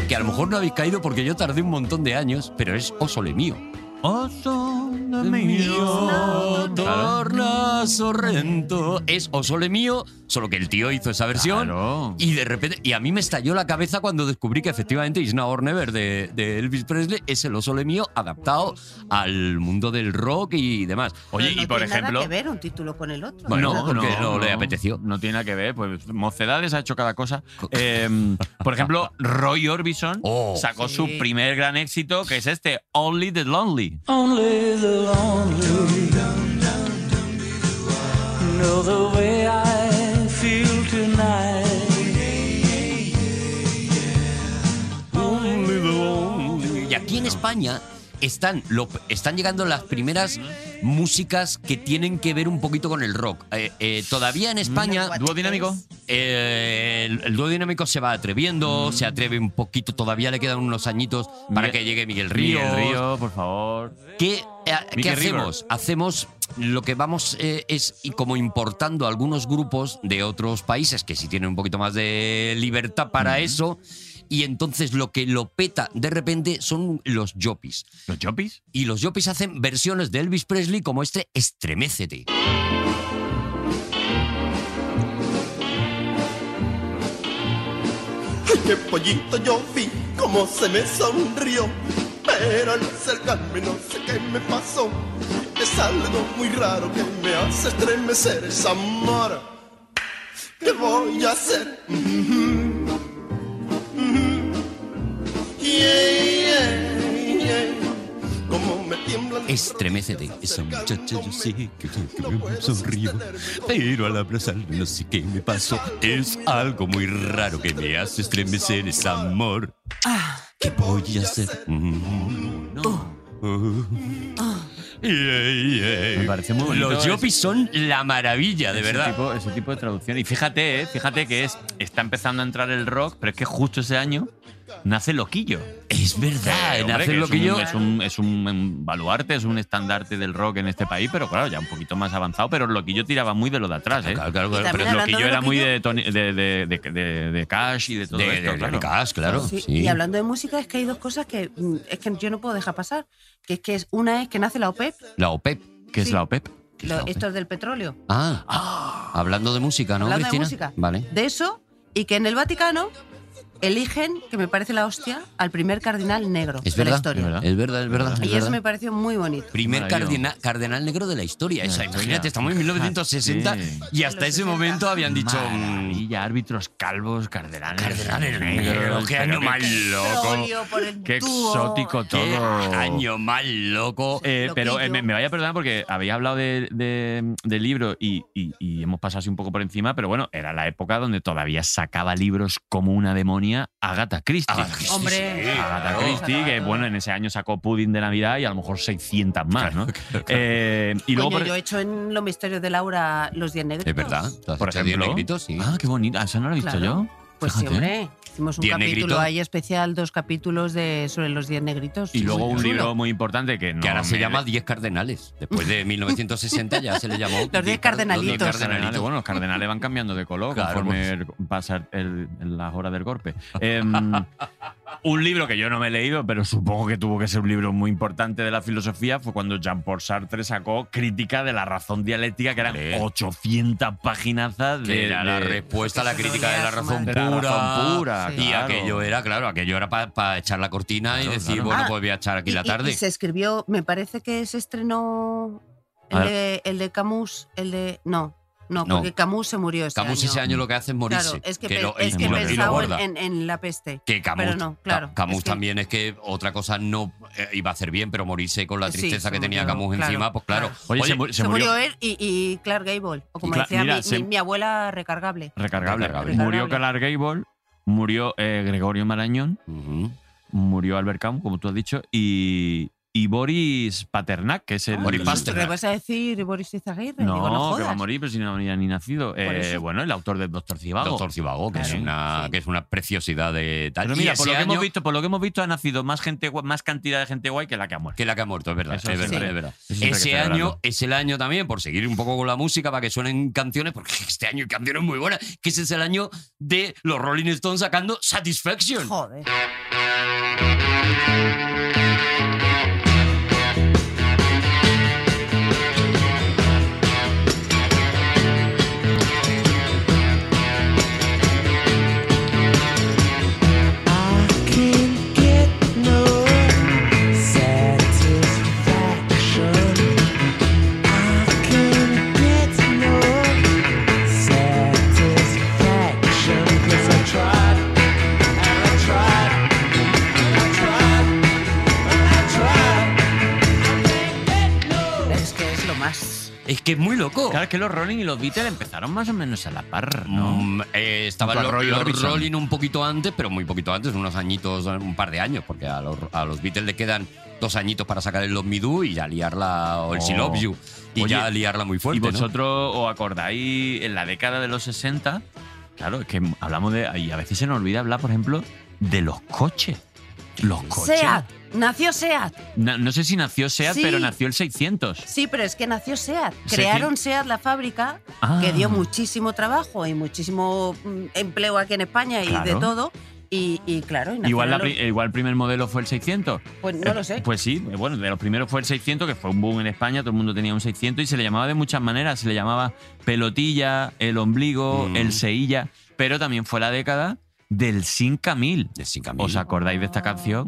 [SPEAKER 6] Que a lo mejor no habéis caído porque yo tardé un montón de años, pero es Osole mío.
[SPEAKER 5] Oso
[SPEAKER 6] grande mío, torna Sorrento. Es O Sole Mío, solo que el tío hizo esa versión.
[SPEAKER 5] Claro.
[SPEAKER 6] Y de repente, y a mí me estalló la cabeza cuando descubrí que efectivamente Is Now or Never de, de Elvis Presley es el Osole Mío adaptado al mundo del rock y demás.
[SPEAKER 5] Oye,
[SPEAKER 2] Pero
[SPEAKER 5] y
[SPEAKER 2] no
[SPEAKER 5] por
[SPEAKER 2] tiene
[SPEAKER 5] ejemplo.
[SPEAKER 2] Nada que ver un título con el otro.
[SPEAKER 6] Bueno,
[SPEAKER 2] ¿verdad?
[SPEAKER 6] porque no le apeteció.
[SPEAKER 5] No tiene nada que ver, pues Mocedades ha hecho cada cosa. Eh, por ejemplo, Roy Orbison
[SPEAKER 6] Oh.
[SPEAKER 5] sacó
[SPEAKER 2] Sí.
[SPEAKER 5] su primer gran éxito, que es este, Only the Lonely.
[SPEAKER 9] Only the lonely know the way I feel tonight.
[SPEAKER 6] Y aquí en España están, lo- están llegando las primeras músicas que tienen que ver un poquito con el rock. Eh, eh, todavía en España.
[SPEAKER 2] Mm.
[SPEAKER 5] Dúo dinámico.
[SPEAKER 6] Eh, el, el dúo dinámico se va atreviendo, se atreve un poquito, todavía le quedan unos añitos para
[SPEAKER 5] Miguel-
[SPEAKER 6] que llegue Miguel Ríos.
[SPEAKER 5] Río, Río, por favor.
[SPEAKER 6] ¿Qué, eh, ¿qué
[SPEAKER 5] Miguel River.
[SPEAKER 6] hacemos? Hacemos lo que vamos eh, es y como importando algunos grupos de otros países que sí tienen un poquito más de libertad para eso. Y entonces lo que lo peta de repente son los yopis.
[SPEAKER 5] ¿Los Chopis?
[SPEAKER 6] Y los yopis hacen versiones de Elvis Presley como este Estremécete.
[SPEAKER 4] Qué pollito yo vi, cómo se me sonrió. Pero al acercarme no sé qué me pasó. Es algo muy raro que me hace estremecer esa mora. ¿Qué voy a hacer? Mhm. Mhm. Yeah, yeah, yeah. Cómo me tiemblan las
[SPEAKER 6] Estremécete. Esa muchacha yo sé que, que me sonrió,
[SPEAKER 4] sostenerme.
[SPEAKER 6] pero al abrazarme no sé qué me pasó. Es algo muy raro que me hace estremecer ese amor. ¿Qué voy a hacer? Mm, no. Yeah, yeah.
[SPEAKER 5] Me parece muy bonito
[SPEAKER 6] eh. Los
[SPEAKER 5] ese-
[SPEAKER 6] Yopis son la maravilla, de
[SPEAKER 5] Ese
[SPEAKER 6] verdad.
[SPEAKER 5] tipo- ese tipo de traducción. Y fíjate, eh, fíjate que es, está empezando a entrar el rock, pero es que justo ese año nace Loquillo.
[SPEAKER 6] Es verdad,
[SPEAKER 5] Eh,
[SPEAKER 6] en
[SPEAKER 5] hombre, que
[SPEAKER 6] hacer
[SPEAKER 5] es
[SPEAKER 6] lo que yo.
[SPEAKER 5] un- Es un, es un, em, baluarte, es un estandarte del rock en este país, pero claro, ya un poquito más avanzado. Pero Loquillo tiraba muy de lo de atrás, ¿eh?
[SPEAKER 6] Claro, claro,
[SPEAKER 2] Y
[SPEAKER 6] claro,
[SPEAKER 2] también
[SPEAKER 6] pero
[SPEAKER 5] Pero
[SPEAKER 2] hablando
[SPEAKER 5] Loquillo
[SPEAKER 2] de
[SPEAKER 5] era muy
[SPEAKER 2] Loquillo-
[SPEAKER 5] de, Tony- de, de, de, de- de Cash y de todo
[SPEAKER 6] de,
[SPEAKER 5] esto,
[SPEAKER 6] de
[SPEAKER 5] claro.
[SPEAKER 6] Cars, claro.
[SPEAKER 2] Sí,
[SPEAKER 6] sí.
[SPEAKER 2] Y hablando de música, es que hay dos cosas que mm, es que yo no puedo dejar pasar. Que es que es, una es que nace la OPEP,
[SPEAKER 6] La OPEP.
[SPEAKER 5] ¿Qué es
[SPEAKER 2] Sí.
[SPEAKER 5] la OPEP?
[SPEAKER 6] ¿Qué es
[SPEAKER 2] lo-
[SPEAKER 6] la E OPEP?
[SPEAKER 2] estos del petróleo.
[SPEAKER 6] Ah, hablando de música, ¿no,
[SPEAKER 2] Hablando de
[SPEAKER 6] Cristina?
[SPEAKER 2] música.
[SPEAKER 6] Vale.
[SPEAKER 2] De eso, y que en el Vaticano eligen, que me parece la hostia, al primer cardinal negro
[SPEAKER 6] Es
[SPEAKER 2] de la
[SPEAKER 6] verdad,
[SPEAKER 2] historia.
[SPEAKER 6] es verdad, es verdad. es verdad, es
[SPEAKER 2] Y eso
[SPEAKER 6] verdad.
[SPEAKER 2] me pareció muy bonito.
[SPEAKER 6] Primer
[SPEAKER 5] Maravilloso.
[SPEAKER 6] cardena- cardenal negro de la historia.
[SPEAKER 5] De la
[SPEAKER 6] Esa,
[SPEAKER 5] historia.
[SPEAKER 6] imagínate, estamos en 1960
[SPEAKER 5] Sí.
[SPEAKER 6] y hasta
[SPEAKER 2] Los
[SPEAKER 6] ese
[SPEAKER 2] 60.
[SPEAKER 6] momento habían dicho. mm,
[SPEAKER 5] Maravilla, árbitros calvos, cardenales.
[SPEAKER 6] Cardenales negros, qué año más loco.
[SPEAKER 2] Petróleo por el
[SPEAKER 5] Qué
[SPEAKER 2] dúo.
[SPEAKER 5] exótico todo.
[SPEAKER 6] Qué año más loco.
[SPEAKER 5] Eh,
[SPEAKER 2] Loquillo.
[SPEAKER 5] pero eh, me, me vaya a perdonar porque habéis hablado de, de- de libros y, y- y hemos pasado así un poco por encima, pero bueno, era la época donde todavía sacaba libros como una demonia Agatha Christie.
[SPEAKER 6] Agatha Christie,
[SPEAKER 2] Hombre.
[SPEAKER 6] sí,
[SPEAKER 5] Agatha
[SPEAKER 6] claro.
[SPEAKER 5] Christie, que bueno, en ese año sacó Pudding de Navidad y a lo mejor 600 más, ¿no? Eh, y luego,
[SPEAKER 2] Coño,
[SPEAKER 5] por,
[SPEAKER 2] yo he hecho en Los Misterios de Laura los 10 negros.
[SPEAKER 6] Es verdad. ¿Tú has
[SPEAKER 5] por
[SPEAKER 6] hecho diez
[SPEAKER 5] ejemplo.
[SPEAKER 6] negritos? Sí.
[SPEAKER 5] Ah, qué bonito. Ah, Eso no lo he visto
[SPEAKER 2] Claro.
[SPEAKER 5] yo.
[SPEAKER 2] Pues sí,
[SPEAKER 5] Fíjate.
[SPEAKER 2] hombre. Hicimos un
[SPEAKER 6] Diez
[SPEAKER 2] capítulo
[SPEAKER 6] negritos.
[SPEAKER 2] ahí especial, dos capítulos de sobre los 10 negritos.
[SPEAKER 5] Y luego
[SPEAKER 2] Sí,
[SPEAKER 5] un
[SPEAKER 2] sí.
[SPEAKER 5] libro muy importante que no
[SPEAKER 6] que ahora se
[SPEAKER 5] me-
[SPEAKER 6] llama 10 cardenales. Después de 1960 ya se le llamó.
[SPEAKER 2] Los diez cardenalitos.
[SPEAKER 5] Cardenales,
[SPEAKER 6] Los diez
[SPEAKER 5] pues.
[SPEAKER 6] cardenalitos.
[SPEAKER 5] bueno, los cardenales van cambiando de color
[SPEAKER 6] Claro,
[SPEAKER 5] conforme el- pasa el- el- las horas del golpe. Em, un libro que yo no me he leído, pero supongo que tuvo que ser un libro muy importante de la filosofía, fue cuando Jean-Paul Sartre sacó Crítica de la razón dialéctica, que eran
[SPEAKER 6] Hombre.
[SPEAKER 5] 800 paginazas de,
[SPEAKER 6] Que era la
[SPEAKER 5] de-
[SPEAKER 6] respuesta a la
[SPEAKER 2] Eso
[SPEAKER 6] crítica de la
[SPEAKER 2] leas,
[SPEAKER 6] razón
[SPEAKER 5] de
[SPEAKER 2] madre.
[SPEAKER 6] pura.
[SPEAKER 5] la razón pura.
[SPEAKER 2] Sí.
[SPEAKER 6] Y
[SPEAKER 5] claro.
[SPEAKER 6] aquello era, claro, aquello era para echar la cortina y
[SPEAKER 5] Claro,
[SPEAKER 6] decir,
[SPEAKER 5] claro.
[SPEAKER 6] bueno,
[SPEAKER 2] Ah,
[SPEAKER 6] pues voy a echar aquí
[SPEAKER 2] Y-
[SPEAKER 6] la
[SPEAKER 2] y-
[SPEAKER 6] tarde.
[SPEAKER 2] Y, se escribió, me parece que se estrenó
[SPEAKER 5] A
[SPEAKER 2] el de, el de Camus, el de. No, no,
[SPEAKER 6] No.
[SPEAKER 2] porque Camus se murió ese
[SPEAKER 6] Camus
[SPEAKER 2] año.
[SPEAKER 6] ese año lo que hace es morirse.
[SPEAKER 2] Claro, es que,
[SPEAKER 6] que
[SPEAKER 2] pe-
[SPEAKER 6] lo-
[SPEAKER 2] es
[SPEAKER 6] y
[SPEAKER 2] que
[SPEAKER 6] lo- y lo
[SPEAKER 2] pensaba en,
[SPEAKER 6] guarda.
[SPEAKER 2] en- en la peste.
[SPEAKER 6] Que Camus,
[SPEAKER 2] Pero no,
[SPEAKER 6] Ca-
[SPEAKER 2] claro,
[SPEAKER 6] Camus
[SPEAKER 2] es que-
[SPEAKER 6] también es que otra cosa no eh, iba a hacer bien, pero morirse con la
[SPEAKER 2] Sí,
[SPEAKER 6] tristeza
[SPEAKER 2] se
[SPEAKER 6] que tenía
[SPEAKER 2] murió,
[SPEAKER 6] Camus
[SPEAKER 2] claro,
[SPEAKER 6] encima, pues claro.
[SPEAKER 2] claro.
[SPEAKER 5] Oye, se, mu- se
[SPEAKER 2] Se murió,
[SPEAKER 5] murió
[SPEAKER 2] él y, y Clark Gable, o como
[SPEAKER 5] Cla-
[SPEAKER 2] decía
[SPEAKER 5] mira,
[SPEAKER 2] mi,
[SPEAKER 5] se-
[SPEAKER 2] mi- mi abuela, recargable.
[SPEAKER 5] recargable.
[SPEAKER 6] Recargable.
[SPEAKER 5] Murió Clark
[SPEAKER 2] Recargable.
[SPEAKER 5] Gable, murió eh, Gregorio Marañón,
[SPEAKER 2] Mm.
[SPEAKER 6] Ujú.
[SPEAKER 5] murió Albert Camus, como tú has dicho, y, y Boris Paternak, que es el.
[SPEAKER 6] Boris Pasternak.
[SPEAKER 2] Pues, ¿Le vas a decir Boris Izaguirre?
[SPEAKER 5] No,
[SPEAKER 2] Digo, no
[SPEAKER 5] que va a
[SPEAKER 2] jodas.
[SPEAKER 5] morir, pero si no había ni nacido. Eh,
[SPEAKER 2] eso.
[SPEAKER 5] bueno, el autor del Doctor Cibago.
[SPEAKER 6] Doctor Cibago, que, es
[SPEAKER 5] Claro,
[SPEAKER 6] una,
[SPEAKER 2] sí.
[SPEAKER 6] que es una preciosidad de tal.
[SPEAKER 5] Pero
[SPEAKER 6] y
[SPEAKER 5] mira,
[SPEAKER 6] ese
[SPEAKER 5] por lo, que hemos
[SPEAKER 6] año
[SPEAKER 5] visto, por lo que hemos visto, ha nacido más gente guay- más cantidad de gente guay que la que ha muerto.
[SPEAKER 6] que la que ha muerto, es verdad.
[SPEAKER 5] Eso
[SPEAKER 6] es
[SPEAKER 5] sí.
[SPEAKER 6] verdad,
[SPEAKER 5] Sí.
[SPEAKER 6] es verdad.
[SPEAKER 5] Eso siempre hay que
[SPEAKER 6] Ese
[SPEAKER 5] celebrarlo.
[SPEAKER 6] año es el año también, por seguir un poco con la música, para que suenen canciones, porque este año hay canciones muy buenas, que ese es el año de los Rolling Stones sacando Satisfaction.
[SPEAKER 2] Joder.
[SPEAKER 4] Qué que es muy loco.
[SPEAKER 5] Claro, es que los Rolling y los Beatles empezaron más o menos a la par, ¿no?
[SPEAKER 6] Mm, eh,
[SPEAKER 4] Estaban
[SPEAKER 5] Junto a
[SPEAKER 4] los,
[SPEAKER 5] Roy
[SPEAKER 4] los
[SPEAKER 5] Orbison.
[SPEAKER 4] Rolling un poquito antes, pero muy poquito antes, unos añitos, un par de años, porque a los, a los Beatles le quedan dos añitos para sacar el Love Me Do y ya liarla, o el She
[SPEAKER 5] Oh.
[SPEAKER 4] Loves You, y
[SPEAKER 5] Oye,
[SPEAKER 4] ya liarla muy fuerte,
[SPEAKER 5] Y
[SPEAKER 4] ¿no?
[SPEAKER 5] vosotros os acordáis en la década de los 60, claro, es que hablamos de. Y a veces se nos olvida hablar, por ejemplo, de los coches. Los coches.
[SPEAKER 2] SEAT. Nació SEAT.
[SPEAKER 5] Na- no sé si nació SEAT,
[SPEAKER 2] Sí.
[SPEAKER 5] pero nació el 600.
[SPEAKER 2] Sí, pero es que nació SEAT.
[SPEAKER 5] Sí,
[SPEAKER 2] Crearon SEAT la fábrica
[SPEAKER 5] Ah.
[SPEAKER 2] que dio muchísimo trabajo y muchísimo mm, empleo aquí en España y de
[SPEAKER 5] Claro.
[SPEAKER 2] todo. Y, y claro, y
[SPEAKER 5] Igual, la
[SPEAKER 2] nacieron
[SPEAKER 5] pri- igual el primer modelo fue el 600.
[SPEAKER 2] Pues no
[SPEAKER 5] Eh,
[SPEAKER 2] lo sé.
[SPEAKER 5] Pues sí, bueno, de los primeros fue el 600, que fue un boom en España, todo el mundo tenía un 600 y se le llamaba de muchas maneras. Se le llamaba pelotilla, el ombligo,
[SPEAKER 4] Mm.
[SPEAKER 5] el seilla, pero también fue la década del 5000. ¿Os acordáis de esta canción?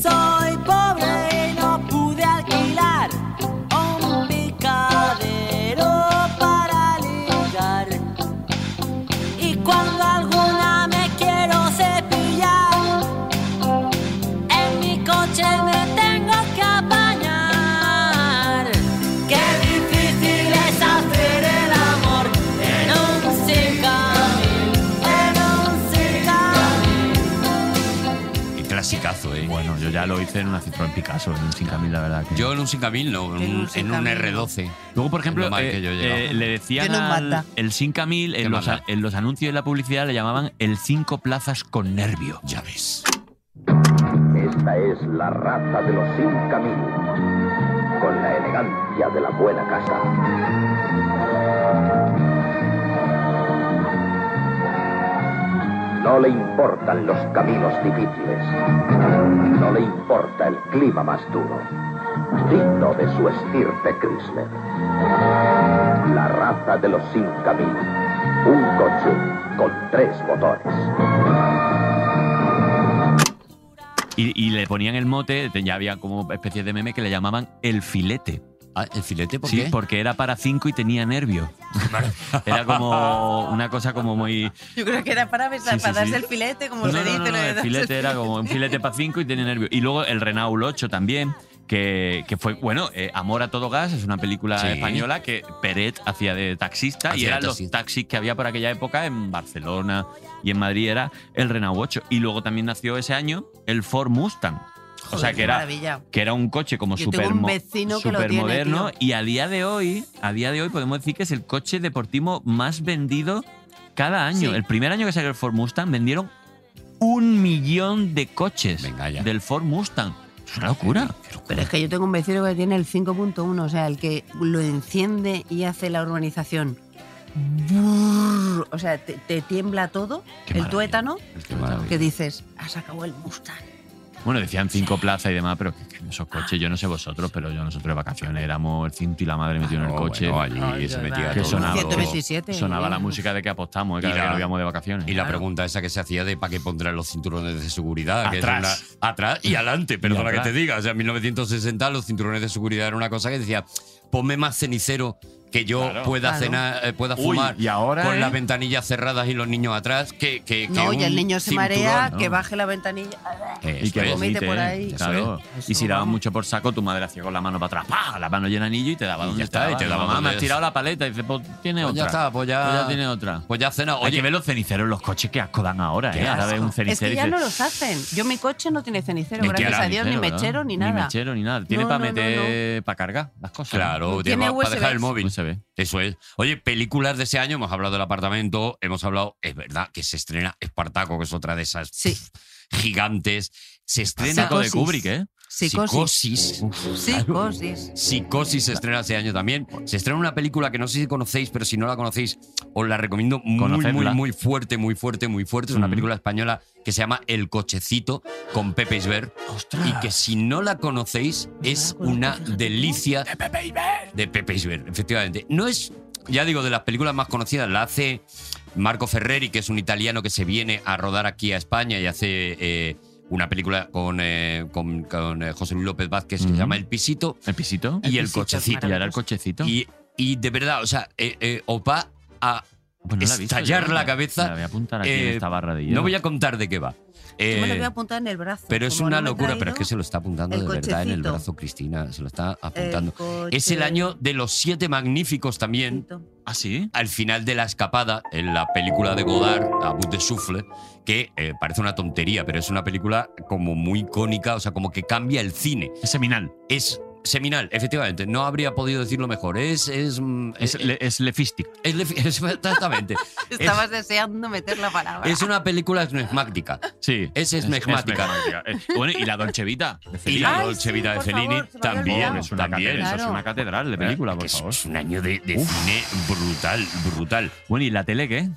[SPEAKER 11] Soy pobre y no pude alquilar un picadero para ligar. Y cuando alguna me quiero cepillar, en mi coche me tengo que apañar. Qué difícil es hacer el amor en un picadero, en un picadero.
[SPEAKER 5] Qué clasicazo, ¿eh? Bueno, yo ya lo hice en una Citroën Picasso, en un 5000, la verdad.
[SPEAKER 4] Yo en un 5000 no, en,
[SPEAKER 5] En un
[SPEAKER 4] un, en un
[SPEAKER 5] 5000 no.
[SPEAKER 4] R12.
[SPEAKER 5] Luego, por ejemplo,
[SPEAKER 4] Es lo mal
[SPEAKER 5] eh,
[SPEAKER 4] que yo he llegado.
[SPEAKER 5] eh, le decían
[SPEAKER 4] Que nos
[SPEAKER 5] al-
[SPEAKER 4] mata.
[SPEAKER 5] el 5000,
[SPEAKER 4] Que
[SPEAKER 5] en los,
[SPEAKER 4] mata.
[SPEAKER 5] en los anuncios de la publicidad le llamaban el 5 plazas con nervio.
[SPEAKER 4] Ya ves.
[SPEAKER 8] Esta es la raza de los Inca Mil, con la elegancia de la buena casa. No le importan los caminos difíciles, no le importa el clima más duro, digno de su estirpe Chrysler. La raza de los Inca Mil, un coche con tres motores.
[SPEAKER 5] Y, y le ponían el mote, te- ya había como especies de meme que le llamaban el Ah, filete.
[SPEAKER 4] ¿El filete por
[SPEAKER 5] sí,
[SPEAKER 4] qué?
[SPEAKER 5] porque era para cinco y tenía nervio. era como una cosa como muy...
[SPEAKER 2] Yo creo que era para besar,
[SPEAKER 5] Sí, sí,
[SPEAKER 2] para darse
[SPEAKER 5] sí.
[SPEAKER 2] el filete, como
[SPEAKER 5] No,
[SPEAKER 2] se
[SPEAKER 5] no, no,
[SPEAKER 2] dice.
[SPEAKER 5] no,
[SPEAKER 2] lo de
[SPEAKER 5] el
[SPEAKER 2] darse
[SPEAKER 5] filete era como un filete para cinco y tenía nervio. Y luego el Renault 8 también, que, que fue, bueno, eh, Amor a todo gas, es una película
[SPEAKER 4] Sí.
[SPEAKER 5] española que Peret hacía de taxista y
[SPEAKER 4] Hacía de
[SPEAKER 5] eran los
[SPEAKER 4] taxista.
[SPEAKER 5] taxis que había por aquella época en Barcelona y en Madrid era el Renault 8. Y luego también nació ese año el Ford Mustang. o sea
[SPEAKER 2] Joder,
[SPEAKER 5] que
[SPEAKER 2] qué
[SPEAKER 5] era,
[SPEAKER 2] maravilla.
[SPEAKER 5] que era un coche como
[SPEAKER 2] Yo tengo
[SPEAKER 5] súper
[SPEAKER 2] un vecino que lo tiene,
[SPEAKER 5] moderno
[SPEAKER 2] tío.
[SPEAKER 5] y a día de hoy a día de hoy podemos decir que es el coche deportivo más vendido cada año el primer año que salió el Ford Mustang vendieron un millón de coches del Ford Mustang es una locura
[SPEAKER 2] Pero es que yo tengo un vecino que tiene el 5.1, o sea, el que lo enciende y hace la urbanización. Brrr, o sea, te, te tiembla todo, el tuétano, que dices, has acabado el Mustang.
[SPEAKER 5] bueno decían cinco plazas y demás pero que- que esos coches yo no sé vosotros pero yo nosotros de vacaciones éramos el cinto y la madre metido en el
[SPEAKER 4] Oh,
[SPEAKER 5] coche
[SPEAKER 4] bueno, allí
[SPEAKER 5] Ay,
[SPEAKER 4] se
[SPEAKER 5] yo
[SPEAKER 4] metía
[SPEAKER 5] que
[SPEAKER 4] todo.
[SPEAKER 5] sonaba,
[SPEAKER 4] 127,
[SPEAKER 5] sonaba la
[SPEAKER 4] eh.
[SPEAKER 5] música de que apostamos eh, cada
[SPEAKER 4] Y
[SPEAKER 5] vez que
[SPEAKER 4] la-
[SPEAKER 5] nos íbamos de vacaciones
[SPEAKER 4] Y la pregunta esa que se hacía de para qué pondrán los cinturones de seguridad. que es
[SPEAKER 5] Atrás.
[SPEAKER 4] una- atrás y adelante, perdona que
[SPEAKER 5] atrás.
[SPEAKER 4] te diga. O sea, en 1960 los cinturones de seguridad era una cosa que decía, ponme más cenicero que yo
[SPEAKER 5] Claro.
[SPEAKER 4] pueda
[SPEAKER 5] Claro.
[SPEAKER 4] cenar, eh, pueda
[SPEAKER 5] Uy,
[SPEAKER 4] fumar
[SPEAKER 5] y ahora,
[SPEAKER 4] con
[SPEAKER 5] ¿eh?
[SPEAKER 4] las ventanillas cerradas y los niños atrás, que, que, que
[SPEAKER 2] No, y el
[SPEAKER 4] un
[SPEAKER 2] niño se
[SPEAKER 4] cinturón,
[SPEAKER 2] marea,
[SPEAKER 4] ¿no?
[SPEAKER 2] que baje la ventanilla.
[SPEAKER 5] y que
[SPEAKER 2] Eso es.
[SPEAKER 5] vomite,
[SPEAKER 2] por ahí.
[SPEAKER 5] claro. y si daba mucho por saco, tu madre hacía con la mano para atrás, ¡pah! la mano llena de anillo y te daba
[SPEAKER 4] Y
[SPEAKER 5] donde
[SPEAKER 4] ya está,
[SPEAKER 5] estaba.
[SPEAKER 4] y te
[SPEAKER 5] Y
[SPEAKER 4] daba
[SPEAKER 5] mamá,
[SPEAKER 4] donde
[SPEAKER 5] me has
[SPEAKER 4] es.
[SPEAKER 5] tirado la paleta y dice, pues tiene
[SPEAKER 4] Pues
[SPEAKER 5] otra.
[SPEAKER 4] ya está, pues ya-
[SPEAKER 5] tiene otra.
[SPEAKER 4] Pues ya cena.
[SPEAKER 5] Hay que ver los ceniceros, los coches que asco dan ahora,
[SPEAKER 4] Qué
[SPEAKER 5] ¿eh? Ahora
[SPEAKER 4] asco.
[SPEAKER 5] ves un
[SPEAKER 2] Es
[SPEAKER 5] cenicero
[SPEAKER 2] que
[SPEAKER 5] y
[SPEAKER 2] ya
[SPEAKER 5] dices,
[SPEAKER 2] no los hacen. Yo mi coche no tiene cenicero,
[SPEAKER 5] "Ni
[SPEAKER 2] gracias
[SPEAKER 5] siquiera
[SPEAKER 2] a Dios, ni
[SPEAKER 5] cenicero, ¿verdad?
[SPEAKER 2] mechero, ni nada.
[SPEAKER 5] Ni mechero, ni nada. Tiene
[SPEAKER 2] No,
[SPEAKER 5] para
[SPEAKER 2] no, no,
[SPEAKER 5] meter, para cargar las cosas. ¿eh? Pues
[SPEAKER 4] Claro,
[SPEAKER 2] Tiene
[SPEAKER 4] tiene para
[SPEAKER 2] USB.
[SPEAKER 4] dejar el móvil.
[SPEAKER 5] USB.
[SPEAKER 4] Eso es. Oye, películas de ese año, hemos hablado del apartamento, hemos hablado, es verdad, que se estrena Espartaco, que es otra de esas pf, gigantes. Se estrena
[SPEAKER 5] Espartaco de Kubrick, ¿eh?
[SPEAKER 4] Psicosis.
[SPEAKER 5] Psicosis.
[SPEAKER 2] Psicosis.
[SPEAKER 4] Psicosis se estrena ese año también. Se estrena una película que no sé si conocéis, pero si no la conocéis, os la recomiendo muy,
[SPEAKER 5] Conocedla.
[SPEAKER 4] muy, muy fuerte, muy fuerte, muy fuerte. Es una
[SPEAKER 5] Mm.
[SPEAKER 4] película española que se llama El Cochecito con Pepe Isbert. Y que si no la conocéis, es una delicia. De Pepe Isbert. efectivamente. No es, ya digo, de las películas más conocidas. La hace Marco Ferreri, que es un italiano que se viene a rodar aquí a España y hace. eh, una película con, eh, con- con, eh, José Luis López Vázquez que se
[SPEAKER 5] Ujú.
[SPEAKER 4] llama El Pisito
[SPEAKER 5] El pisito.
[SPEAKER 4] y el cochecito.
[SPEAKER 5] Y ahora el cochecito.
[SPEAKER 4] Y, y de verdad, o sea, eh, eh, os va a
[SPEAKER 5] Pues no la he visto
[SPEAKER 4] estallar
[SPEAKER 5] yo,
[SPEAKER 4] la
[SPEAKER 5] me-
[SPEAKER 4] cabeza.
[SPEAKER 5] me la voy a apuntar aquí en esta barra de
[SPEAKER 4] No
[SPEAKER 5] hierro.
[SPEAKER 4] voy a contar de qué va.
[SPEAKER 2] Yo me lo
[SPEAKER 4] Eh,
[SPEAKER 2] voy a apuntar en el brazo.
[SPEAKER 4] pero es
[SPEAKER 2] como
[SPEAKER 4] una
[SPEAKER 2] no me he
[SPEAKER 4] locura, pero es que
[SPEAKER 2] traído
[SPEAKER 4] se lo está apuntando
[SPEAKER 2] el
[SPEAKER 4] de verdad en el
[SPEAKER 2] cochecito.
[SPEAKER 4] brazo, Cristina. Se lo está
[SPEAKER 2] el
[SPEAKER 4] apuntando. Es
[SPEAKER 2] coche.
[SPEAKER 4] el año de los siete magníficos también.
[SPEAKER 5] ¿Ah, sí?
[SPEAKER 4] Al final de la escapada, en la película de Godard, A Bout de Souffle, que eh, parece una tontería, pero es una película como muy icónica, o sea, como que cambia el cine.
[SPEAKER 5] Es seminal.
[SPEAKER 4] Es seminal, efectivamente. No habría podido decirlo mejor. Es. Es, mm,
[SPEAKER 5] Es,
[SPEAKER 4] eh,
[SPEAKER 5] le- es lefistic.
[SPEAKER 4] es lefi- es- exactamente. Es-
[SPEAKER 2] Estabas deseando meter la palabra.
[SPEAKER 4] es una película esmegmática.
[SPEAKER 5] Sí.
[SPEAKER 4] Es esmegmática.
[SPEAKER 5] esmegmática. Es- Bueno, y la Dolce Vita. de
[SPEAKER 4] Y
[SPEAKER 5] Fellini.
[SPEAKER 4] la
[SPEAKER 2] Ay,
[SPEAKER 4] Dolce
[SPEAKER 2] sí,
[SPEAKER 4] Vita de
[SPEAKER 2] por
[SPEAKER 4] Fellini
[SPEAKER 2] favor, se me había
[SPEAKER 4] también.
[SPEAKER 2] olvidado.
[SPEAKER 5] Es una
[SPEAKER 4] también.
[SPEAKER 5] catedral, eso es
[SPEAKER 2] Claro.
[SPEAKER 5] una catedral
[SPEAKER 6] Eh,
[SPEAKER 5] de película, por
[SPEAKER 4] Es-
[SPEAKER 5] favor.
[SPEAKER 4] Es un año de, de cine brutal, brutal.
[SPEAKER 5] Bueno, ¿y la tele qué?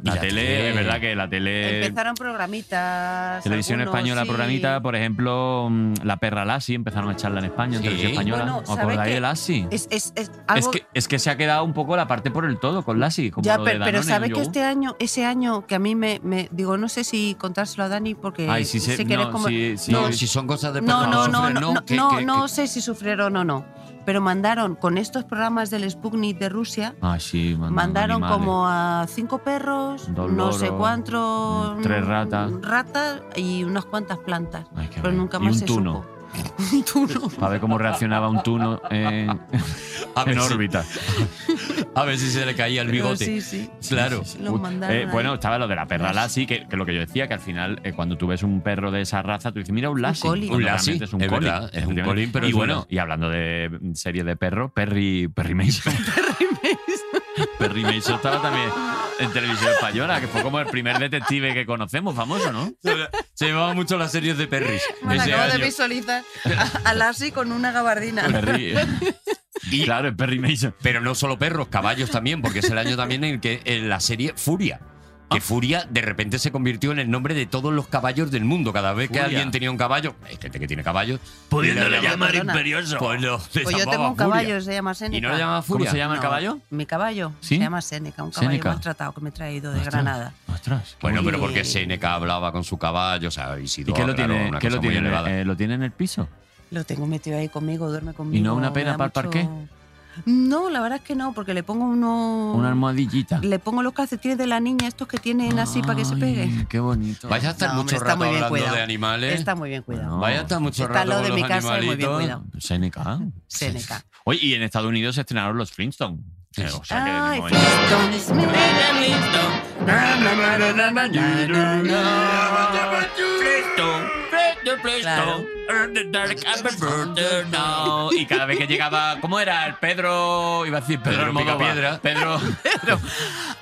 [SPEAKER 4] Y
[SPEAKER 5] La,
[SPEAKER 4] la
[SPEAKER 5] tele,
[SPEAKER 4] tele.
[SPEAKER 5] es verdad que la tele.
[SPEAKER 2] Empezaron programitas.
[SPEAKER 5] Eh, Televisión
[SPEAKER 2] algunos,
[SPEAKER 5] española,
[SPEAKER 2] sí.
[SPEAKER 5] programita, por ejemplo, mm, La Perra Lassi, empezaron a echarla en España, en
[SPEAKER 4] Sí.
[SPEAKER 5] televisión española.
[SPEAKER 2] Bueno,
[SPEAKER 5] ¿Os
[SPEAKER 2] ¿sabe
[SPEAKER 5] acordáis
[SPEAKER 2] qué?
[SPEAKER 5] de Lassi? Es,
[SPEAKER 2] Es, es, es algo.
[SPEAKER 5] que, es que se ha quedado un poco la parte por el todo con Lassi. Como
[SPEAKER 2] ya,
[SPEAKER 5] lo
[SPEAKER 2] pe-
[SPEAKER 5] de
[SPEAKER 2] pero,
[SPEAKER 5] Danone y el
[SPEAKER 2] ¿sabes que
[SPEAKER 5] yogur.
[SPEAKER 2] este año, ese año que a mí me, me- Digo, no sé si contárselo a Dani porque
[SPEAKER 5] Ay, sí,
[SPEAKER 2] sé
[SPEAKER 5] se-
[SPEAKER 2] que eres
[SPEAKER 5] no,
[SPEAKER 2] como.
[SPEAKER 5] sí, sí.
[SPEAKER 4] No, si son cosas de
[SPEAKER 2] No,
[SPEAKER 4] personas
[SPEAKER 2] no,
[SPEAKER 4] que
[SPEAKER 2] no,
[SPEAKER 4] sufren,
[SPEAKER 2] no, no,
[SPEAKER 4] que-
[SPEAKER 2] no,
[SPEAKER 4] que-
[SPEAKER 2] no
[SPEAKER 4] que-
[SPEAKER 2] sé si sufrieron o no, pero mandaron con estos programas del Sputnik de Rusia,
[SPEAKER 5] Ah, sí, mandaron,
[SPEAKER 2] mandaron
[SPEAKER 5] animales.
[SPEAKER 2] como a cinco perros,
[SPEAKER 5] Dos
[SPEAKER 2] no sé
[SPEAKER 5] loros,
[SPEAKER 2] cuántos,
[SPEAKER 5] mm, tres
[SPEAKER 2] mm,
[SPEAKER 5] ratas.
[SPEAKER 2] ratas y unas cuantas plantas,
[SPEAKER 5] Ay, qué
[SPEAKER 2] pero
[SPEAKER 5] bueno.
[SPEAKER 2] nunca
[SPEAKER 5] y
[SPEAKER 2] más
[SPEAKER 5] un
[SPEAKER 2] se
[SPEAKER 5] tuno.
[SPEAKER 2] supo. Un tuno.
[SPEAKER 5] Para ver cómo reaccionaba un tuno eh,
[SPEAKER 4] A ver
[SPEAKER 5] en
[SPEAKER 4] si-
[SPEAKER 5] órbita.
[SPEAKER 4] A ver si se le caía el bigote.
[SPEAKER 2] Sí, sí.
[SPEAKER 4] Claro.
[SPEAKER 2] Los
[SPEAKER 5] Ut-
[SPEAKER 2] mandaron
[SPEAKER 5] eh,
[SPEAKER 2] ahí.
[SPEAKER 5] bueno, estaba lo de la perra Lassi, que, que lo que yo decía, que al final, eh, cuando tú ves un perro de esa raza, tú dices, mira, un Lassi.
[SPEAKER 2] collie.
[SPEAKER 5] cuando
[SPEAKER 4] Un Lassie,
[SPEAKER 5] realmente
[SPEAKER 4] es
[SPEAKER 5] collie,
[SPEAKER 4] verdad, es un
[SPEAKER 5] efectivamente.
[SPEAKER 4] collie, pero
[SPEAKER 5] Y
[SPEAKER 4] es
[SPEAKER 5] bueno,
[SPEAKER 4] verdad.
[SPEAKER 5] y hablando de mm, serie de perro, Perry, Perry Mason. Perry Mason estaba también en televisión española, que fue como el primer detective que conocemos, famoso, ¿no?
[SPEAKER 4] Se llevaban mucho las series de Perris.
[SPEAKER 2] Me la
[SPEAKER 4] ese
[SPEAKER 2] acabo de
[SPEAKER 4] año.
[SPEAKER 2] visualizar a, a Lassie con una gabardina.
[SPEAKER 5] Perry.
[SPEAKER 4] Y-
[SPEAKER 5] claro, es Perry Mason.
[SPEAKER 4] Pero no solo perros, caballos también, porque es el año también en el que en la serie Furia.
[SPEAKER 2] Ah.
[SPEAKER 4] Que Furia de repente se convirtió en el nombre de todos los caballos del mundo. Cada vez que
[SPEAKER 5] Furia.
[SPEAKER 4] alguien tenía un caballo, hay gente que tiene caballos,
[SPEAKER 2] Pues
[SPEAKER 5] Pudiéndole
[SPEAKER 4] le llamaban-
[SPEAKER 2] llamar imperioso.
[SPEAKER 4] Pues, lo- le
[SPEAKER 2] Pues yo
[SPEAKER 4] llamaba
[SPEAKER 2] tengo un
[SPEAKER 4] Furia.
[SPEAKER 2] caballo, se llama Seneca.
[SPEAKER 4] ¿Y no le llamaba
[SPEAKER 5] ¿Cómo
[SPEAKER 4] Furia?
[SPEAKER 5] se llama el
[SPEAKER 2] No,
[SPEAKER 5] caballo?
[SPEAKER 2] Mi caballo
[SPEAKER 5] ¿Sí?
[SPEAKER 2] se llama Seneca, un caballo
[SPEAKER 5] Seneca.
[SPEAKER 2] maltratado que me he traído de
[SPEAKER 5] Ostras,
[SPEAKER 2] Granada.
[SPEAKER 5] Ostras. qué
[SPEAKER 4] Bueno,
[SPEAKER 5] bonito.
[SPEAKER 4] pero porque Seneca hablaba con su caballo, o sea, Isidoro,
[SPEAKER 5] ¿Y qué lo
[SPEAKER 4] claro,
[SPEAKER 5] tiene?
[SPEAKER 4] una
[SPEAKER 5] qué lo
[SPEAKER 4] cosa muy
[SPEAKER 5] tiene?
[SPEAKER 4] elevada.
[SPEAKER 5] Eh, ¿Lo tiene en el piso?
[SPEAKER 2] Lo tengo metido ahí conmigo, duerme conmigo.
[SPEAKER 5] una
[SPEAKER 2] me
[SPEAKER 5] pena
[SPEAKER 2] da
[SPEAKER 5] para el parqué?
[SPEAKER 2] No, la verdad es que no, porque le pongo uno.
[SPEAKER 5] Una almohadillita.
[SPEAKER 2] Le pongo los calcetines de la niña, estos que tienen así para que se
[SPEAKER 5] Ay,
[SPEAKER 2] peguen.
[SPEAKER 5] Qué bonito.
[SPEAKER 4] Vais a estar
[SPEAKER 2] No, hombre,
[SPEAKER 4] mucho
[SPEAKER 2] está
[SPEAKER 4] rato
[SPEAKER 2] muy bien
[SPEAKER 4] hablando
[SPEAKER 2] cuidado.
[SPEAKER 4] de animales.
[SPEAKER 2] Está muy bien cuidado.
[SPEAKER 5] Bueno,
[SPEAKER 4] Vaya a estar mucho
[SPEAKER 2] Está al
[SPEAKER 4] rato
[SPEAKER 2] lado
[SPEAKER 4] con
[SPEAKER 2] de
[SPEAKER 4] los
[SPEAKER 2] mi casa y muy bien
[SPEAKER 4] animalitos.
[SPEAKER 2] cuidado.
[SPEAKER 5] Seneca.
[SPEAKER 2] Seneca.
[SPEAKER 5] Oye, y en Estados Unidos se estrenaron los Flintstones. Eh, O sea que de
[SPEAKER 2] Ay,
[SPEAKER 5] momento-
[SPEAKER 2] Flintstones, me da Claro.
[SPEAKER 5] Y cada vez que llegaba, ¿cómo era? El Pedro, iba a decir Pedro,
[SPEAKER 4] Pedro
[SPEAKER 5] Almodóvar.
[SPEAKER 4] Picapiedra.
[SPEAKER 5] Pedro.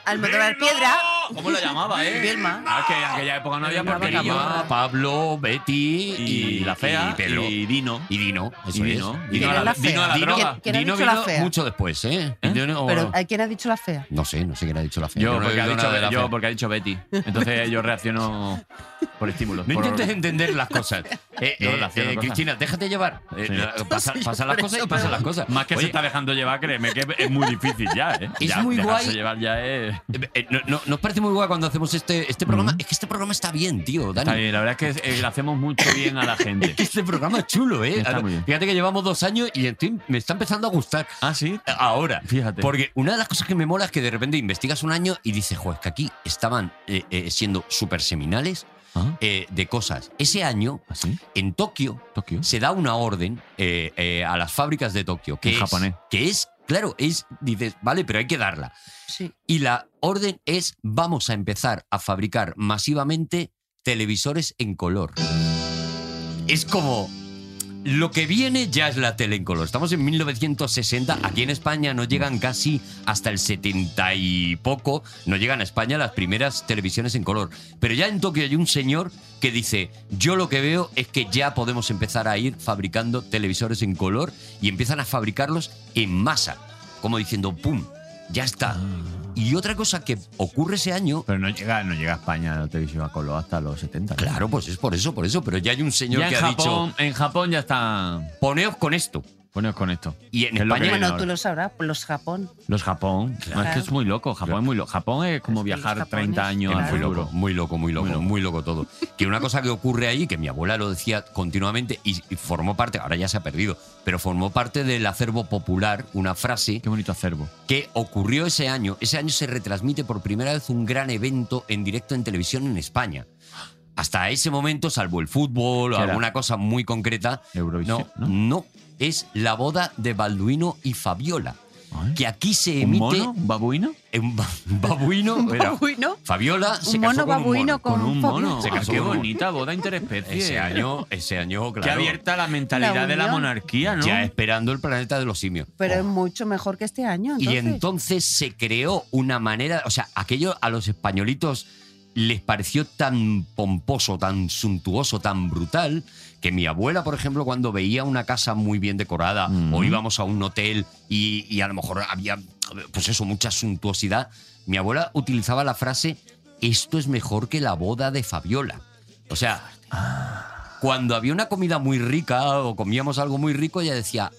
[SPEAKER 2] Almodóvar Piedra.
[SPEAKER 5] ¿Cómo lo llamaba, eh?
[SPEAKER 2] Bielma.
[SPEAKER 5] Ah, que en aquella época no había
[SPEAKER 2] Bielma,
[SPEAKER 5] porquería.
[SPEAKER 4] Vilma, Pablo, Betty
[SPEAKER 5] Y, la fea.
[SPEAKER 4] y Pedro.
[SPEAKER 5] Y Dino.
[SPEAKER 4] Y Dino, eso
[SPEAKER 5] Y
[SPEAKER 4] es.
[SPEAKER 5] Dino.
[SPEAKER 4] Dino,
[SPEAKER 2] ¿Quién
[SPEAKER 4] a
[SPEAKER 2] era
[SPEAKER 4] la,
[SPEAKER 2] la fea?
[SPEAKER 4] Dino a la
[SPEAKER 2] ¿Quién-
[SPEAKER 4] droga.
[SPEAKER 2] quién ha
[SPEAKER 4] Dino
[SPEAKER 2] dicho la
[SPEAKER 4] vino
[SPEAKER 2] fea?
[SPEAKER 4] mucho después, ¿eh?
[SPEAKER 5] ¿Eh?
[SPEAKER 4] Dino-
[SPEAKER 2] Pero ¿a quién ha dicho la fea?
[SPEAKER 4] no sé, no sé quién ha dicho la fea.
[SPEAKER 5] Yo,
[SPEAKER 4] no he
[SPEAKER 5] porque ha
[SPEAKER 4] oído
[SPEAKER 5] dicho,
[SPEAKER 4] nada de la
[SPEAKER 5] yo
[SPEAKER 4] fea.
[SPEAKER 5] porque ha dicho Betty. Entonces yo reacciono por estímulos.
[SPEAKER 4] No
[SPEAKER 5] por-
[SPEAKER 4] intentes entender las cosas. Eh,
[SPEAKER 5] Yo
[SPEAKER 4] eh,
[SPEAKER 5] relaciono
[SPEAKER 4] eh,
[SPEAKER 5] cosas.
[SPEAKER 4] Cristina, déjate llevar. Eh,
[SPEAKER 5] Sí.
[SPEAKER 4] la- pasa- Pasan las cosas y pasan las cosas.
[SPEAKER 5] Más que se
[SPEAKER 4] Oye,
[SPEAKER 5] está dejando llevar, créeme que es muy difícil ya, ¿eh?
[SPEAKER 4] Es
[SPEAKER 5] Ya,
[SPEAKER 4] muy
[SPEAKER 5] dejarse
[SPEAKER 4] guay.
[SPEAKER 5] llevar ya es...
[SPEAKER 4] eh, eh, no- no- nos parece muy guay cuando hacemos este, este programa. Es que este programa está bien, tío, Dani.
[SPEAKER 5] Está bien, la verdad es que eh, le hacemos mucho bien a la gente.
[SPEAKER 4] Es que este programa es chulo, ¿eh?
[SPEAKER 5] Está muy bien.
[SPEAKER 4] Fíjate que llevamos dos años y estoy- me está empezando a gustar.
[SPEAKER 5] Ah, sí.
[SPEAKER 4] Ahora,
[SPEAKER 5] Fíjate.
[SPEAKER 4] Porque una de las cosas que me mola es que de repente investigas un año y dices, joder, es que aquí estaban eh, eh, siendo súper seminales
[SPEAKER 5] Ah,
[SPEAKER 4] eh, de cosas. Ese año,
[SPEAKER 5] ¿Así?
[SPEAKER 4] en Tokio,
[SPEAKER 5] ¿Ah, ¿Tokio?
[SPEAKER 4] se da una orden eh, eh, a las fábricas de Tokio. Que
[SPEAKER 5] En
[SPEAKER 4] es,
[SPEAKER 5] japonés.
[SPEAKER 4] Que es, claro, es, dices, vale, pero hay que darla.
[SPEAKER 2] Sí.
[SPEAKER 4] Y la orden es, vamos a empezar a fabricar masivamente televisores en color. Es como... Lo que viene ya es la tele en color. Estamos en 1960. Aquí en España no llegan casi hasta el 70 y poco. No llegan a España las primeras televisiones en color. Pero ya en Tokio hay un señor que dice, yo lo que veo es que ya podemos empezar a ir fabricando televisores en color y empiezan a fabricarlos en masa. Como diciendo, ¡pum! Ya está. Y otra cosa que ocurre ese año...
[SPEAKER 5] Pero no llega, no llega a España la televisión a color hasta los 70. ¿no?
[SPEAKER 4] Claro, pues es por eso, por eso. Pero ya hay un señor
[SPEAKER 5] Ya
[SPEAKER 4] que
[SPEAKER 5] en,
[SPEAKER 4] ha
[SPEAKER 5] Japón,
[SPEAKER 4] dicho,
[SPEAKER 5] en Japón ya están...
[SPEAKER 4] poneos con esto.
[SPEAKER 5] Poneos con esto.
[SPEAKER 4] Y en
[SPEAKER 5] Es lo que
[SPEAKER 4] España...
[SPEAKER 5] viene
[SPEAKER 2] Bueno,
[SPEAKER 5] ahora.
[SPEAKER 2] tú lo sabrás, los Japón.
[SPEAKER 5] Los Japón. No, es que es muy loco. Japón es muy loco. Japón es como
[SPEAKER 2] Es que los
[SPEAKER 5] viajar
[SPEAKER 2] japoneses,
[SPEAKER 5] 30 años
[SPEAKER 4] Que
[SPEAKER 5] al
[SPEAKER 4] muy
[SPEAKER 5] futuro.
[SPEAKER 4] loco, muy loco, muy loco,
[SPEAKER 5] Muy
[SPEAKER 4] muy
[SPEAKER 5] loco.
[SPEAKER 4] loco, todo. Que una cosa que ocurre ahí, que mi abuela lo decía continuamente y, y formó parte, ahora ya se ha perdido, pero formó parte del acervo popular una frase
[SPEAKER 5] Qué bonito acervo.
[SPEAKER 4] que ocurrió ese año. Ese año se retransmite por primera vez un gran evento en directo en televisión en España. hasta ese momento, salvo el fútbol o
[SPEAKER 5] ¿Qué era?
[SPEAKER 4] alguna cosa muy concreta,
[SPEAKER 5] Eurovisión,
[SPEAKER 4] no, no. es la boda de Balduino y Fabiola. Que aquí se
[SPEAKER 5] ¿Un
[SPEAKER 4] emite.
[SPEAKER 5] mono? ¿Un babuino?
[SPEAKER 4] Un ba- un babuino. era-
[SPEAKER 2] Babuino.
[SPEAKER 4] Fabiola se
[SPEAKER 2] Un mono
[SPEAKER 4] casó con un
[SPEAKER 2] babuino
[SPEAKER 4] mono.
[SPEAKER 2] con,
[SPEAKER 5] un mono.
[SPEAKER 4] Se
[SPEAKER 5] Ah,
[SPEAKER 4] casó
[SPEAKER 5] qué
[SPEAKER 4] con un-
[SPEAKER 5] bonita boda interespecie.
[SPEAKER 4] Ese año, ese año, claro.
[SPEAKER 5] Qué abierta la mentalidad
[SPEAKER 2] La
[SPEAKER 5] de la
[SPEAKER 2] unión.
[SPEAKER 5] monarquía, ¿no?
[SPEAKER 4] Ya esperando el planeta de los simios.
[SPEAKER 2] Pero
[SPEAKER 5] Oh.
[SPEAKER 2] es mucho mejor que este año.
[SPEAKER 4] Y
[SPEAKER 2] Entonces.
[SPEAKER 4] entonces se creó una manera, o sea, aquello a los españolitos les pareció tan pomposo, tan suntuoso, tan brutal, que mi abuela, por ejemplo, cuando veía una casa muy bien decorada o íbamos a un hotel y, y a lo mejor había, pues eso, mucha suntuosidad, mi abuela utilizaba la frase, esto es mejor que la boda de Fabiola. O sea, cuando había una comida muy rica o comíamos algo muy rico, ella decía,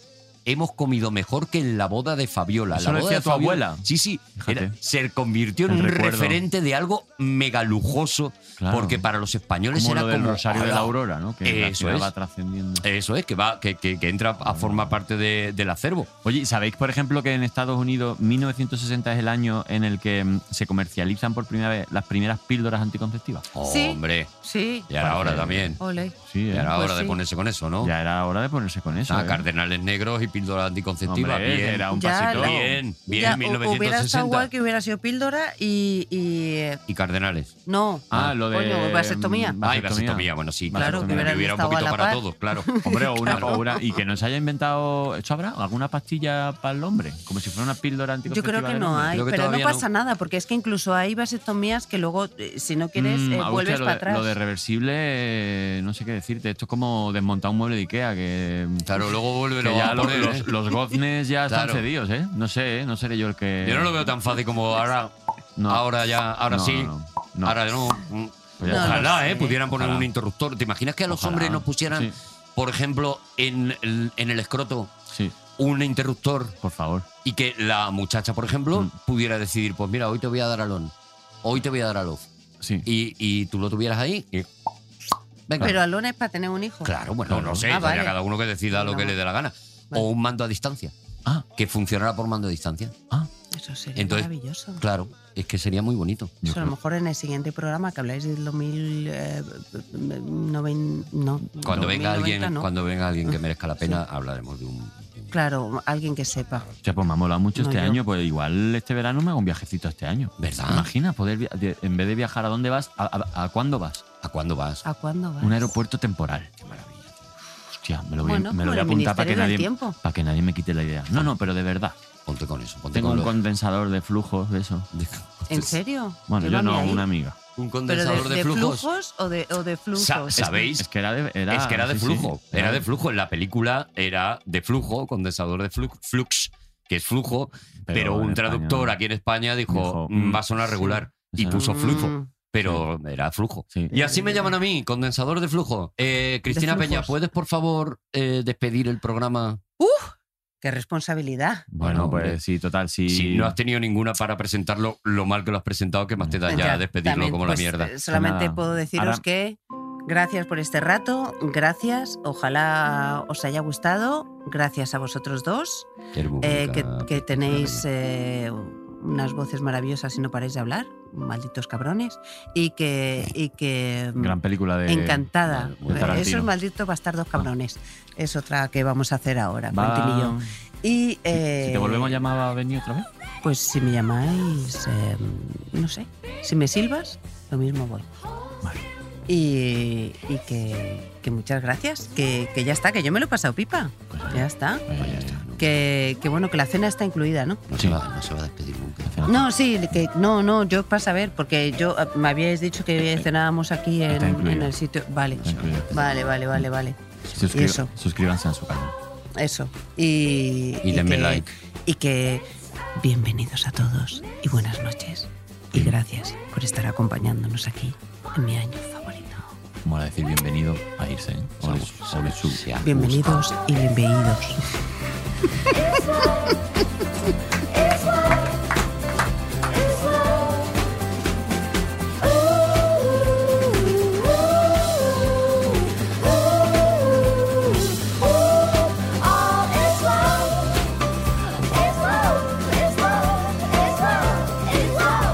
[SPEAKER 4] hemos comido mejor que en la boda de Fabiola.
[SPEAKER 5] Eso
[SPEAKER 4] la
[SPEAKER 5] lo
[SPEAKER 4] boda
[SPEAKER 5] decía
[SPEAKER 4] de
[SPEAKER 5] tu
[SPEAKER 4] Fabiola-
[SPEAKER 5] abuela.
[SPEAKER 4] Sí, sí.
[SPEAKER 5] Fíjate.
[SPEAKER 4] era- se convirtió en
[SPEAKER 5] El
[SPEAKER 4] un
[SPEAKER 5] recuerdo.
[SPEAKER 4] referente de algo mega lujoso,
[SPEAKER 5] Claro.
[SPEAKER 4] porque para los españoles
[SPEAKER 5] Ah. Como
[SPEAKER 4] era
[SPEAKER 5] lo del
[SPEAKER 4] como,
[SPEAKER 5] Rosario de la
[SPEAKER 4] "Ala".
[SPEAKER 5] Aurora, ¿no? Que al
[SPEAKER 4] eso
[SPEAKER 5] final
[SPEAKER 4] es.
[SPEAKER 5] va trascendiendo.
[SPEAKER 4] Eso es, que, va, que, que- que entra a formar parte de- del acervo.
[SPEAKER 5] Oye, ¿sabéis, por ejemplo, que en Estados Unidos 1960 es el año en el que mm, se comercializan por primera vez las primeras píldoras anticonceptivas?
[SPEAKER 2] Sí.
[SPEAKER 4] Hombre,
[SPEAKER 2] Sí.
[SPEAKER 4] ya era hora
[SPEAKER 5] Parece-
[SPEAKER 4] también.
[SPEAKER 2] Ole.
[SPEAKER 5] Sí, ¿eh?
[SPEAKER 4] Ya era
[SPEAKER 2] Pues
[SPEAKER 4] hora de
[SPEAKER 2] sí.
[SPEAKER 4] ponerse con eso, ¿no?
[SPEAKER 5] Ya era hora de ponerse con eso.
[SPEAKER 4] Ah,
[SPEAKER 5] ¿eh?
[SPEAKER 4] cardenales negros y píldoras anticonceptivas.
[SPEAKER 5] Hombre,
[SPEAKER 4] bien.
[SPEAKER 5] era un
[SPEAKER 2] Ya,
[SPEAKER 5] pasito.
[SPEAKER 2] la-
[SPEAKER 4] Bien, bien,
[SPEAKER 2] Ya, hu- Hubiera estado
[SPEAKER 4] 1960.
[SPEAKER 2] guay que hubiera sido píldora y. y, eh,
[SPEAKER 4] Y cardenales.
[SPEAKER 2] no.
[SPEAKER 5] Ah, lo de.
[SPEAKER 2] Coño, pues vasectomía.
[SPEAKER 5] mm,
[SPEAKER 4] Ay, vasectomía, bueno, sí.
[SPEAKER 2] Claro,
[SPEAKER 4] vasectomía,
[SPEAKER 2] que hubieran
[SPEAKER 4] hubiera un
[SPEAKER 2] estado a
[SPEAKER 4] poquito
[SPEAKER 2] la
[SPEAKER 4] para
[SPEAKER 2] par.
[SPEAKER 4] todos, claro.
[SPEAKER 5] Hombre, o una, o una- Y que no se haya inventado. ¿Esto habrá alguna pastilla para el hombre? Como si fuera una píldora
[SPEAKER 2] Yo
[SPEAKER 5] anticonceptiva.
[SPEAKER 2] creo que
[SPEAKER 5] del
[SPEAKER 2] no
[SPEAKER 5] hombre.
[SPEAKER 2] hay,
[SPEAKER 4] Creo que
[SPEAKER 2] pero no
[SPEAKER 4] todavía
[SPEAKER 2] pasa nada, porque es que incluso hay vasectomías que luego, eh, si no quieres,
[SPEAKER 5] Mm,
[SPEAKER 2] eh,
[SPEAKER 5] Agustia,
[SPEAKER 2] vuelves
[SPEAKER 5] lo
[SPEAKER 2] para
[SPEAKER 5] de-
[SPEAKER 2] atrás.
[SPEAKER 5] Lo de reversible, eh, no sé qué decirte. Esto es como desmontar un mueble de Ikea. Que,
[SPEAKER 4] Claro, luego vuelve
[SPEAKER 5] que
[SPEAKER 4] lo va
[SPEAKER 5] ya
[SPEAKER 4] a
[SPEAKER 5] los,
[SPEAKER 4] poner, ¿eh?
[SPEAKER 5] los, los goznes ya
[SPEAKER 4] Claro.
[SPEAKER 5] están cedidos, ¿eh? No sé, ¿eh? No seré yo el que.
[SPEAKER 4] Yo no lo veo tan fácil como ahora.
[SPEAKER 5] No.
[SPEAKER 4] Ahora ya, ahora
[SPEAKER 5] No,
[SPEAKER 4] sí.
[SPEAKER 5] no, no.
[SPEAKER 4] Ahora no.
[SPEAKER 5] Pues
[SPEAKER 2] ya
[SPEAKER 4] Ojalá,
[SPEAKER 2] está.
[SPEAKER 4] ¿eh? Pudieran poner
[SPEAKER 5] Ojalá.
[SPEAKER 4] un interruptor. ¿Te imaginas que a los
[SPEAKER 5] Ojalá.
[SPEAKER 4] hombres nos pusieran,
[SPEAKER 5] Sí.
[SPEAKER 4] por ejemplo, en el, en el escroto
[SPEAKER 5] Sí,
[SPEAKER 4] un interruptor
[SPEAKER 5] por favor.
[SPEAKER 4] y que la muchacha, por ejemplo,
[SPEAKER 5] Mm.
[SPEAKER 4] pudiera decidir, pues mira, hoy te voy a dar al on, hoy te voy a dar al off.
[SPEAKER 5] Sí.
[SPEAKER 4] Y, y tú lo tuvieras ahí y... Venga.
[SPEAKER 2] Pero alón es para tener un hijo.
[SPEAKER 4] Claro, bueno,
[SPEAKER 5] Claro.
[SPEAKER 4] no sé,
[SPEAKER 2] Ah,
[SPEAKER 4] ya
[SPEAKER 2] vale.
[SPEAKER 4] cada uno que decida lo que
[SPEAKER 2] No.
[SPEAKER 4] le dé la gana.
[SPEAKER 2] Vale.
[SPEAKER 4] O un mando a distancia,
[SPEAKER 5] Ah,
[SPEAKER 4] que funcionara por mando a distancia.
[SPEAKER 2] Eso sería
[SPEAKER 4] Entonces,
[SPEAKER 2] maravilloso.
[SPEAKER 4] Claro, es que sería muy bonito.
[SPEAKER 2] Eso a lo mejor en el siguiente programa que habláis del 2000. eh, noven- no,
[SPEAKER 4] Cuando
[SPEAKER 2] 2090,
[SPEAKER 4] venga alguien,
[SPEAKER 2] no.
[SPEAKER 4] cuando venga alguien que merezca la pena, hablaremos de un. de un-
[SPEAKER 2] Claro, alguien que sepa.
[SPEAKER 5] hostia, pues me ha molado mucho
[SPEAKER 2] No,
[SPEAKER 5] este
[SPEAKER 2] yo- Ah.
[SPEAKER 5] año. Pues igual este verano me hago un viajecito este año.
[SPEAKER 4] ¿Verdad?
[SPEAKER 5] Imagina poder, via- de- en vez de viajar a dónde vas, a, a- a cuándo vas.
[SPEAKER 4] ¿A cuándo vas?
[SPEAKER 2] ¿A cuándo vas?
[SPEAKER 5] Un aeropuerto temporal.
[SPEAKER 4] Qué maravilla. tío.
[SPEAKER 5] Hostia, me lo voy, a-
[SPEAKER 2] Bueno,
[SPEAKER 5] me
[SPEAKER 2] como
[SPEAKER 5] lo voy a
[SPEAKER 2] el
[SPEAKER 5] apuntar para que,
[SPEAKER 2] Ministerio del
[SPEAKER 5] nadie,
[SPEAKER 2] Tiempo.
[SPEAKER 5] para que nadie me quite la idea. No, no, pero de verdad.
[SPEAKER 4] Ponte con eso. Ponte
[SPEAKER 5] Tengo
[SPEAKER 4] con
[SPEAKER 5] un
[SPEAKER 4] lo-
[SPEAKER 5] condensador de flujos de eso.
[SPEAKER 4] de-
[SPEAKER 2] ¿En serio?
[SPEAKER 5] Bueno, yo
[SPEAKER 2] Llévame
[SPEAKER 5] no,
[SPEAKER 2] ahí.
[SPEAKER 5] una amiga.
[SPEAKER 4] Un
[SPEAKER 2] ¿Pero de,
[SPEAKER 4] condensador de,
[SPEAKER 2] de flujos,
[SPEAKER 4] flujos.
[SPEAKER 2] o, de, o de flujos?
[SPEAKER 4] Sa- ¿Sabéis?
[SPEAKER 5] Es que era de, era,
[SPEAKER 4] Es que era de
[SPEAKER 5] sí, sí,
[SPEAKER 4] flujo. Era de flujo. En la película era de flujo, condensador de flu- flux, que es flujo. Pero,
[SPEAKER 5] en
[SPEAKER 4] un
[SPEAKER 5] España
[SPEAKER 4] traductor
[SPEAKER 5] no.
[SPEAKER 4] aquí en España dijo,
[SPEAKER 5] Dijo,
[SPEAKER 4] "Mm,
[SPEAKER 5] mm,
[SPEAKER 4] va a sonar
[SPEAKER 5] sí".
[SPEAKER 4] regular.
[SPEAKER 5] O
[SPEAKER 4] Y
[SPEAKER 5] sea,
[SPEAKER 4] puso flujo.
[SPEAKER 2] Mm.
[SPEAKER 4] Pero era flujo.
[SPEAKER 5] Sí.
[SPEAKER 4] Y así me llaman a mí, condensador de flujo. Eh, Cristina
[SPEAKER 2] flujos.
[SPEAKER 4] Peña, ¿puedes por favor eh, despedir el programa?
[SPEAKER 2] ¡Uf! ¡Qué responsabilidad!
[SPEAKER 5] Bueno,
[SPEAKER 4] Bueno,
[SPEAKER 5] pues
[SPEAKER 4] hombre.
[SPEAKER 5] sí, total, sí.
[SPEAKER 4] Si no has tenido ninguna para presentarlo, lo mal que lo has presentado, que más te da ya,
[SPEAKER 2] Ya,
[SPEAKER 4] despedirlo
[SPEAKER 2] también,
[SPEAKER 4] como
[SPEAKER 2] pues,
[SPEAKER 4] la mierda.
[SPEAKER 2] eh, Solamente
[SPEAKER 5] Nada.
[SPEAKER 2] puedo deciros
[SPEAKER 5] Ahora-
[SPEAKER 2] que gracias por este rato, gracias, ojalá os haya gustado, gracias a vosotros dos, eh, que, que tenéis eh, unas voces maravillosas y no paráis de hablar, malditos cabrones, y que... Y que mm,
[SPEAKER 5] Gran película de.
[SPEAKER 2] Encantada. Eh,
[SPEAKER 5] de Eh, Tarantino. Ah.
[SPEAKER 2] Esos malditos bastardos cabrones. Es otra que vamos a hacer ahora,
[SPEAKER 5] Va.
[SPEAKER 2] Quentin y yo. Y, eh,
[SPEAKER 5] Si te volvemos a llamar, ¿va a venir otra vez?
[SPEAKER 2] Pues si me llamáis, eh, no sé, si me silbas, lo mismo voy.
[SPEAKER 5] Vale.
[SPEAKER 2] Y, y que, que muchas gracias, que, que ya está, que yo me lo he pasado pipa. Ya está.
[SPEAKER 5] Eh,
[SPEAKER 2] Que, que bueno, que la cena está incluida, ¿no?
[SPEAKER 4] No,
[SPEAKER 5] Sí.
[SPEAKER 4] se va, no se va a despedir nunca.
[SPEAKER 2] No, sí, que no, no, yo para saber, porque yo eh, me habíais dicho que cenábamos aquí en,
[SPEAKER 5] Está incluido.
[SPEAKER 2] en el sitio. Vale,
[SPEAKER 5] Está incluido.
[SPEAKER 2] vale, vale, vale, vale.
[SPEAKER 5] suscri-
[SPEAKER 2] Y eso.
[SPEAKER 5] Suscríbanse a su canal.
[SPEAKER 2] Eso. Y,
[SPEAKER 4] Y denme
[SPEAKER 2] que-
[SPEAKER 4] like.
[SPEAKER 2] Y que bienvenidos a todos y buenas noches.
[SPEAKER 4] Mm.
[SPEAKER 2] Y gracias por estar acompañándonos aquí en mi año favorito.
[SPEAKER 5] Como decir bienvenido a irse. ¿eh? O, o le sub.
[SPEAKER 2] Bienvenidos y bienvenidos.
[SPEAKER 12] It's love, it's love, it's love, it's love.